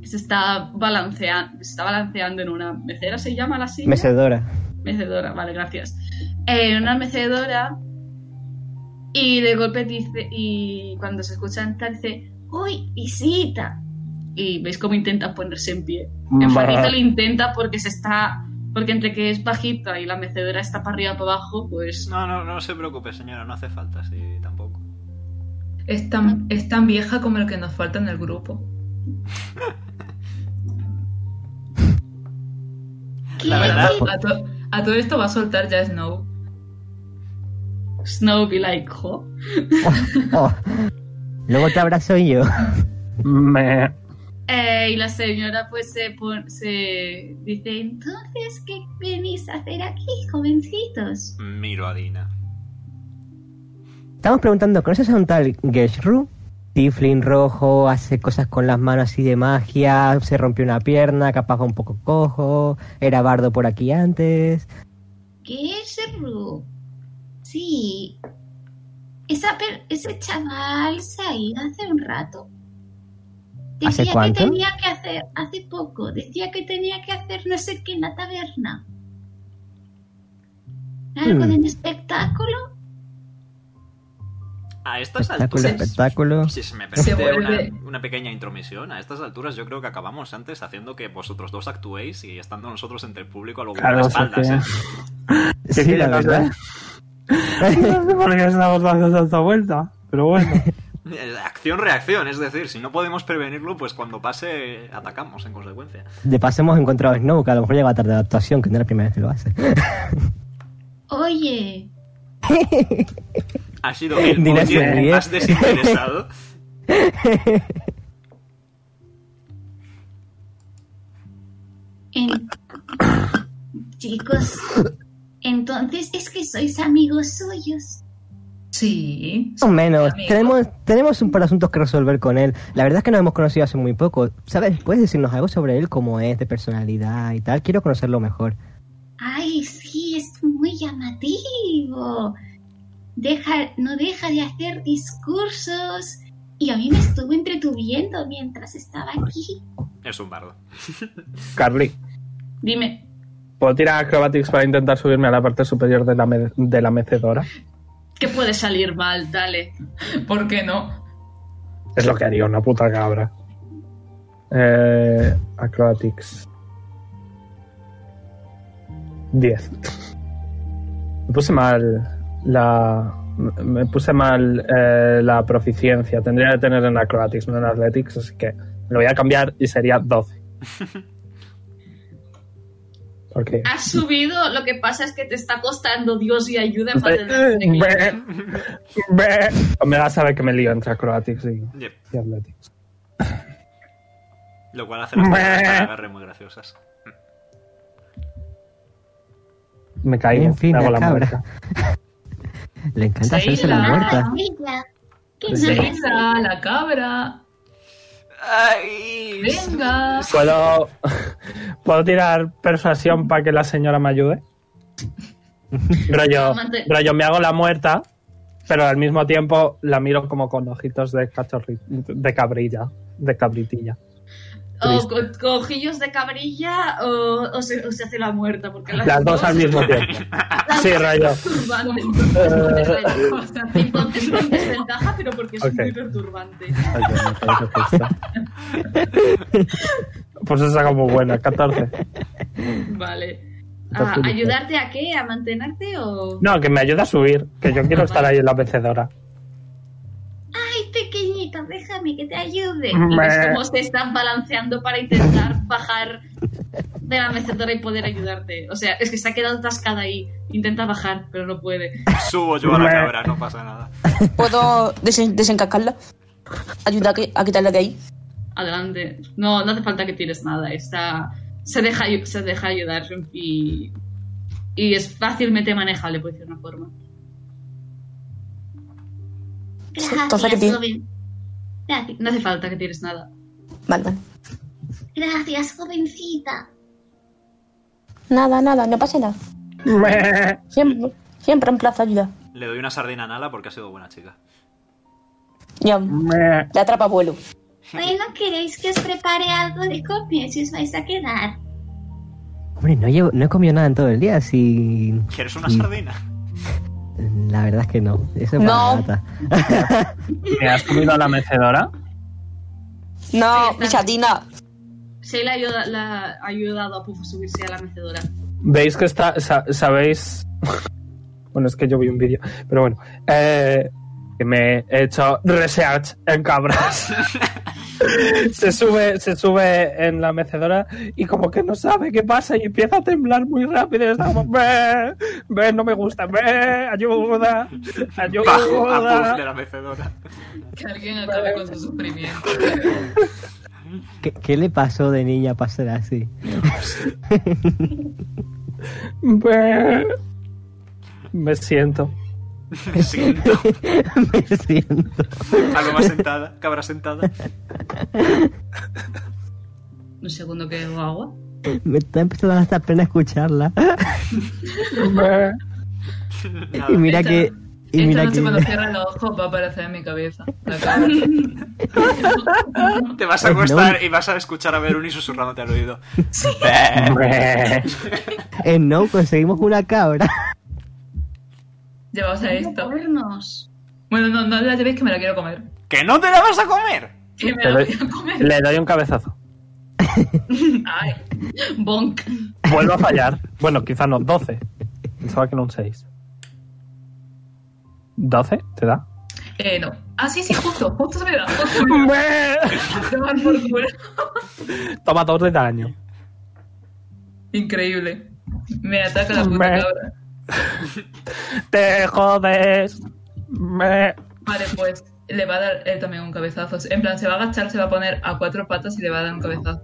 que se está, balancea- se está balanceando en una mecedora, ¿se llama la silla?
Mecedora.
Mecedora, vale, gracias. En una mecedora y de golpe dice, y cuando se escucha entrar dice, ¡Uy, Isita! Y veis cómo intenta ponerse en pie.
Mm,
Enfatizo lo intenta porque se está... Porque entre que es bajita y la mecedora está para arriba para abajo, pues
No, no, no se preocupe, señora. No hace falta, sí, tampoco.
Es tan, es tan vieja como el que nos falta en el grupo.
La verdad,
A, to- a todo esto va a soltar ya Snow.
Snow be like, jo.
Oh. Luego te abrazo yo.
Me...
Eh, y la señora pues se, pon- se dice, entonces, ¿qué venís a hacer aquí, jovencitos?
miro a Dina.
Estamos preguntando, ¿conoces a un tal Geshru? Tiflin rojo, hace cosas con las manos así de magia, se rompió una pierna, capaz va un poco cojo, era bardo por aquí antes.
¿Qué es Ru? Sí. Esa per- ese chaval se ha ido hace un rato.
¿Hace
Decía
cuánto?
que tenía que hacer, hace poco, decía que tenía que hacer no sé qué en la taberna. Algo
Hmm.
de un espectáculo.
A estas
Espectáculo,
alturas.
espectáculo.
Si se me
Se
permite
vuelve-
una, una pequeña intromisión, a estas alturas yo creo que acabamos antes haciendo que vosotros dos actuéis y estando nosotros entre el público a lo mejor
Claro,
a
sí,
espaldas.
sí.
¿eh?
Sí, la
no sé-
verdad.
No sé por qué estamos dando tanta vuelta, pero bueno.
Eh, Acción-reacción, es decir, si no podemos prevenirlo, pues cuando pase atacamos en consecuencia.
De paso hemos encontrado a Snow, que a lo mejor lleva tarde de adaptación, que no es la primera vez que lo hace.
Oye,
Ha sido el
Dina
oye,
sonríe.
más desinteresado.
en- chicos, entonces es que sois amigos suyos.
Sí.
Más o menos.
amigo.
Tenemos, tenemos un par de asuntos que resolver con él. La verdad es que nos hemos conocido hace muy poco. ¿Sabes? ¿Puedes decirnos algo sobre él, cómo es, de personalidad y tal? Quiero conocerlo mejor.
Ay, sí, es muy llamativo. Deja, no deja de hacer discursos. Y a mí me estuvo entretuviendo mientras estaba aquí.
Es un bardo.
Carly,
Dime,
¿puedo tirar acrobatics para intentar subirme a la parte superior de la, me- de la mecedora?
¿qué puede salir mal? Dale.
¿Por qué no?
Es lo que haría una puta cabra. Eh, acrobatics. 10. Me puse mal la. Me puse mal eh, la proficiencia. Tendría que tener en acrobatics, no en athletics, así que lo voy a cambiar y sería 12. Porque.
Has subido, lo que pasa es que te está costando Dios y ayuda en parte de-
Ve- ve- Omega sabe que me lío entre acrobatics y,
Yep.
y athletics.
Lo cual hace las palabras de agarre muy graciosas.
Me caí,
En fin,
me hago la
la cabra.
muerta.
Le encanta
Sí,
hacerse la
la-
muerta.
Mira, Que
Sí.
no lo
Venga, la cabra.
Ay,
¿Eh? Venga.
¿Puedo, ¿Puedo tirar persuasión para que la señora me ayude? rollo,
Mante-
rollo, me hago la muerta, pero al mismo tiempo la miro como con ojitos de cachorri- de cabrilla, de cabritilla.
O co- cojillos de cabrilla o, o se, o se hace la muerta. Porque las,
Las dos al mismo tiempo. Sí, rollo.
Turbante.
Eh,
Y con- Es con desventaja, pero porque es
Ok.
muy perturbante.
Ay, Dios, me parece justo. Pues esa como buena, 14.
Vale.
Está
Ah,
feliz.
¿Ayudarte a qué? ¿A mantenerte o...?
No, que me ayuda a subir, que yo quiero estar ahí en la vencedora.
Ay, pequeñito, déjame que te ayude.
Y ves
Me-
cómo se están balanceando para intentar bajar de la mecedora y poder ayudarte. O sea, es que se ha quedado atascada ahí. Intenta bajar, pero no puede.
Subo yo a la
Me-
cabra, no pasa nada.
¿Puedo desen- desencajarla? Ayuda a, que- a quitarla de ahí.
Adelante. No, no hace falta que tires nada. Está... Se deja, ayu- se deja ayudar y... Y es fácilmente manejable, por decir una forma.
Entonces, ¿qué
Gracias,
tiene?
joven. Gracias,
No hace falta que tires nada.
Vale, vale.
gracias, jovencita.
Nada, nada, no pasa nada.
Me-
Siempre, siempre en plaza ayuda.
Le doy una sardina a Nala porque ha sido buena chica.
Ya,
me-
la atrapa vuelo.
Bueno, ¿queréis que os prepare algo de comer si os vais a quedar?
Hombre, no, llevo, no he comido nada en todo el día, así...
¿Quieres
Mm.
una sardina?
La verdad es que no. Eso es
No.
barata.
¿Me has comido a la mecedora?
No,
Sí, está.
pichatina.
Sheila ayuda, la ha ayudado a Puff a subirse a la mecedora.
¿Veis que está. sa- ¿Sabéis? bueno, es que yo vi un vídeo, pero bueno. Eh, que me he hecho research en cabras. se, sube, se sube en la mecedora y como que no sabe qué pasa y empieza a temblar muy rápido. Y está como. "Ve, ve, no me gusta, ve, ayuda,
Bajo a Puff de
ayuda.
la mecedora.
Que alguien acabe con su sufrimiento.
¿Qué, qué le pasó de niña para ser así?
Ve. Me siento.
Me siento.
Me siento.
Algo más sentada, cabra sentada.
Un segundo que hago agua.
Me está empezando a dar hasta pena escucharla.
Ve.
Nada.
Y mira
Esta-
que... Y
Esta
mira
noche
que...
cuando cierre los ojos va a aparecer en mi cabeza. La cabra.
Te vas a acostar y vas a escuchar a Veruni susurrándote al oído. Bah.
Ve.
En No conseguimos una cabra.
Llevaos a esto.
Socornos.
Bueno, no, no la llevéis que me la quiero comer.
¡Que no te la vas a comer!
Que me
Te
la
doy-
quiero comer.
Le doy un cabezazo.
Ay,
Bonk.
Vuelvo a fallar. Bueno, quizá no, 12. Pensaba que no un 6. ¿12? ¿Te da?
eh, no. Ah, sí, sí, justo. Justo se me da. Justo se me da.
¡Bue!
Tomar por culo.
Toma 2 de daño.
Increíble. Me ataca la puta
Me-
cabra.
¡Te jodes! ¡Me!
Vale, pues le va a dar él también un cabezazo. En plan, se va a agachar, se va a poner a cuatro patas y le va a dar un cabezazo.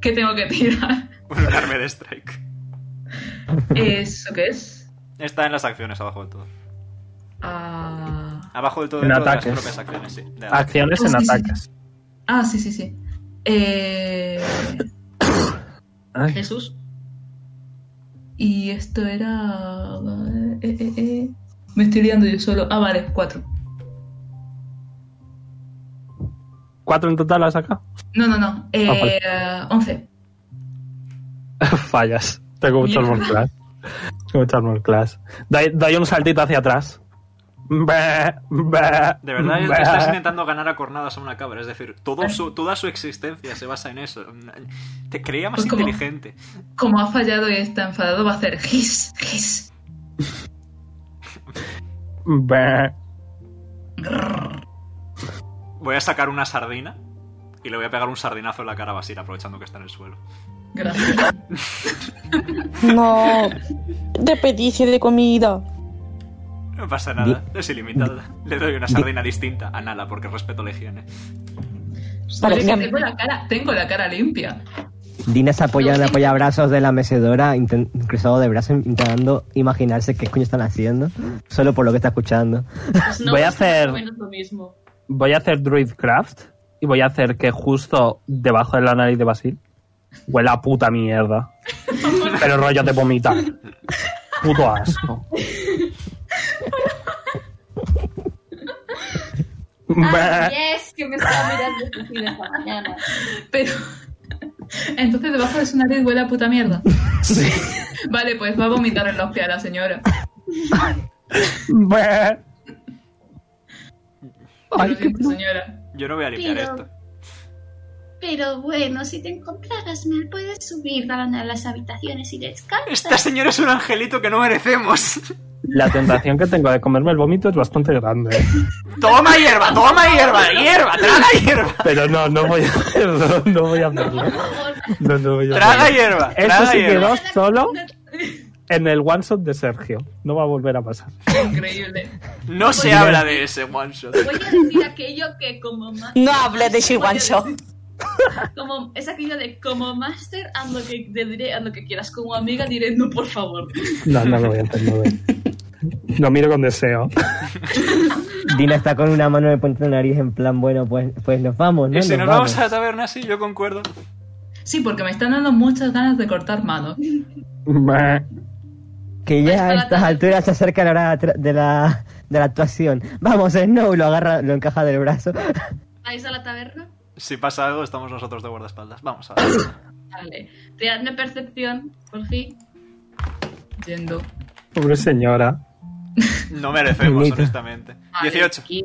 ¿Qué tengo que tirar?
Bueno, un arma de strike.
¿Eso qué es?
Está en las acciones abajo de todo.
Ah.
Abajo de todo
En
dentro de
ataques.
las propias acciones, sí. De ataque.
Acciones en
Sí, sí.
ataques.
Ah, sí, sí, sí. Eh,
Ay,
Jesús.
y esto era. eh, eh, eh. Me estoy liando yo solo. Ah, vale, cuatro.
¿Cuatro en total has sacado?
No, no, no. Eh, Once.
Fallas. Tengo mucho
Mierda.
armor class. Tengo mucho armor class. Doy, doy un saltito hacia atrás. ¡Bue! ¡Bue!
De verdad
¡Bue!
estás intentando ganar a cornadas a una cabra. Es decir, todo su- toda su existencia se basa en eso. Te creía más
Pues como-
inteligente.
Como ha fallado y está enfadado, va a hacer gis, gis.
¡Bue!
Voy a sacar una sardina y le voy a pegar un sardinazo en la cara a Basir aprovechando que está en el suelo.
Gracias.
No. Despedicie de comida.
No pasa nada, es ilimitada. Le doy una sardina distinta a Nala porque respeto legiones.
Vale,
Oye, que
ya-
tengo la cara, tengo la cara limpia.
Dina se apoya en apoyabrazos de la mecedora, inten- cruzado de brazos, intentando imaginarse qué coño están haciendo, solo por lo que está escuchando.
Pues no,
Voy a
es más
hacer-
o menos lo mismo.
Voy a hacer Druidcraft y voy a hacer que justo debajo de la nariz de Basil huela a puta mierda. Pero rollo de vomitar. Puto asco.
Ay, yes, que me estaba mirando el perfil esta mañana.
Pero. Entonces debajo de su nariz huele a puta mierda.
Sí.
Vale, pues va a vomitar en los pies a la señora.
Bah.
Ay,
Ay, qué
señora.
Yo no voy a limpiar
Pero-
esto.
Pero bueno, si te encontraras mal, puedes subir a una de las habitaciones y les
Esta
cantas.
señora es un angelito que no merecemos.
La tentación que tengo de comerme el vómito es bastante grande. ¿eh?
Toma hierba, toma hierba, hierba, traga hierba.
Pero no, no voy a hacerlo. No voy a hacerlo. No, no voy a
Traga
hacerlo.
hierba,
Eso
traga
sí
hierba.
quedó solo en el one shot de Sergio. No va a volver a pasar.
Increíble.
No se habla de ese one shot.
Voy a decir aquello que como ma-
No hables de Shiguancho.
Como, es aquello de como máster, haz lo que te diré, haz lo que quieras. Como amiga diré no, por favor.
No, no lo voy a hacer. No lo, voy a hacer. Lo miro con deseo.
Dina está con una mano en el puente de la nariz en plan, bueno, pues, pues nos vamos, ¿no?
Y si
Nos
nos
vamos.
vamos a la taberna, sí, yo concuerdo.
Sí, porque me están dando muchas ganas de cortar manos.
Bah.
Que
Pues
ya a
para
estas
todo.
alturas se acerca la hora tra- de la, de la actuación. Vamos, Snow, lo agarra, lo encaja del brazo.
¿Vais a la taberna?
Si pasa algo, estamos nosotros de guardaespaldas. Vamos a ver.
Vale. Tiradme percepción, por fin.
Yendo.
Pobre señora.
No merecemos,
Bonito.
honestamente.
Vale,
18.
aquí,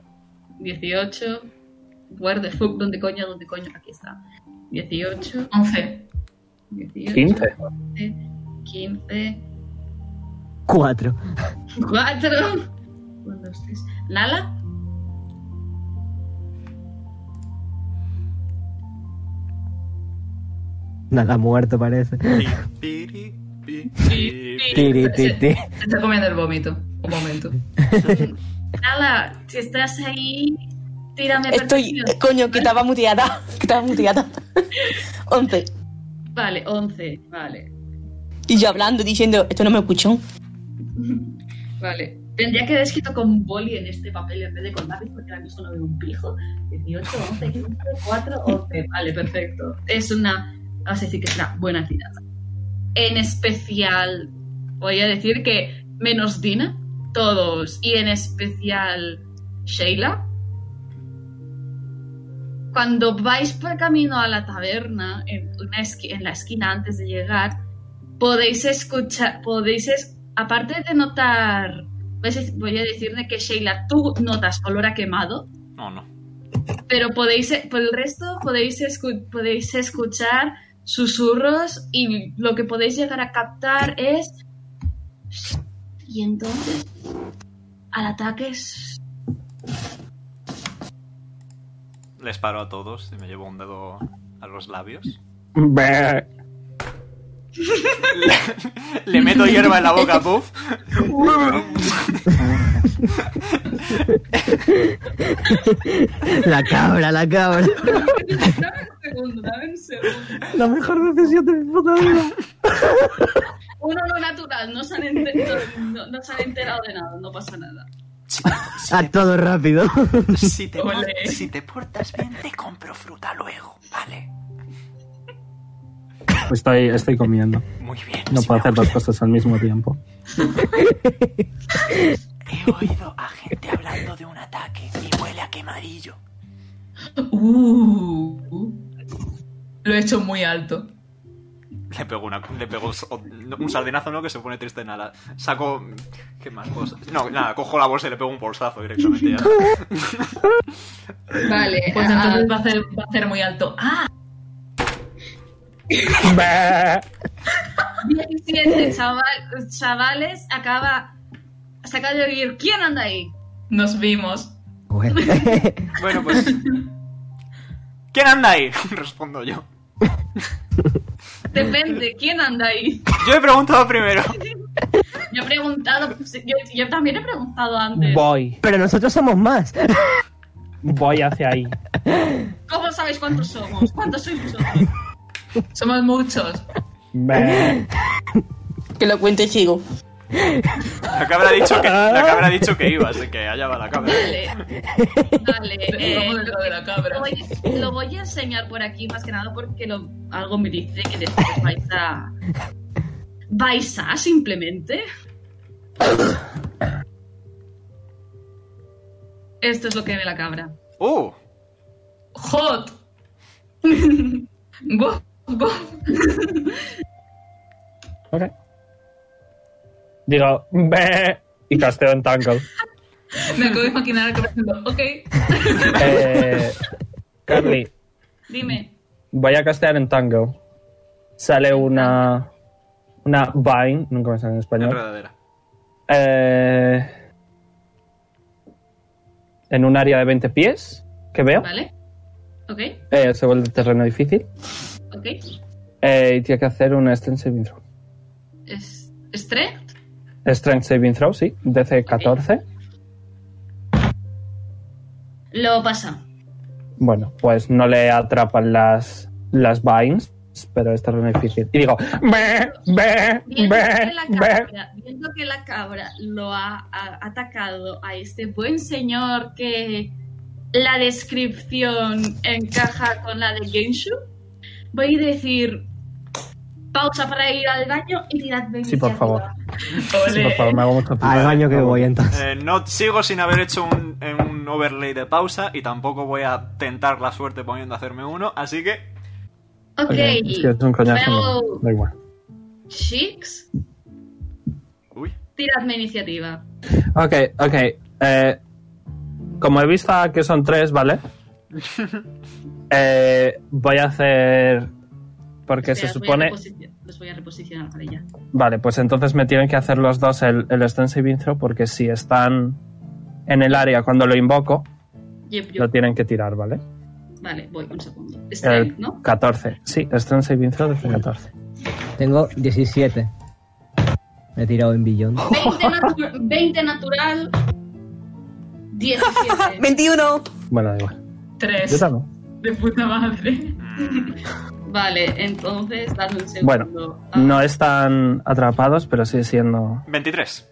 18. Where the fuck, ¿dónde coño? ¿Dónde coño? Aquí está. 18.
11.
18
15.
15.
Cuatro.
4. 1, 2, 3. ¿Lala?
Nada muerto parece.
Pi, piri, pi, pi, pi.
Tiri, ti, ti.
Se está comiendo el vómito. Un momento.
Lala, si estás ahí, tírame
Estoy. eh,
percepción.
Coño, que estaba muteada. Que estaba muteada. Once.
Vale, 11. Vale.
Y yo hablando, diciendo, esto no me escuchó.
Vale. Tendría que haber escrito con boli en este papel en vez de con lápiz porque ahora mismo no veo un pijo. 18, 11, 15, 4, 11. Vale, perfecto. Es una. Vamos a decir que es una buena tirada. En especial, voy a decir que menos Dina, todos, y en especial Sheila. Cuando vais por camino a la taberna, en, una esqui- en la esquina antes de llegar, podéis escuchar, podéis, es- aparte de notar, pues, es- voy a decirle que Sheila, tú notas olor a quemado,
No, no.
pero podéis, eh, por el resto podéis, escu- podéis escuchar susurros y lo que podéis llegar a captar es... Y entonces, al ataque es...
Les paro a todos y me llevo un dedo a los labios.
Bah.
Le meto hierba en la boca, puff.
La cabra, la cabra.
Dame un segundo, dame un segundo.
La mejor decisión de mi puta vida.
Uno lo natural, no se han enter- no- no se han enterado de nada, no pasa nada.
A todo rápido.
Si te, por-
Ole.
si te portas bien, te compro fruta luego, ¿vale?
Estoy, estoy comiendo.
Muy bien.
No
si
puedo
me
hacer dos cosas al mismo tiempo.
He oído a gente hablando de un ataque y huele a quemadillo.
Uh, uh. Lo he hecho muy alto.
Le pego, una, le pego so- un sardinazo, ¿no? Que se pone triste en ala. Saco... ¿Qué más cosas? No, nada, cojo la bolsa y le pego un bolsazo directamente. ya.
Vale,
Pues
ah,
entonces va a ser, va a ser muy alto. ¡Ah!
17 chaval- chavales acaba se acaba de oír quién anda ahí
Nos vimos.
Bueno.
Bueno, pues... ¿Quién anda ahí? Respondo yo.
depende quién anda ahí
Yo he preguntado primero.
yo he preguntado pues, yo, yo también he preguntado antes
Voy.
Pero nosotros somos más.
Voy hacia ahí.
cómo sabéis cuántos somos cuántos sois vosotros
Somos muchos.
Meh.
Que lo cuente Chigo.
La cámara ha dicho que, la cámara ha dicho que iba, así que allá va la cámara.
Vale. Vale. eh,
Vamos dentro de la
lo,
cabra.
voy, lo voy a enseñar por aquí más que nada porque lo- algo me dice que después vais a. Vais a simplemente. Esto es lo que ve la cabra.
¡Uh!
Hot. Guau, guau.
Ok. Digo, "Meh", y casteo en Tangle.
Me acabo de imaginar al cabra diciendo, ok,
Eh, Carly,
Dime.
voy a castear en Tangle. Sale una. Una Vine, nunca me sale en español.
Enredadera.
Eh, en un área de 20 pies que veo.
¿Vale? ¿Ok?
Eh, se vuelve terreno difícil.
¿Ok?
Eh, y tiene que hacer un Strength Saving Throw.
Es, ¿Strength?
Strength Saving Throw, sí. DC 14.
Lo pasa.
Bueno, pues no le atrapan las, las vines, pero es terreno difícil. Y digo, ve, ve,
Viendo
ve,
que, la
ve.
cabra, viendo que la cabra lo ha, ha atacado a este buen señor que la descripción encaja con la de Genshu, voy a decir pausa para ir al baño y tirad de
Sí, por
iniciativa.
favor. Sí,
ole.
por favor, me hago mucho
Al
tiempo.
baño que voy entonces.
Eh, no sigo sin haber hecho un, en un overlay de pausa y tampoco voy a tentar la suerte poniendo a hacerme uno, así que.
Ok,
Oye, Es que es un coñazo. no,
pero
Da igual.
chicos,
Uy.
tiradme iniciativa.
Ok, ok. eh, como he visto que son tres, ¿vale? Eh, voy a hacer... Porque se
Espera, voy a
supone...
reposici- Los voy a reposicionar para allá.
Vale, pues entonces me tienen que hacer los dos el, el Strength Saving Throw porque si están en el área cuando lo invoco,
Yep, yep.
lo tienen que tirar, ¿vale?
Vale, voy, un segundo.
El
Strength, Este, ¿no?
14. Sí, Strength Saving Throw desde 14.
Tengo 17. Me he tirado en billón.
20, natu- 20 natural, 17.
21.
Bueno, da igual. Yo
tres.
también.
De puta madre.
mm,
Vale, entonces dame un
Bueno,
segundo. Ah,
No están atrapados, pero sigue siendo.
23.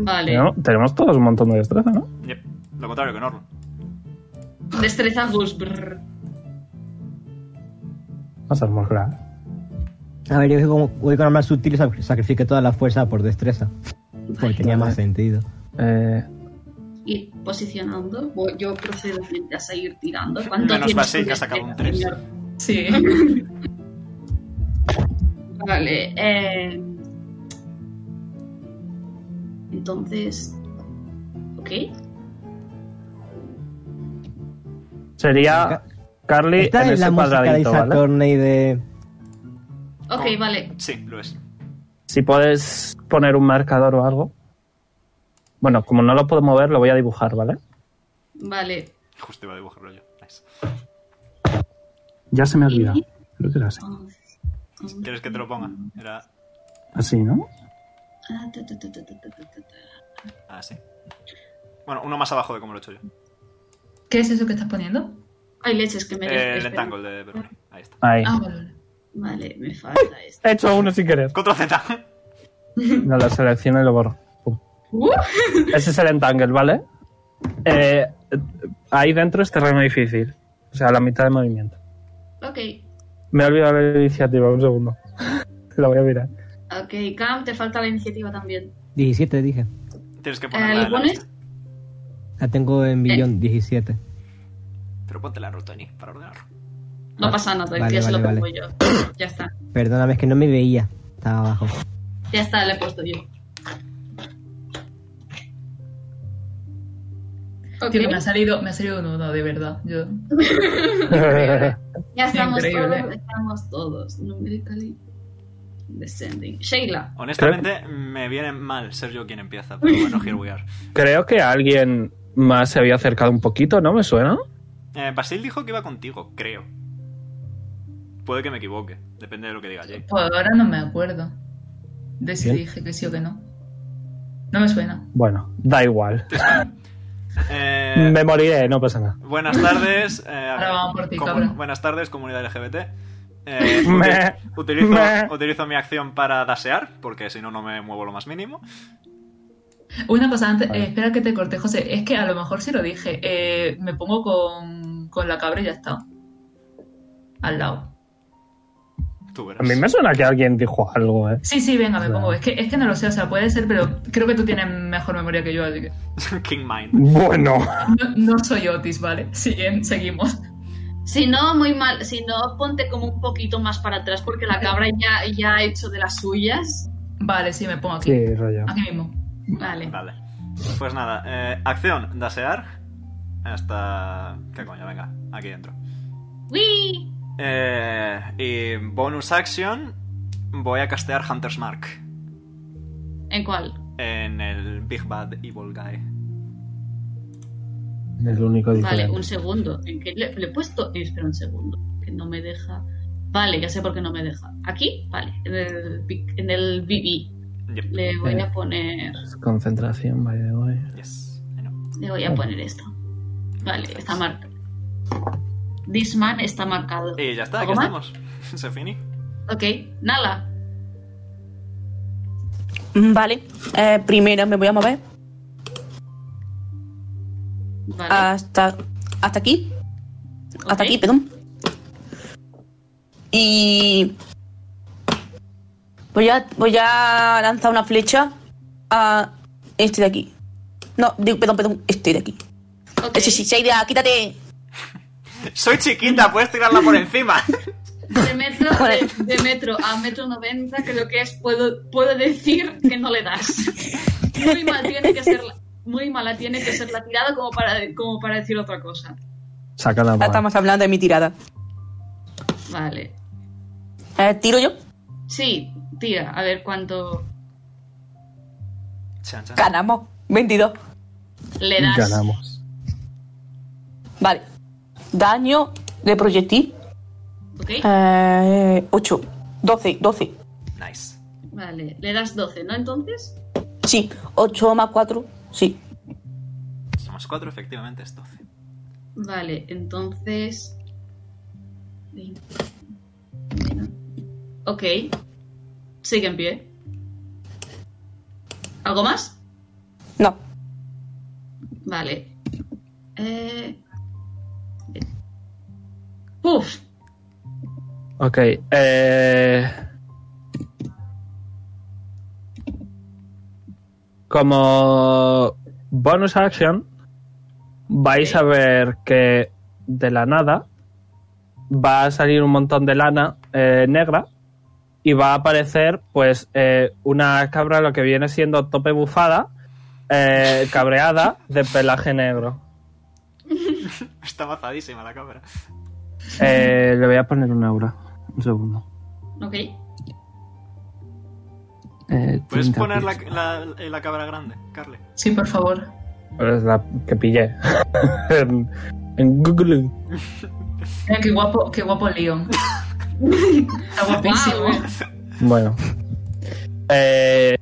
Vale,
¿no? Tenemos todos un montón de destreza, ¿no?
Yep. Lo contrario que Norman.
destreza Gus. brr.
Vas a armar
A ver, yo voy con, voy con armas sutiles, sac- sacrifiqué toda la fuerza por destreza. Porque tenía más sentido.
Eh,
Y posicionando, voy- yo procedo a seguir tirando. ¿Cuánto
Menos
tienes
Basei,
tú
que ha
de
sacado un
destreza,
tres.
señor?
Sí.
Vale, eh... Entonces... ¿Ok?
sería Carly Eh,
Está
en
en la
ese
música de
cuadradito,
Isaac
¿vale?
Corney de...
Ok,
Oh.
vale.
Sí, lo es.
Si puedes poner un marcador o algo. Bueno, como no lo puedo mover, lo voy a dibujar, ¿vale?
Vale.
Justo iba a dibujarlo yo. Nice.
Ya se me ha olvidado. Creo que era así.
¿Quieres que te lo ponga? Era.
Así, ¿no?
Ah, ta, ta, ta, ta, ta, ta, ta, ta.
Ah, sí. Bueno, uno más abajo de como lo he hecho yo.
¿Qué es eso que estás poniendo?
Ay, leches que me...
Eh, el
espera.
entangle de Veroni. Ahí está.
Ahí.
Ah, vale, vale.
Vale, me falta esto.
He hecho uno sin querer.
Control Z.
No, lo selecciono y lo borro. Pum.
Uh.
Ese es el entangle, ¿vale? Eh, eh, ahí dentro es terreno difícil. O sea, la mitad de movimiento.
Ok,
Me he olvidado la iniciativa, un segundo. la voy a mirar.
ok. Cam, te falta la iniciativa también.
17 dije.
Tienes que
Eh,
ponerla en la
¿pones?
lista.
La tengo en billón, 17.
Pero ponte la Rotoni para ordenarlo.
No pasa nada,
Ah, Vale,
ya se lo
vale,
pongo yo. Ya está,
Perdóname, es que no me veía. Estaba abajo.
ya está, le he puesto yo. Ok,
Tío, me ha salido, me ha salido un uno, de verdad. Yo.
ya estamos
Increíble.
todos, estamos todos. Numerically descending. Sheila,
Honestamente, me viene mal ser yo quien empieza, pero bueno, here we are.
Creo que alguien más se había acercado un poquito, ¿no? ¿Me suena?
Eh, Basil dijo que iba contigo, creo. Puede que me equivoque, depende de lo que diga Jake.
Pues ahora no me acuerdo. De si
Bien.
dije que sí o que no. No me suena.
Bueno, da igual.
Eh, Eh,
Me moriré, no pasa nada.
buenas tardes. eh,
Ahora vamos por ti,
comu-
cabrón.
buenas tardes, comunidad LGBT. Eh,
Me-
utilizo,
me-
utilizo mi acción para dasear, porque si no, no me muevo lo más mínimo.
Una cosa antes, eh, espera que te corte, José. Es que a lo mejor sí lo dije. eh, me pongo con, con la cabra y ya está. Al lado.
Tú verás.
A mí me suena que alguien dijo algo, ¿eh?
Sí, sí, venga, me
Claro.
pongo. Es que, es que no lo sé, o sea, puede ser, pero creo que tú tienes mejor memoria que yo, así que.
King Mind.
Bueno,
No, no soy Otis, ¿vale? Siguen, seguimos.
Si no, muy mal. Si no, ponte como un poquito más para atrás porque la cabra ya, ya ha hecho de las suyas.
Vale, sí, me pongo aquí.
sí, rollo.
Aquí mismo.
Vale.
Vale. Pues nada, eh, acción, dasear. Hasta. ¿Qué coño? Venga, aquí dentro.
¡Uy!
Eh, y bonus action, voy a castear Hunter's Mark
¿En cuál?
en el Big Bad Evil Guy.
Es lo único diferente.
Vale, un segundo. ¿En qué le, le he puesto? Eh, espera un segundo. Que no me deja. Vale, ya sé por qué no me deja. ¿Aquí? Vale. En el, big- en el BB.
Yep,
Le voy a
Eh.
poner.
Es Concentración, vaya, vaya.
yes, I know.
Le voy a poner esto. Vale, está marcado. This man está marcado.
Y ya está, aquí
¿Algo más?
estamos. Se fini.
Ok, Nala.
Mm, Vale, eh, primero me voy a mover
Vale.
hasta, hasta aquí. Hasta
ok.
aquí, perdón. Y voy a, voy a lanzar una flecha a este de aquí. No, digo, perdón, perdón, este de aquí.
Ok.
Ese sí, Seida, quítate.
Soy chiquita, puedes tirarla por encima.
De metro,
Joder.
de, de metro a metro noventa, creo que es, puedo, puedo decir que no le das. Muy mal tiene que ser la, muy mala tiene que ser la tirada como para, como para decir otra cosa.
Saca la
Ya
mano.
estamos hablando de mi tirada.
Vale.
Eh, ¿Tiro yo?
Sí, tira, a ver cuánto
Chan, chan.
Ganamos. 22.
le das.
Ganamos.
Vale. Daño de proyectil.
¿Ok?
Eh, 8. 12, 12.
Nice.
Vale, le das 12, ¿no? Entonces,
Sí, 8 más 4. Sí.
Somos cuatro, efectivamente, es 12.
vale, entonces. Ok, sigue en pie. ¿Algo más?
No.
Vale. Eh... Puf.
Ok, eh... Como bonus action, vais a ver que de la nada va a salir un montón de lana eh, negra y va a aparecer pues eh, una cabra lo que viene siendo tope bufada, eh, cabreada, de pelaje negro.
Está bazadísima la cámara.
Eh, le voy a poner un aura. Un segundo.
Ok.
Eh,
¿Puedes
30
poner la,
pies.
la, eh, la cámara grande, Carly?
Sí, por favor.
Pero es la que pillé. en, en Google.
Mira, Eh, qué guapo, qué guapo Leon. Está guapísimo.
Guau, eh.
Bueno. Eh,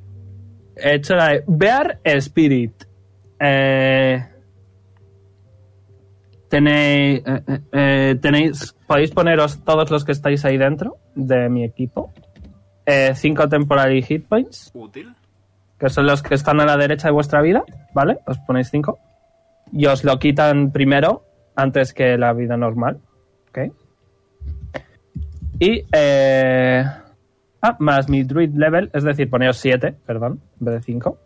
he hecho la de Bear Spirit. Eh, tenéis, eh, eh, eh, tenéis. Podéis poneros todos los que estáis ahí dentro de mi equipo. Eh, cinco temporary hit points.
Útil.
que son los que están a la derecha de vuestra vida, ¿vale? Os ponéis 5 y os lo quitan primero antes que la vida normal, ¿ok? Y, eh... Ah, más mi druid level, es decir, poneos 7, perdón, en vez de 5.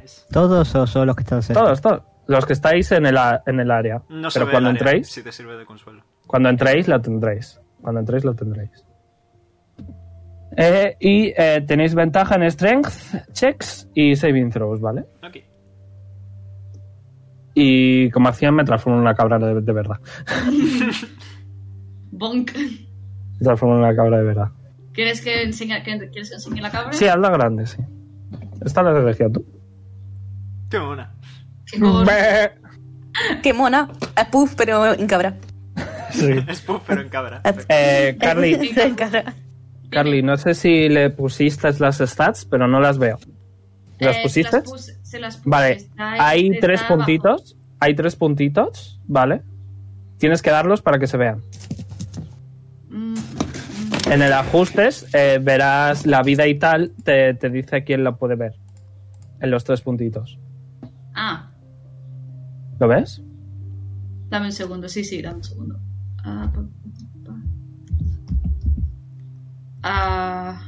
Nice.
¿Todos o solo los que están cerca?
Todos, todos. Los que estáis en el, a- en el área.
No se
Pero
ve
cuando
el área,
entréis,
si te sirve de consuelo.
cuando entréis lo tendréis. Cuando entréis lo tendréis. Eh, y eh, tenéis ventaja en strength, checks y saving throws, ¿vale?
Ok.
Y como hacían, me transformo en una cabra de, de verdad.
Bonk.
Me transformo en una cabra de verdad.
¿Quieres que enseñe, que- ¿quieres que enseñe la cabra?
Sí, hazla grande, sí. Esta la has elegido tú.
Qué buena.
Qué gordo.
Qué mona. Es puff, pero en cabra.
Sí.
Es puff, pero en cámara.
Eh, Carly,
en cabra.
Carly, no sé si le pusiste las stats, pero no las veo. ¿Las
Eh,
pusiste?
Se las puse. se las puse.
Vale,
Está ahí,
hay
está
tres
abajo.
puntitos hay tres puntitos, ¿vale? Tienes que darlos para que se vean.
Mm,
En el ajustes eh, verás la vida y tal, te, te dice quién la puede ver. En los tres puntitos.
Ah,
¿Lo ves?
dame un segundo, sí, sí, dame un segundo. Ah, pa, pa, pa. Ah,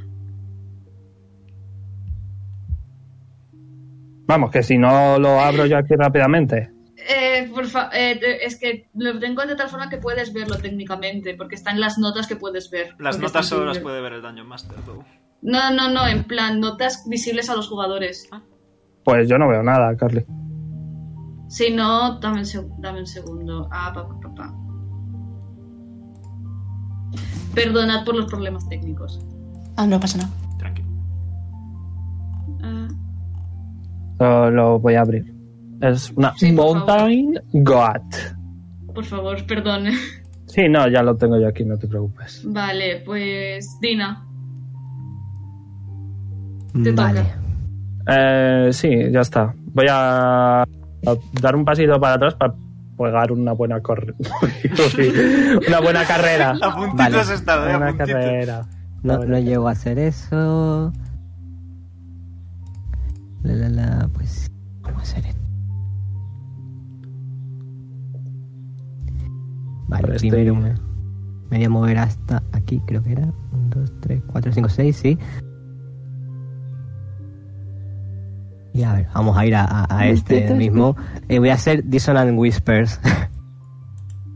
Vamos, que si no lo abro yo aquí rápidamente.
eh, por fa- eh, te- es que lo tengo de tal forma que puedes verlo técnicamente, porque están las notas que puedes ver.
Las notas
porque están
solo las
visibles.
puede ver el Dungeon Master, tú.
No, no, no, en plan, notas visibles a los jugadores.
Ah.
Pues yo no veo nada, Carly.
Si no, dame un, seg- dame un segundo. Ah, pa, pa, pa, pa. Perdonad por los problemas técnicos.
Ah, no pasa nada.
Tranquilo.
Ah,
Lo, lo voy a abrir. Es una
Sí, por
Mountain God.
por favor, perdón.
Sí, no, ya lo tengo yo aquí, no te preocupes.
Vale, pues Dina, te
Vale.
toca.
Eh, sí, ya está. Voy a a dar un pasito para atrás para pegar una buena corre- una buena carrera.
A puntitos
Vale.
está, eh, a
Una
puntitos.
carrera.
No, no llego a hacer eso. La la la, pues. ¿Cómo hacer esto? Vale,
Ahora estoy-
primero me, me voy a mover hasta aquí, creo que era. 1, 2, 3, 4, 5, 6, sí. Y a ver, vamos a ir a, a- a este mismo. Eh, voy a hacer Dissonant Whispers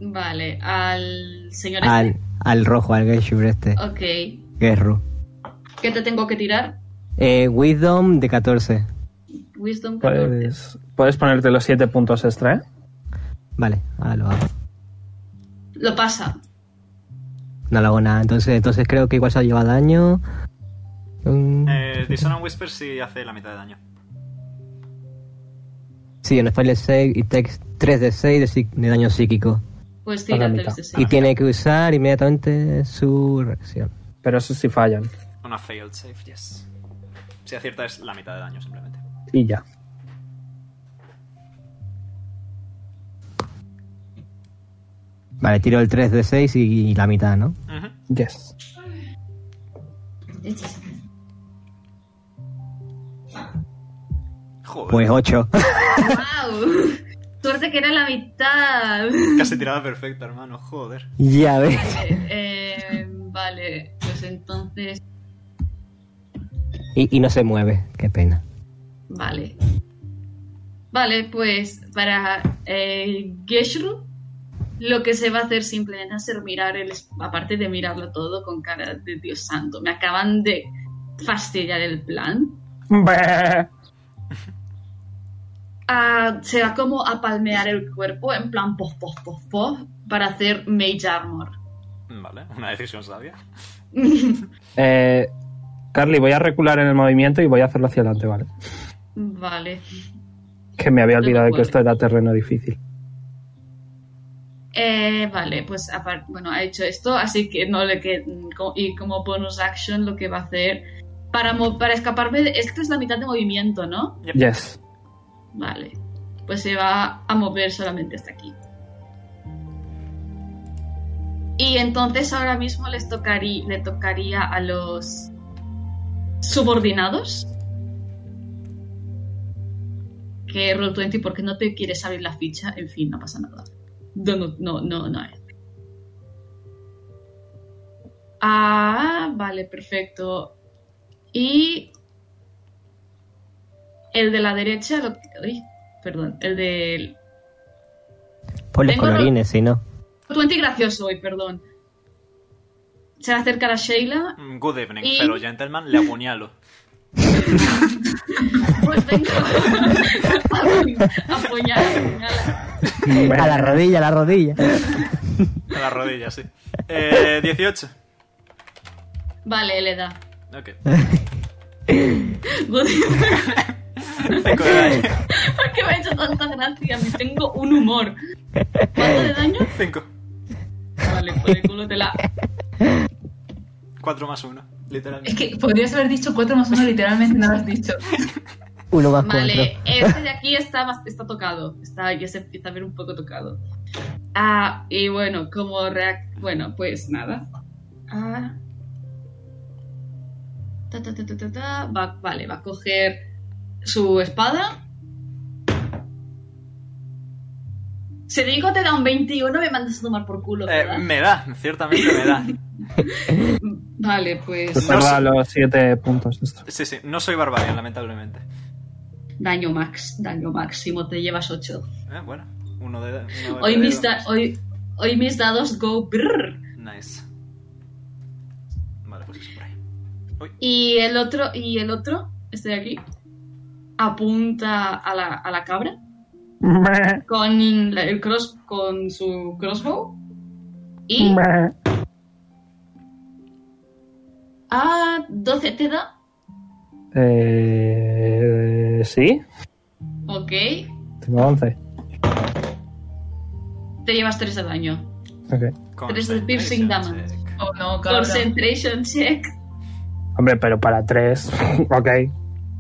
Vale, al señor
al, al rojo, al Geshur este.
este. Ok.
Gerru.
¿Qué te tengo que tirar?
Eh, Wisdom de 14.
Wisdom
Pues-
14.
Puedes, puedes ponerte los 7 puntos extra, ¿eh?
Vale, ahora lo hago.
Lo pasa.
No lo hago nada, entonces, entonces creo que igual se ha llevado daño. Mm,
Eh, Dissonant Whisper sí hace la mitad de daño.
Sí, en el 6 y takes 3 de 6 de, psi- de daño psíquico.
Pues
A la
tira
mitad.
tres de
y
seis.
tiene que usar inmediatamente su reacción.
Pero eso sí fallan.
Una failed save, yes. Si acierta es la mitad de daño simplemente.
Y ya.
Vale, tiro el 3 de 6 y, y la mitad, ¿no?
Ujú.
Yes.
Joder,
Pues 8.
¡Guau! Suerte que era la mitad.
casi tirada perfecta, hermano, joder.
ya ves.
Eh, vale, pues entonces.
Y, y no se mueve, qué pena.
Vale. Vale, pues para eh, Geshru, lo que se va a hacer simplemente va a ser mirar, el, aparte de mirarlo todo con cara de Dios santo, me acaban de fastidiar el plan. Ah, se va como a palmear el cuerpo en plan pof, pof, pof, pof, para hacer Mage Armor.
Vale, una decisión sabia.
Eh, Carly, voy a recular en el movimiento y voy a hacerlo hacia adelante, ¿vale?
vale.
Que me había
No te
olvidado de que
mueves.
esto era terreno difícil.
Eh, vale, pues apar- bueno, ha hecho esto, así que no le que co- y como bonus action lo que va a hacer para mo- para escaparme de esto es la mitad de movimiento, ¿no?
Yes.
Vale. Pues se va a mover solamente hasta aquí. Y entonces ahora mismo les tocaría le tocaría a los subordinados. Que Roll20 porque no te quieres abrir la ficha, en fin, no pasa nada. No, no, no, no, no. Ah, vale, perfecto. Y el de la derecha, lo que- uy, perdón, el del...
Ponle
Tengo-
colorines, si no.
Tuente gracioso hoy, perdón. Se va a acercar a Sheila.
Mm, Good evening,
Y-
fellow gentleman, le apuñalo.
Pues venga. Apuñala, apuñala.
A la rodilla, a la rodilla.
A la rodilla, sí. Eh, 18.
Vale, le da.
Ok.
Good-
Cinco de daño.
¿Por qué me ha hecho tanta gracia? Me tengo un humor. ¿Cuánto de daño?
5.
Vale, por el culo te la...
4 más 1,
Es
literalmente.
que podrías haber dicho 4 más 1, literalmente no lo has dicho.
Uno más
Vale, este de aquí está, bas- está tocado. Está, ya se empieza a ver un poco tocado. Ah, y bueno, como reac... Bueno, pues nada. Ah. Ta, ta, ta, ta, ta, ta. Va- vale, va a coger su espada. Sedrico te da un 21, me mandas a tomar por culo,
Eh,
¿verdad?
me da, ciertamente me da.
Vale, pues
No
Recuerda los siete puntos. esto.
Sí, sí, no soy barbarian, lamentablemente.
daño max, daño máximo, te llevas 8.
Eh, bueno, uno de. uno de
Hoy mis, da-
dedos.
hoy, hoy mis dados go brrr.
Nice. Vale, pues eso por ahí.
Y el otro, y el otro, este de aquí, apunta a la, a la cabra con la- el cross con su crossbow. Y a 12 te da.
Eh, sí,
Ok.
tengo 11.
Te llevas 3 de daño.
Ok.
Tres de
Concentration
piercing damage.
este check.
Oh, no, cabrón.
Concentration check.
Hombre, pero para tres. ok.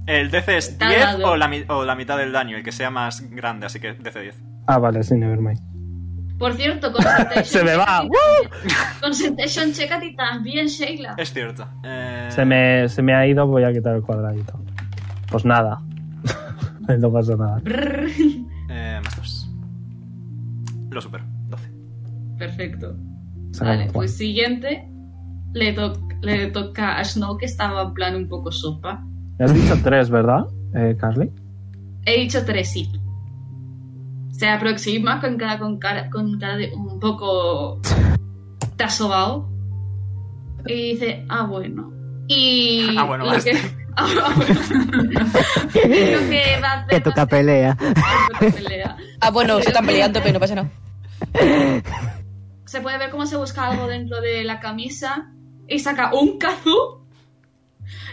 ¿El DC es
Está
10
dado.
o la, mi- o la mitad del daño? El que sea más grande, así que DC 10.
Ah, vale, sí, nevermind.
Por cierto, concentration
Se me
check
va.
a ti- Concentration check a ti también, Sheila.
Es cierto. Eh,
Se me, se me ha ido, voy a quitar el cuadradito. Pues nada. no pasa nada.
Brrr.
eh, más dos. Lo supero. 12.
Perfecto.
Saca
Vale,
un cuadro.
pues siguiente le, toc- le toca a Snow que estaba en plan un poco sopa.
Me has dicho tres, ¿verdad, eh, Carly?
He dicho tres sí. Se aproxima con cara, con cara, con cara de un poco tasobao. Y dice, ah, bueno. Y
Ah, bueno,
lo
basta.
que, ah, bueno. Y lo que va a hacer
Que toca
va
pelea.
a ser- pelea.
Ah, bueno, se están peleando, pero no pasa nada.
Se puede ver cómo se busca algo dentro de la camisa y saca un kazoo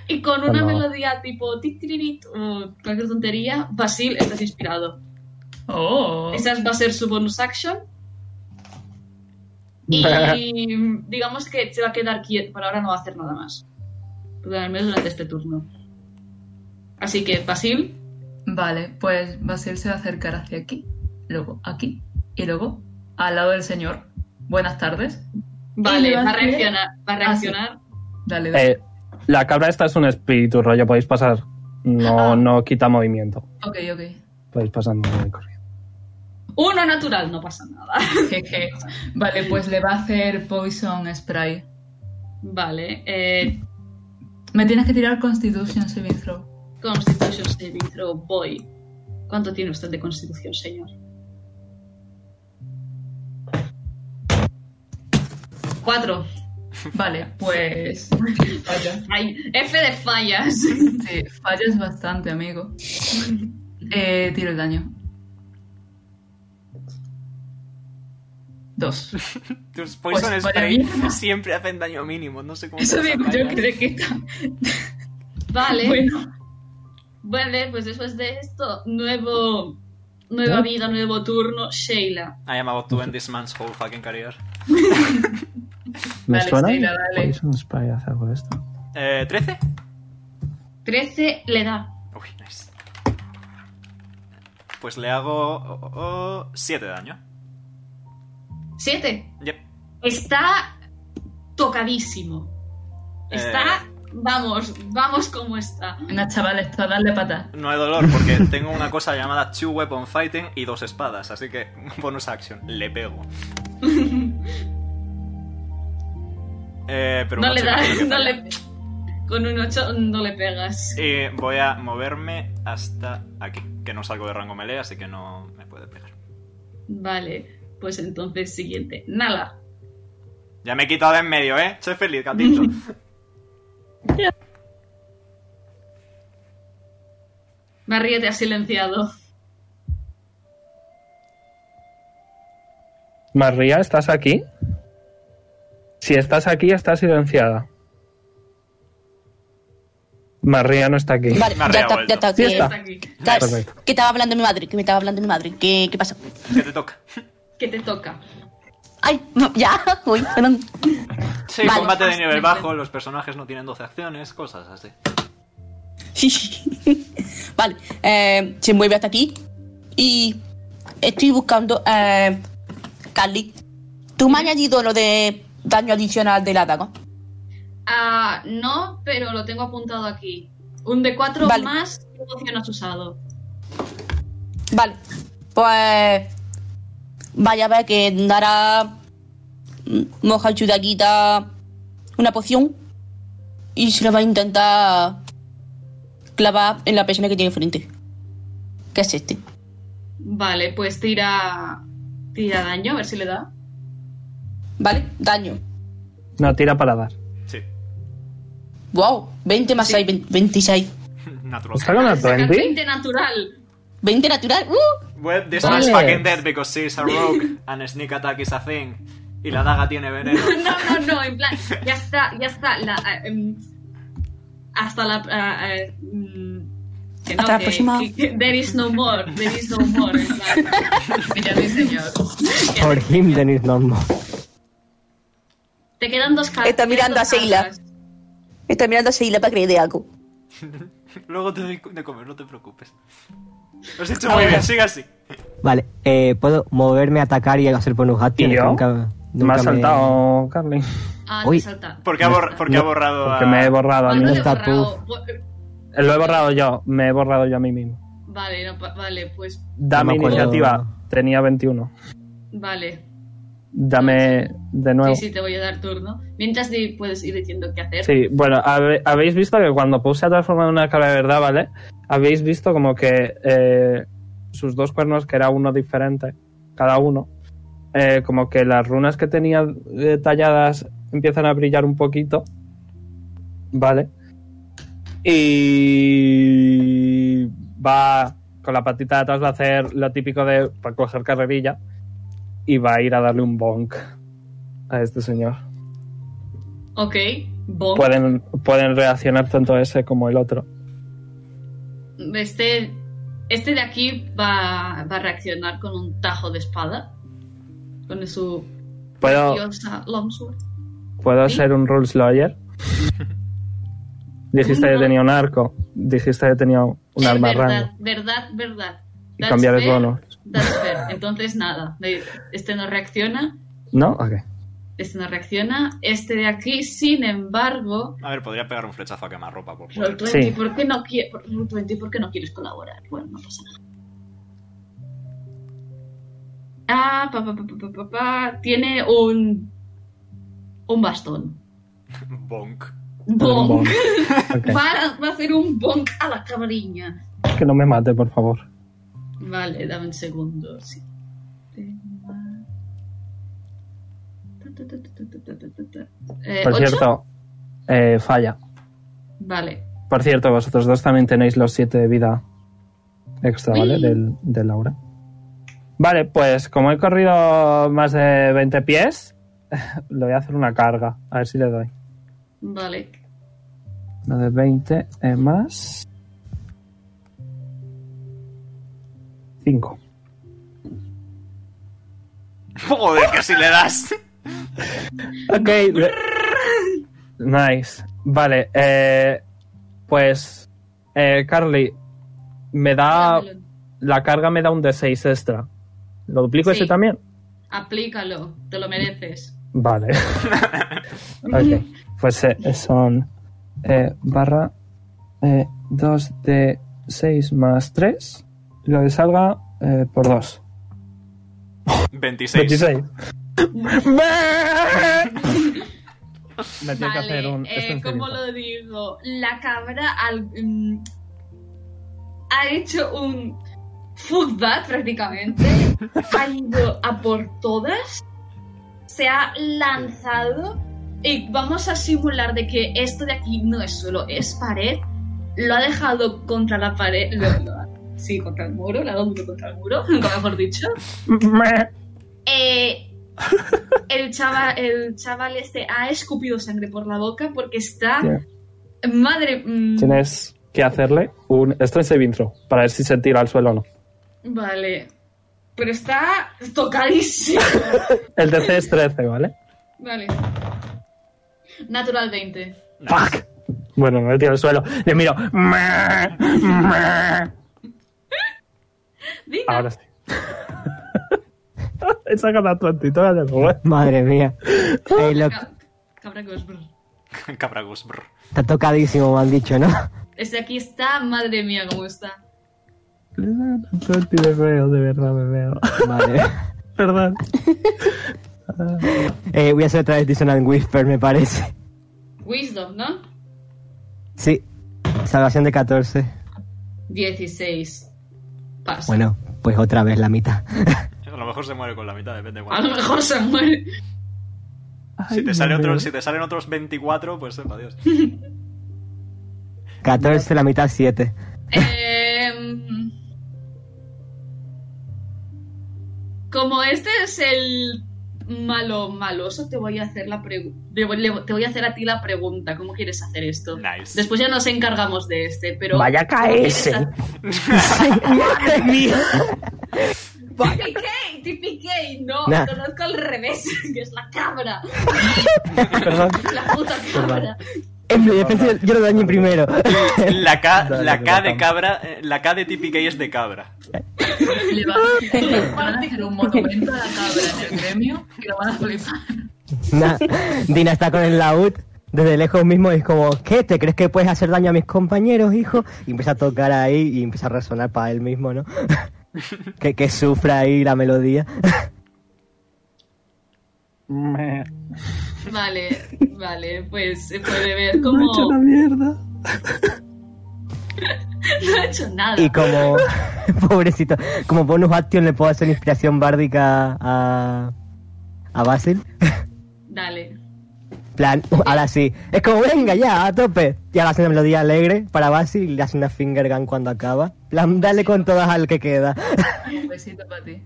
y con una
Hola.
melodía tipo titiririt o cualquier tontería, Basil, estás inspirado.
Oh.
Esa va a ser su bonus action. Y digamos que se va a quedar quieto, por ahora no va a hacer nada más. Al menos durante este turno. Así que, Basil,
Vale, pues Basil se va a acercar hacia aquí, luego aquí y luego al lado del señor. Buenas tardes.
vale,
le va a
va a
hacer-
reaccionar. Va a
Ah, sí.
reaccionar.
Dale, dale.
Eh, la cabra esta es un espíritu, rollo. Podéis pasar. No,
Ah.
no quita movimiento.
Ok, ok.
Podéis pasar muy corriendo.
Uno natural, no pasa nada.
Jeje. Vale, pues le va a hacer Poison Spray.
Vale, eh,
Me tienes que tirar Constitution Saving Throw.
Constitution Saving Throw Boy. ¿Cuánto tiene usted de constitución, señor? Cuatro.
Vale, pues. Vaya.
Ay, F de fallas.
Sí, fallas bastante, amigo. Eh, tiro el daño. Dos.
Tus poison
Pues para
spray
mí-
siempre hacen daño mínimo. No sé cómo.
Eso
te los
digo yo
apañas.
que le quita.
Vale,
Bueno,
vale, pues después de esto, nuevo, nueva
¿No?
vida, nuevo turno, Sheila.
I am about to end this man's whole fucking career.
¿Me
Dale,
suena?
Sheila, dale.
¿Podéis un spray hacer algo de esto?
Eh, 13.
13 le da.
Uy, nice. Pues le hago. oh, oh, oh, siete de daño.
7.
Yep.
Está tocadísimo. Está, vamos, vamos como está.
venga, chaval, esto a darle patas.
No hay dolor porque tengo una cosa llamada Two Weapon Fighting y dos espadas, así que bonus action, le pego. Eh, pero un
no le
ocho imagino
das,
que
no
falla.
le... Con un 8 no le pegas.
Y voy a moverme hasta aquí, que no salgo de rango melee, así que no me puede pegar.
Vale, pues entonces siguiente. Nala.
Ya me he quitado de en medio, ¿eh? Soy feliz, gatito.
María te ha silenciado.
María, ¿estás aquí? Si estás aquí, estás silenciada. María no está aquí.
Vale,
Me ha
ya está,
revuelto.
ya está.
Sí
que-
está.
Está aquí.
Ya-
Perfecto.
que estaba hablando mi madre, que me estaba hablando mi madre. ¿Qué, qué pasa?
que te toca.
Que te toca.
Ay, ya, uy, perdón.
Sí,
Vale,
combate de
fast
nivel
movement.
bajo, los personajes no tienen 12 acciones, cosas así.
Sí, sí. Vale, eh, se mueve hasta aquí. Y estoy buscando. Eh, Carly, ¿tú me has añadido lo de daño adicional de la daga?
Ah, no, pero lo tengo apuntado aquí. Un de 4
Vale.
más ¿qué poción has usado.
Vale, pues. Vaya a ver que Nara mm, moja Chudaquita una poción y se la va a intentar clavar en la persona que tiene frente. ¿Qué es este?
Vale, pues tira. Tira daño, a ver si le da.
¿Vale? Daño.
No, tira para dar.
Sí,
¡Wow! 20 más
Sí.
6, 20, 26.
natural.
¿Está con
Saca
a 20?
20 natural.
20 natural. ¡Uh!
Well, this
Vale.
man's fucking dead because she's a rogue and sneak attack is a thing. Y la daga tiene veneno.
No, no, no, en plan, ya está, ya está. La, ah, em, hasta la. ah, eh, mm, que no,
Hasta la
que-
próxima.
que- que there is no more, there is no more. en plan.
Ya sí, señor.
For him, then it's normal.
Te quedan dos cartas.
Está mirando a Sheila. Está mirando a Sheila para que le dé algo.
Luego te doy de comer, no te preocupes. Lo has hecho muy bien, sigue así.
Vale, eh, puedo moverme, atacar y hacer bonus action.
¿Y yo?
Nunca,
me
nunca
has saltado, Carly.
Ah,
Uy.
te salta.
Porque ha, borra- porque ha borrado
Porque
a-
me he borrado a
Ah,
mí
no te he
mismo.
está
borrado.
Lo he borrado yo, me he borrado yo a mí mismo.
Vale, no, pa- vale, pues.
Dame
No me acuerdo.
iniciativa, tenía 21.
Vale.
Dame de nuevo.
Sí,
Sí,
sí, te voy a dar turno. Mientras di- puedes ir diciendo qué hacer.
bueno, habe- habéis visto que cuando puse a transformar una cara de verdad, ¿vale? Habéis visto como que eh, sus dos cuernos, que era uno diferente, cada uno, eh, como que las runas que tenía eh, talladas empiezan a brillar un poquito, ¿vale? Y va con la patita de atrás, va a hacer lo típico de para coger carrerilla y va a ir a darle un bonk a este señor.
Ok, bon.
pueden, pueden reaccionar tanto ese como el otro.
Este, este de aquí va, va a reaccionar con un tajo de espada. Con su
¿Puedo,
diosa longsword.
¿puedo
¿Sí?
ser un rules lawyer? Dijiste que
No.
tenía un arco, dijiste que tenía un
Eh,
arma
verdad,
rango
verdad, verdad.
y cambiar el bono.
that's fair. Entonces nada, me- este no reacciona,
¿No? Ok.
este no reacciona, este de aquí, sin embargo,
A ver, podría pegar un flechazo a quemarropa por poder.
Roll20,
Sí.
¿por, qué no quie- Roll20, ¿por qué no quieres colaborar? Bueno, no pasa nada. Ah, pa, pa, pa, pa, pa, pa, pa. tiene un un bastón.
Bonk.
Un
Bonk.
Ok.
Va, va a hacer un bonk a la camariña.
Que no me mate, por favor.
Vale, dame un segundo. sí. Tema. Ta, ta, ta, ta, ta, ta, ta, ta, ta. Eh,
Por
¿ocho?
cierto, eh, falla.
Vale.
Por cierto, vosotros dos también tenéis los 7 de vida extra, ¿vale?
Uy.
Del, de Laura. Vale, pues como he corrido más de 20 pies, le voy a hacer una carga. A ver si le doy.
Vale.
Lo de 20 es más. 5.
Joder, que si le das.
Ok. le- Nice. Vale, eh, pues. eh, Carly, me da.
Dámelo.
La carga me da un D6 extra. ¿Lo duplico
Sí.
ese también?
Aplícalo, te lo mereces.
Vale. ok. Pues eh, son. eh, barra. 2 de 6 más 3. Lo que salga eh, por 2.
26.
26. Me tiene
Vale,
que hacer un.
eh,
esto en
¿cómo
serio.
lo digo? La cabra al- mm, ha hecho un fuck that prácticamente. ha ido a por todas. Se ha lanzado. Y vamos a simular de que esto de aquí no es solo es pared. Lo ha dejado contra la pared. lo- lo ha- sí, contra el muro. La ha dado contra el muro, nunca mejor dicho. Eh, el, chaval, Ah, el chaval este ha escupido sangre por la boca porque está... Madre... mm,
Tienes que hacerle un strength saving throw para ver si se tira al suelo o no.
Vale. Pero está tocadísimo.
El DC es 13, ¿vale?
vale. Natural 20.
¡Fuck! Bueno, me tiro al suelo. Le miro.
Venga,
Ahora sí. He sacado la tontita eh. de nuevo.
Madre mía. Ey, lo-
ca- cabra que os brr.
Cabragos, brr.
Está tocadísimo, me han dicho, ¿no?
Este aquí está, madre mía, cómo está.
Le he sacado la tonti de nuevo, de verdad me veo.
Madre.
Perdón.
Eh, voy a hacer otra vez Dissonant Whisper, me parece.
Wisdom, ¿no?
Sí. Salvación de 14.
16. Pasa.
Bueno, pues otra vez la mitad.
A lo mejor se muere con la mitad, depende de
A lo
cuánto.
mejor se muere.
Si te, sale
Ah, Ay,
otro,
me
si te salen otros 24, pues sepa Dios.
14, la mitad 7.
Em, como este es el malo maloso, te voy a hacer la pregu- Te voy le- te voy a hacer a ti la pregunta. ¿Cómo quieres hacer esto?
Nice.
Después ya nos encargamos de este, pero.
Vaya KS.
¡Madre mía!
TPK, TPK, no,
Nah.
conozco al revés, que es la cabra,
Perdón.
la puta
Pues
cabra.
En mi defensa, yo lo daño primero.
La K,
Dale,
la
que
K
lo
de
tam-
cabra, eh, la K de típica y es de cabra.
Le van, le van a hacer un monumento a la cabra en el gremio y lo van a flipar.
Nah, Dina está con el laúd. Desde lejos mismo es como, ¿qué? ¿Te crees que puedes hacer daño a mis compañeros, hijo? Y empieza a tocar ahí y empieza a resonar para él mismo, ¿no? que, que sufra ahí la melodía.
Me-
Vale, vale, pues se puede ver
Me he hecho la
como
mierda.
no ha hecho nada.
Y como, pobrecito, como bonus action le puedo hacer inspiración bárdica a, a Basil.
Dale.
plan, uh, ahora sí. Es como, venga ya, a tope. Y ahora hace una melodía alegre para Basil y le hace una finger gun cuando acaba. Plan, dale con todas al que queda.
Un besito para ti.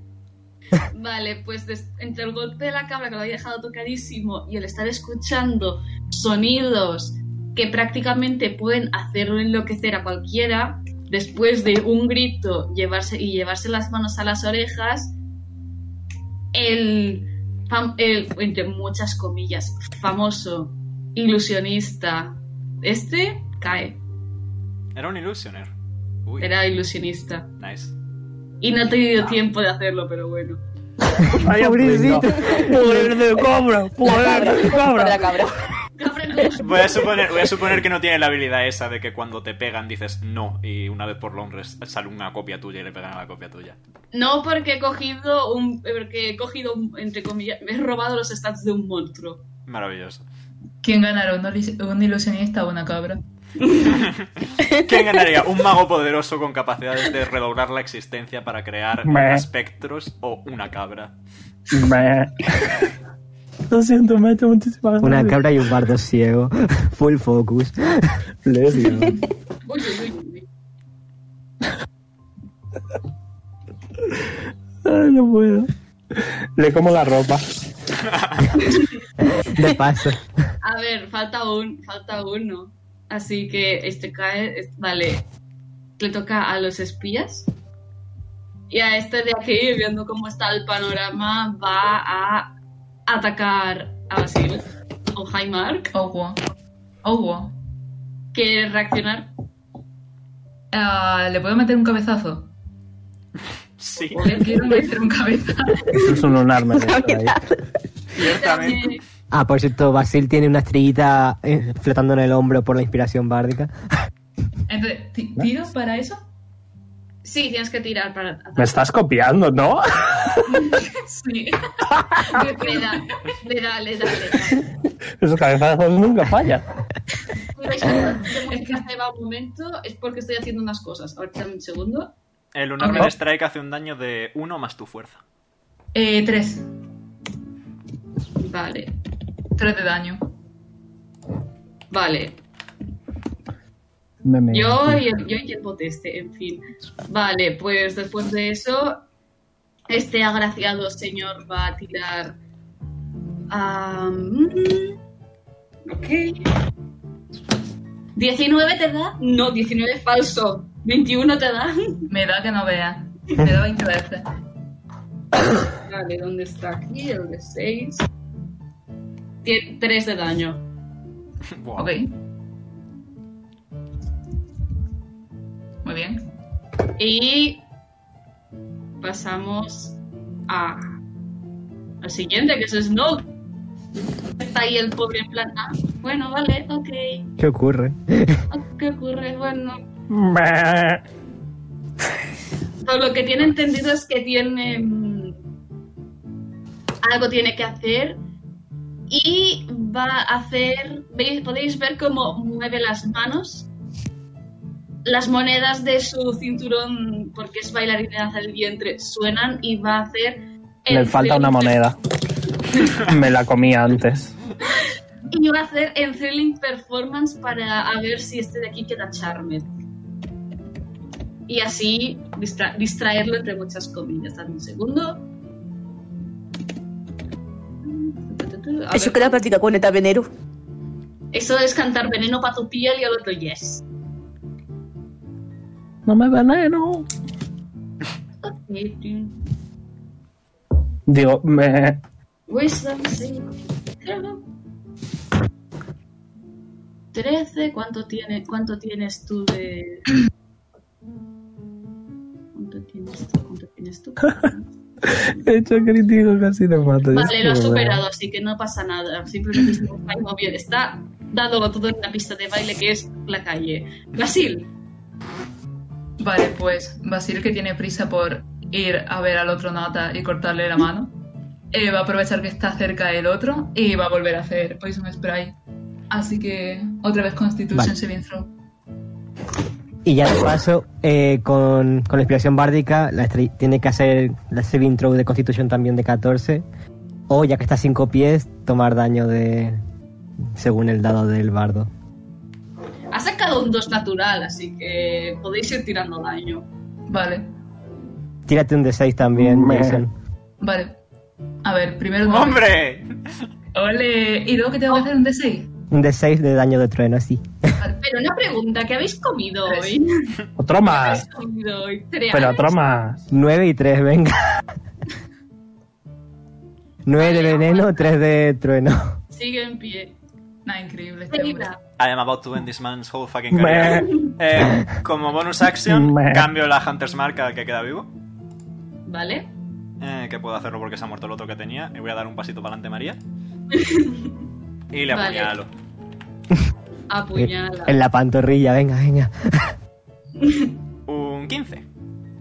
Vale, pues des- entre el golpe de la cabra que lo había dejado tocadísimo y el estar escuchando sonidos que prácticamente pueden hacerlo enloquecer a cualquiera, después de un grito llevarse, y llevarse las manos a las orejas, el, fam- el, entre muchas comillas, famoso ilusionista, este cae,
Era un illusioner. Uy,
era ilusionista.
nice.
Y no he tenido tiempo de hacerlo, pero bueno.
Vaya
Pobrecito.
Poder de cobra. Poder de
Por la
cobra.
cabra.
Cabra, ¿cómo os-
Voy a, suponer, voy a suponer que no tiene la habilidad esa de que cuando te pegan dices no y una vez por Londres sale una copia tuya y le pegan a la copia tuya.
No, porque he cogido un. Porque he cogido, un- entre comillas, me he robado los stats de un monstruo.
Maravilloso.
¿Quién ganará? ¿Un, ilis- un ilusionista o una cabra?
¿Quién ganaría? ¿Un mago poderoso con capacidades de redoblar la existencia para crear
Meh.
espectros o una cabra?
Me- Lo siento, me ha hecho muchísimas
Una cabra y un bardo ciego. Full focus.
Uy, uy, uy, uy.
Ay, no puedo. Le como la ropa.
De paso.
A ver, falta un, falta uno. Así que este cae. es- vale. Le toca a los espías. Y a este de aquí, viendo cómo está el panorama, va a atacar a Basil o Highmark.
Oh, wow. Oh, wow.
¿Quiere reaccionar?
Ah, ¿Le puedo meter un cabezazo?
Sí,
Le quiero meter un cabezazo.
Eso es un arma.
ciertamente.
Ah, por cierto, Basil tiene una estrellita eh, flotando en el hombro por la inspiración bárdica.
Entonces, ti- ¿tiro para eso?
Sí, tienes que tirar para atacar.
Me estás copiando, ¿no?
Sí.
Le da, le da, le da, le da.
Esos cabezazos nunca fallan.
Vais a ver, tengo que hacer un momento, es porque estoy haciendo unas cosas. Ahora dame un segundo.
El lunar
Ok.
Men Strike hace un daño de 1 más tu fuerza.
Eh, tres.
Vale,
Tres de daño.
vale.
Me- me-
Yo y el, yo y el bote este, en fin. Vale, pues después de eso, este agraciado señor va a tirar. a ok. 19 te da. No, 19 falso. 21 te da.
Me da que no vea. Me da 20 veces.
Vale, ¿dónde está aquí? El de 6. 3 de daño.
Buah.
Ok. bien.
Y pasamos a al siguiente, que es Snow. Está ahí el pobre en plan, ah, bueno, vale, ok.
¿Qué ocurre?
Ah, ¿Qué ocurre? Bueno, Pero lo que tiene entendido es que tiene mm, algo tiene que hacer y va a hacer veis podéis ver cómo mueve las manos las monedas de su cinturón porque es bailarín de danza del vientre suenan y va a hacer el
Me falta una
thrilling-
moneda. Me la comí antes.
y va a hacer el thrilling performance para a ver si este de aquí queda charmed y así distra- distraerlo entre muchas comillas dame un segundo A
Eso
ver.
queda práctica con el tabenero.
Eso es cantar veneno para tu piel y el otro yes.
No me veneno. Digo, me.
Wisdom, sí. 13, ¿cuánto, tiene, ¿cuánto tienes tú de...? ¿Cuánto tienes tú? ¿Cuánto tienes tú?
He hecho crítico, casi le mato. Yo
Vale, lo has
estoy
superado, así que no pasa nada. Simplemente es un baile móvil. Está dado todo en la pista de baile que es la calle. Brasil.
Vale, pues Basil, que tiene prisa por ir a ver al otro nata y cortarle la mano, eh, va a aprovechar que está cerca el otro y va a volver a hacer Poison Spray. Así que otra vez Constitution
Vale.
Saving Throw.
Y ya de paso, eh, con, con la inspiración bárdica, la estrella tiene que hacer la saving throw de Constitution también de 14. O ya que está a 5 pies, tomar daño de. según el dado del bardo.
Ha sacado un 2 natural, así que podéis ir tirando daño.
Vale,
Tírate un de 6 también,
Meh.
Jason.
vale. A ver, primero.
¡Hombre!
¡Ole! ¿Y luego que
Oh.
tengo que hacer un D6?
Un de 6 de daño de trueno, sí.
Pero una pregunta, ¿qué habéis comido
Tres.
hoy? ¿Qué
superado. Otro más.
habéis comido hoy? ¿Cereales?
Pero otro más.
9 y 3, venga. 9 de veneno, 3 de trueno.
Sigue en pie.
Nada, increíble. Este hombre.
Seguida.
I am about to end this man's whole fucking career.
Me.
Eh, como bonus action,
Meh.
cambio la Hunter's Mark al que queda vivo.
¿Vale?
Eh, que puedo hacerlo porque se ha muerto el otro que tenía. Y voy a dar un pasito para adelante, María. Y le
Vale.
apuñalo.
Apuñala.
En la pantorrilla, venga, venga.
Un 15.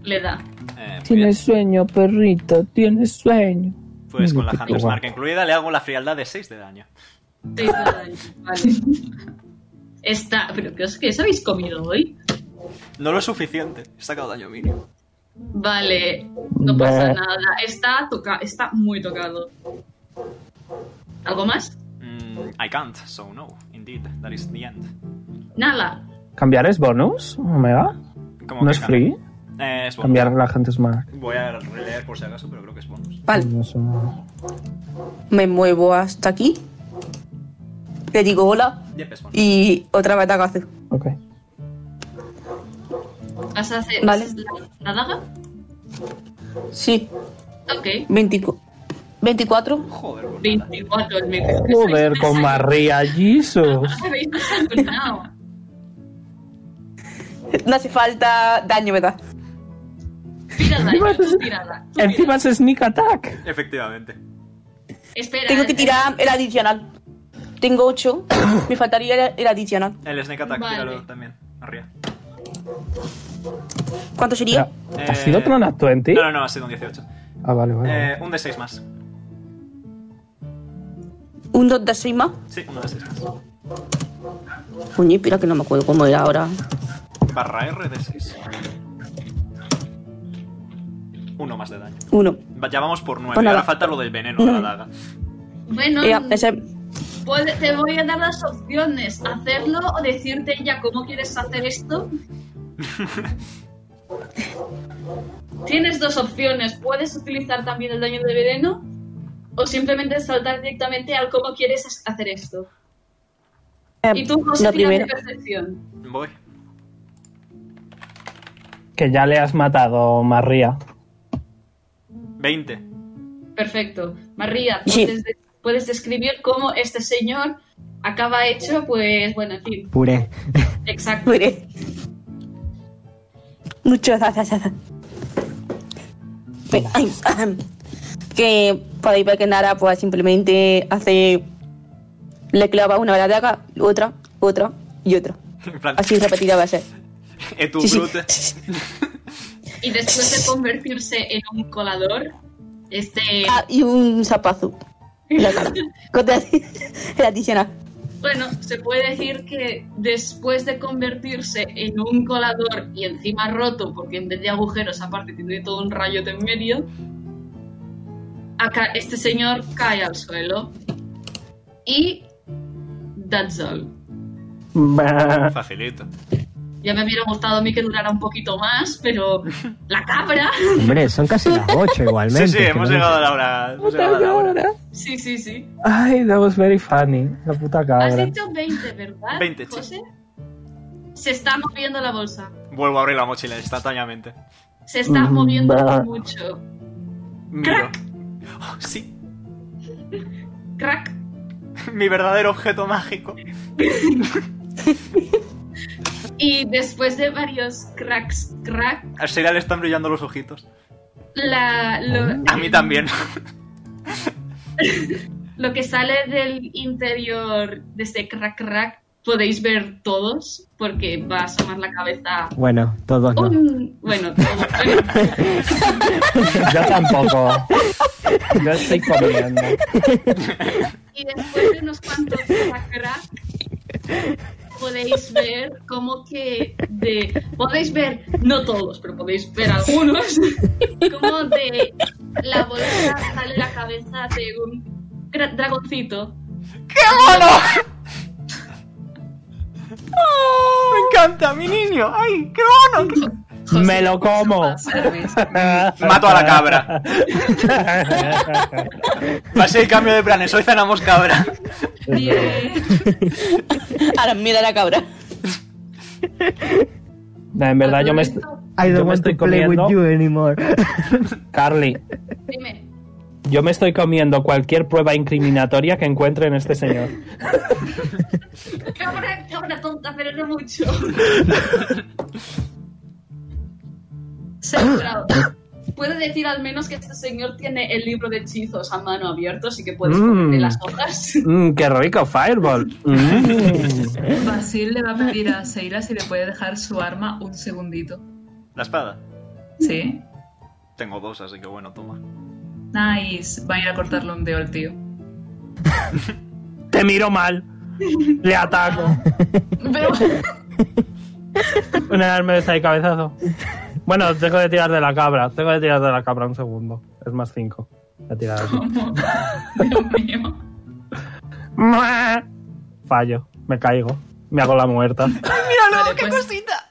Le da.
Eh, muy bien.
Tienes sueño, perrito, tienes sueño.
Pues con la
Qué
Hunter's
guapo.
Mark incluida le hago la frialdad de 6 de daño.
Seis de daño. Vale. Está. ¿Pero qué os, qué os habéis comido hoy?
No lo es suficiente. He sacado daño mínimo.
Vale. No pasa
Bah.
nada. Está, toca está muy tocado. ¿Algo más?
Mm, I can't, so no. Indeed, that is the end.
Nada.
¿Cambiar es bonus? ¿Omega?
Como
¿No
que
es
can-
free?
Eh, es bonus.
Cambiar la gente es más.
Voy a releer por si acaso, pero creo que es bonus.
Vale,
No sé.
me muevo hasta aquí. Le digo hola
Yep, es bonus.
y otra vez hace.
Ok.
¿Vas a hacer
Vale.
la, la daga?
Sí,
Ok.
24. 24.
Joder, pues nada.
24 el micro.
Joder, con María Jesus.
Habéis desayunado.
No hace falta daño, ¿verdad?
Tírala,
Encima
yo, tú
es-
tírala. tú tírala.
Encima es Sneak Attack.
Efectivamente.
Espera,
Tengo que
eh,
tirar el adicional. Tengo 8. Me faltaría el- el adicional.
El Snake Attack,
Vale.
tíralo también. Arriba.
¿Cuánto sería?
Eh,
¿Ha sido otro Nat 20?
No, no, no, ha sido un 18.
Ah, vale, vale.
Eh, un de 6 más.
Un 2 de 6 más.
Sí, un de 6 más.
Coño, espera que no me acuerdo cómo era ahora.
Barra R de 6. Uno más de daño.
1.
Va- Ya vamos por 9.
Pues nada.
Ahora falta lo del veneno de la daga.
Bueno,
ese.
puede- Pues te voy a dar las opciones. Hacerlo o decirte ya cómo quieres hacer esto. Tienes dos opciones. Puedes utilizar también el daño de veneno o simplemente saltar directamente al cómo quieres as- hacer esto.
eh,
Y tú, José,
la
tiras de
primera.
percepción.
Voy.
Que ya le has matado, María.
20.
Perfecto. María,
Sí.
puedes, de- puedes describir cómo este señor acaba hecho, pues, bueno, en fin,
Puré.
exacto.
Mire, Muchas gracias. Ve- que podéis ver que Nara pues simplemente hace... Le clava una daga, otra, otra y otra.
En plan,
Así repetida va a ser.
"Eh, tú,
Sí, sí.
Brute".
Y después de convertirse en un colador, este.
Ah, y un zapazo. en la cara. Cosas así. La tijera.
Bueno, se puede decir que después de convertirse en un colador y encima roto, porque en vez de agujeros aparte tiene todo un rayote en medio, acá este señor cae al suelo y that's all.
Bah.
Facilito.
Ya me hubiera gustado a mí que durara un poquito más, pero la cabra.
Hombre, son casi las 8 igualmente.
Sí, sí,
que
hemos
no-
llegado a la hora. Hemos llegado a la hora.
ahora?
Sí, sí, sí.
Ay, that was very funny. La puta
Has
cabra.
dicho 20, ¿verdad?
20, sí.
José? Se está moviendo la bolsa.
Vuelvo a abrir la mochila instantáneamente.
Se está
Mm,
moviendo
va.
mucho.
Miro. Oh, sí,
Crack.
mi verdadero objeto mágico.
Y después de varios cracks, crack,
A Sheila le están brillando los ojitos.
la, lo,
A mí también.
lo que sale del interior de ese crack, crack, podéis ver todos, porque va a asomar la cabeza.
Bueno, todos no.
Un, bueno, todos.
Yo tampoco. Yo estoy comiendo.
y después de unos cuantos crack, crack, podéis ver como que de... Podéis ver, no todos, pero podéis ver algunos, como de la bolsa sale la cabeza de un gra- dragoncito.
¡Me encanta, mi niño! ¡Ay, qué mono! qué-
Me lo como.
Mato a la cabra. Pasé el cambio de planes, hoy cenamos cabra.
eh,
Ahora mira la cabra.
No, en verdad yo me, est-
I
yo
don't
me
want
estoy
to play with
comiendo.
you anymore.
Carly,
Dime.
yo me estoy comiendo cualquier prueba incriminatoria que encuentre en este señor.
Cabra, cabra tonta, pero no mucho. Seguro. Puedo decir al menos que este señor tiene el libro de hechizos a mano abierto, así que puedes
Mm.
comerte las hojas.
Mm,
Mmm, qué rico, Fireball. Mm.
Basil le va a pedir a Seila si le puede dejar su arma un segundito.
La espada.
¿Sí?
Tengo dos, así que bueno, toma.
Nice. Va a ir a cortarle un dedo al tío.
Te miro mal. Le ataco.
Pero
Una arma de esa de cabezazo. Bueno, tengo que tirar de la cabra. Tengo que tirar de la cabra un segundo. Es más 5. La tirada.
¿cómo? Dios mío.
Fallo. Me caigo. Me hago la muerta.
vale, qué cosita.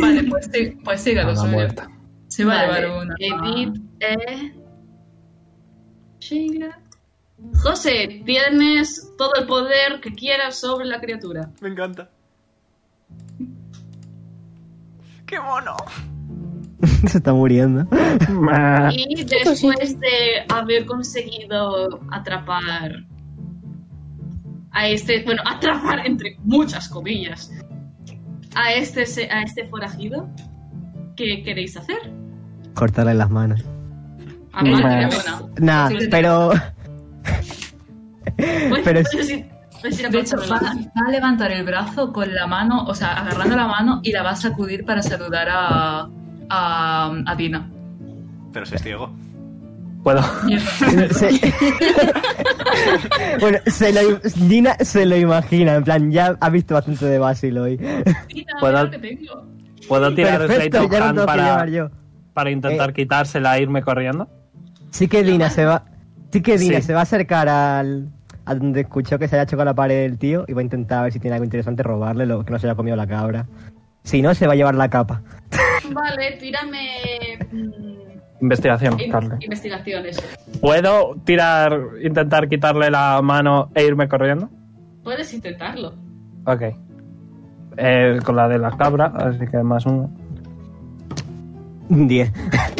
Vale, pues, sí, pues siga lo
la
suyo.
muerta.
Se va a llevar una. Ah.
Edith, eh. Sheila. José, tienes todo el poder que quieras sobre la criatura.
Me encanta. ¡Qué mono!
Se está muriendo.
Y después de haber conseguido atrapar a este, bueno, atrapar entre muchas comillas a este se- a este forajido, ¿qué queréis hacer?
Cortarle las manos.
A ver,
Nah.
bueno,
Nah,
Sí, sí, sí.
pero.
pues,
Pero es-
puedes ir- puedes ir a
De hecho, pues, va,
cortarlo.
va a levantar el brazo con la mano, o sea, agarrando la mano y la va a sacudir para saludar a, a, a Dina.
Pero si es ciego.
Puedo.
se... bueno, se lo, Dina se lo imagina. En plan, ya ha visto bastante de Basil hoy.
Dina,
Puedo-
mira lo que tengo.
¿Puedo tirar
Perfecto,
el Sleight
ya no tengo
of
que llevar
Hand
yo. Eh.
para, para intentar quitársela e irme corriendo?
Sí que Dina se va. Sí que Dina
Sí.
se va a acercar al. A donde escuchó que se haya chocado la pared del tío y va a intentar ver si tiene algo interesante robarle lo que no se haya comido la cabra. Si no, se va a llevar la capa.
Vale, tírame mm,
Investigación,
in-
Carly.
investigaciones.
¿Puedo tirar, intentar quitarle la mano e irme corriendo?
Puedes intentarlo.
Ok. Eh, con la de la cabra, así que más uno.
Un 10.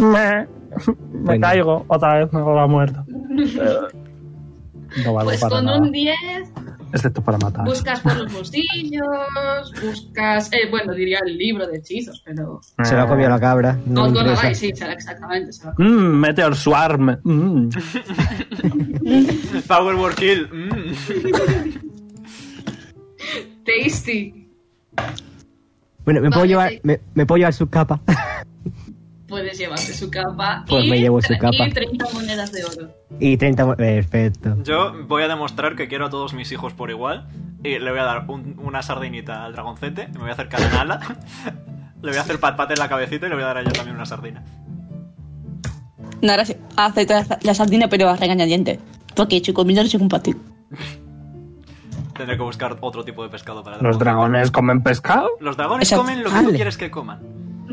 Me, me
Bueno.
caigo, otra vez me hago la muerta. No vale
Pues
para
con
nada.
un 10
Excepto para matar.
Buscas por los bolsillos, buscas. eh, bueno, diría el libro de hechizos, pero.
Se lo ha comido la cabra.
No,
No, me
no, no,
interesa.
sí, se la- exactamente. se la-
Mm, Meteor Swarm. mm.
Power Word Kill. mm.
Tasty.
Bueno, me puedo,
Vale,
llevar,
sí.
me, me puedo llevar su capa.
Puedes llevarte su capa.
Pues
y,
me llevo su
tre-
capa.
Y 30 monedas de oro.
Y 30... mo- Perfecto.
Yo voy a demostrar que quiero a todos mis hijos por igual. Y le voy a dar un- una sardinita al dragoncete. Me voy a acercar a Nala. Le voy a hacer pat pat en la cabecita y le voy a dar a ella también una sardina.
Nara se- acepta la- la sardina, pero a regañadientes. Porque chocomillo no es compatible.
Tendré que buscar otro tipo de pescado para
¿Los
dragoncete.
dragones comen pescado?
Los dragones
Exacto.
comen lo que tú
Ale.
quieres que coman.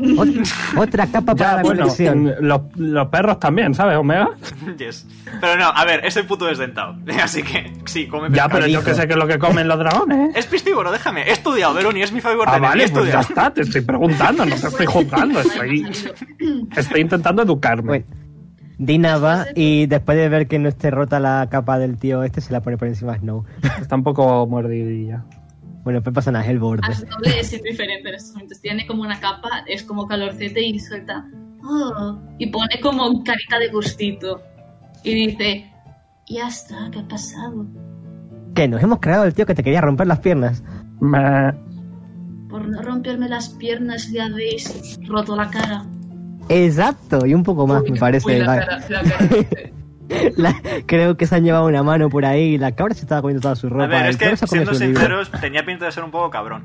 Ot- otra capa para
Ya,
la
bueno,
colección.
mm, los, los perros también, ¿sabes, Omega?
Pues Yes. Pero no, a ver, ese puto desdentado. Así que sí, come
Ya,
pescado.
pero yo que sé que es lo que comen los dragones.
Es pistígoro, déjame. He estudiado, Veroni, es mi favorito.
Ah, vale,
he
pues
estudiado.
ya está, te estoy preguntando, no te estoy juzgando, estoy, estoy intentando educarme.
Bueno, Dina va y después de ver que no esté rota la capa del tío este, se la pone por encima a Snow.
Está un poco mordidilla.
Bueno, pues pasan a el borde.
A su doble es indiferente en estos momentos. Tiene como una capa, es como calorcete y suelta. "Oh", y pone como carita de gustito. Y dice: Ya está, ¿qué ha pasado?
Que nos hemos creado el tío que te quería romper las piernas.
Me-
Por no romperme las piernas le habéis roto la cara.
Exacto, y un poco más, me parece.
Uy, la
Vale.
cara, la cara.
La- creo que se han llevado una mano por ahí. La cabra se estaba comiendo toda su ropa.
A ver,
el
es que,
perro se ha comido
siendo
su libro,
sinceros, tenía pinta de ser un poco cabrón.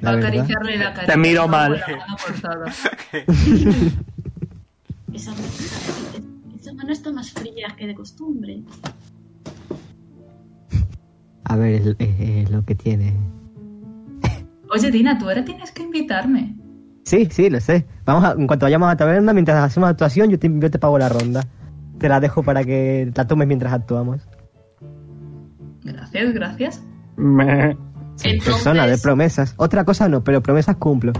la verdad.
Acariciarle la cara.
Te miro
Con
mal.
la mano forzada.
Esa mano, esa mano está más fría que de costumbre.
A ver, es, es- es lo que tiene.
Oye, Dina, tú ahora tienes que invitarme.
Sí, sí, lo sé. Vamos a- en cuanto vayamos a taberna, mientras hacemos actuación, yo te, yo te pago la ronda. Te la dejo para que la tomes mientras actuamos.
Gracias, gracias.
me-
Sí,
Entonces-
persona de promesas. Otra cosa no, pero promesas cumplo.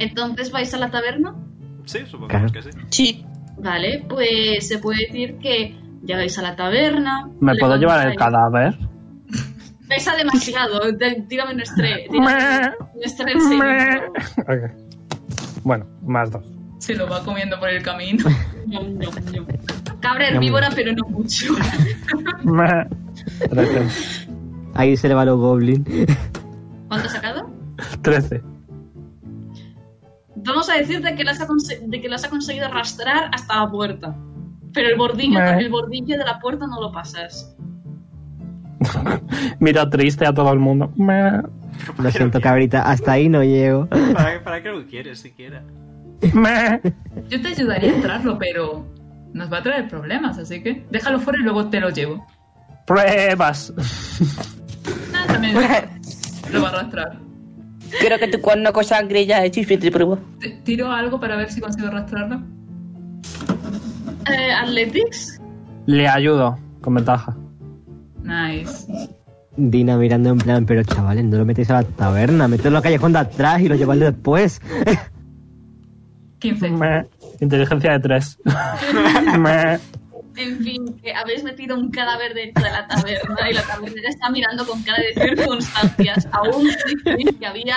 Entonces vais a la taberna.
Sí, supongo
Claro.
que sí.
Sí.
Vale, pues se puede decir que ya vais a la taberna.
¿Me puedo
levantáis-
llevar el cadáver?
Pesa demasiado. de- Tírame nuestro.
Me-
Nuestro enseño.
Ok. Bueno, más dos.
Se lo va comiendo por el camino.
Ñom, ñom, ñom. Cabra herbívora, pero no mucho.
Me- Trece.
Ahí se le va a los goblin.
¿Cuánto has sacado?
Trece.
Vamos a decirte que las ha, conse- de que las ha conseguido arrastrar hasta la puerta. Pero el bordillo,
Meh.
el bordillo de la puerta no lo pasas.
Miro triste a todo el mundo. Me-
Lo siento, cabrita. Hasta ahí no llego.
¿Para, para qué lo quieres siquiera?
me-
Yo te ayudaría a entrarlo, pero nos va a traer problemas, así que déjalo fuera y luego te lo llevo.
Pruebas.
Nada, también lo va a arrastrar.
Creo que tu cuerno con sangre ya es difícil de probar.
Te- Tiro algo para ver si consigo arrastrarlo.
Eh, ¿Athletics?
Le ayudo con ventaja.
Nice.
Dina mirando en plan, pero chavales, no lo metéis a la taberna. Metedlo a callejón de atrás y lo lleváis después.
15.
Me- Inteligencia de tres. Me-
En fin, que habéis metido un cadáver dentro de la taberna y la tabernera está mirando con cara de circunstancias a un Griffin que había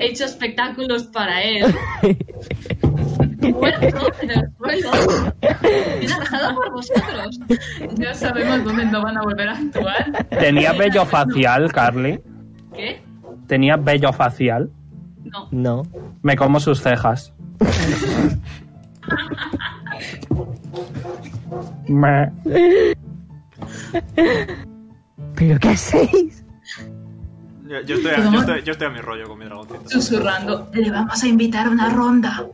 hecho espectáculos para él. Muerto en el suelo. Y arrojado por vosotros.
Ya sabemos dónde no van a volver a actuar.
Tenía vello facial, Carly.
¿Qué?
Tenía vello facial.
No.
No.
Me como sus cejas. Me-
¿Pero qué hacéis?
Yo, yo estoy, a, yo, estoy, yo estoy a mi rollo con mi dragoncito.
Susurrando, le vamos a invitar a una ronda.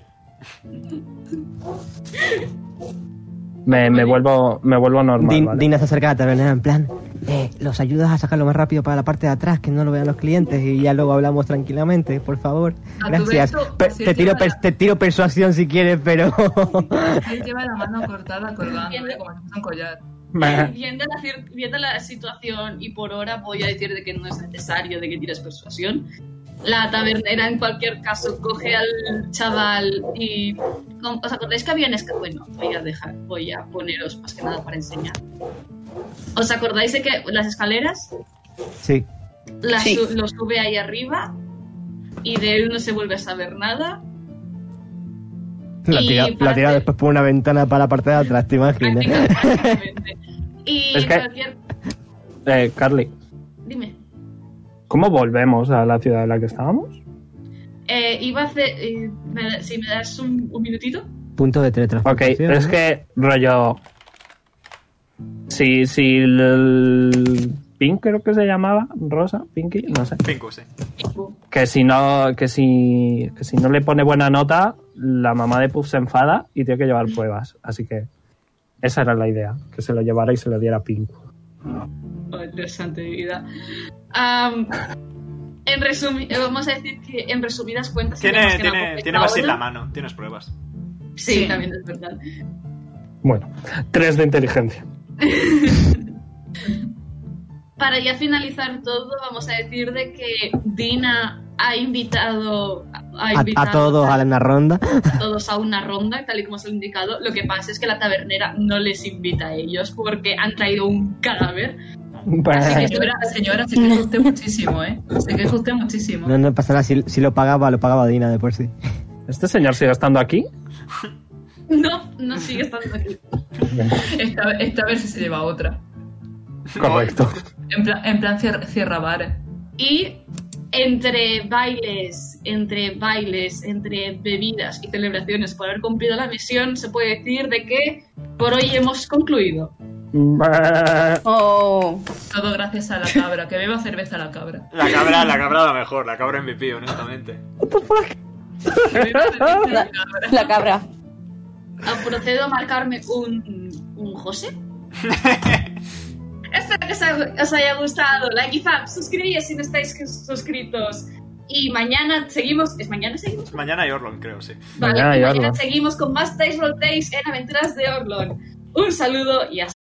Me, me vuelvo, me vuelvo normal.
Din-
¿vale?
Dina se acerca a la taberna en plan, eh, los ayudas a sacarlo más rápido para la parte de atrás, que no lo vean los clientes y ya luego hablamos tranquilamente, por favor.
A tu
Gracias.
beso,
Per-
si
te,
es
tiro
que
per-
para-
te tiro persuasión si quieres, pero...
Él lleva la mano cortada colgando, ¿eh? como si fuese un collar.
Me-
Viendo la, cir- viendo la situación y por ahora voy a decir de que no es necesario de que tires persuasión. La tabernera en cualquier caso coge al chaval y... ¿Os acordáis que había escapado? Bueno, voy a dejar, voy a poneros más que nada para enseñar. ¿Os acordáis de que las escaleras
Sí.
las
Sí.
su- lo sube ahí arriba y de él no se vuelve a saber nada?
La
Y
tira, la
para
tira
hacer-
después por una ventana para la parte de atrás, ¿te imaginas?
Prácticamente. y
Es que-
cualquier...
Eh, Carly,
Dime.
¿cómo volvemos a la ciudad en la que estábamos?
Eh, iba a hacer... eh, me- si me das un, un minutito.
Punto de
Ok,
teletransportación.
es que rollo... Si, si el- el Pink creo que se llamaba, Rosa, Pinky, no sé.
Cinco, sí.
Que si no, que si, que si no le pone buena nota, la mamá de Puff se enfada y tiene que llevar pruebas. Así que esa era la idea, que se lo llevara y se lo diera a Pink.
Oh, interesante mi vida. Am, en resumi- eh, vamos a decir que en resumidas cuentas...
Tiene,
tenemos que no
tiene,
coger
tiene
ahora.
Basil la mano, tienes pruebas.
Sí,
Sí.
también es verdad.
Bueno, tres de inteligencia.
Para ya finalizar todo, vamos a decir de que Dina ha invitado, ha
A,
invitado
a todos a la ronda.
a todos a una ronda, tal y como se lo ha indicado. Lo que pasa es que la tabernera no les invita a ellos porque han traído un cadáver. Así que-
Señora, señora, se queja usted muchísimo, ¿eh? Se queja usted muchísimo.
No, no pasa nada, si, si lo pagaba, lo pagaba Dina de por sí.
¿Este señor sigue estando aquí?
No, no sigue estando aquí.
Esta, esta vez se lleva otra.
Correcto.
En plan, en plan cier- cierra bares.
Y entre bailes, entre bailes, entre bebidas y celebraciones por haber cumplido la misión, se puede decir de que por hoy hemos concluido.
Oh,
Todo gracias a la cabra, que beba cerveza la cabra.
La cabra, la cabra la mejor, la cabra MVP, honestamente.
Que beba cerveza la cabra.
la cabra.
Ah, Procedo a marcarme un, un José. Espero que os ha- os haya gustado. Like y fab, suscribíos si no estáis suscritos. Y mañana seguimos. ¿Es mañana seguimos?
Mañana hay Orlon, creo, sí.
Vale, y
Mañana hay
mañana
Orlon.
seguimos con más Dice Roll Days en Aventuras de Orlon. Un saludo y hasta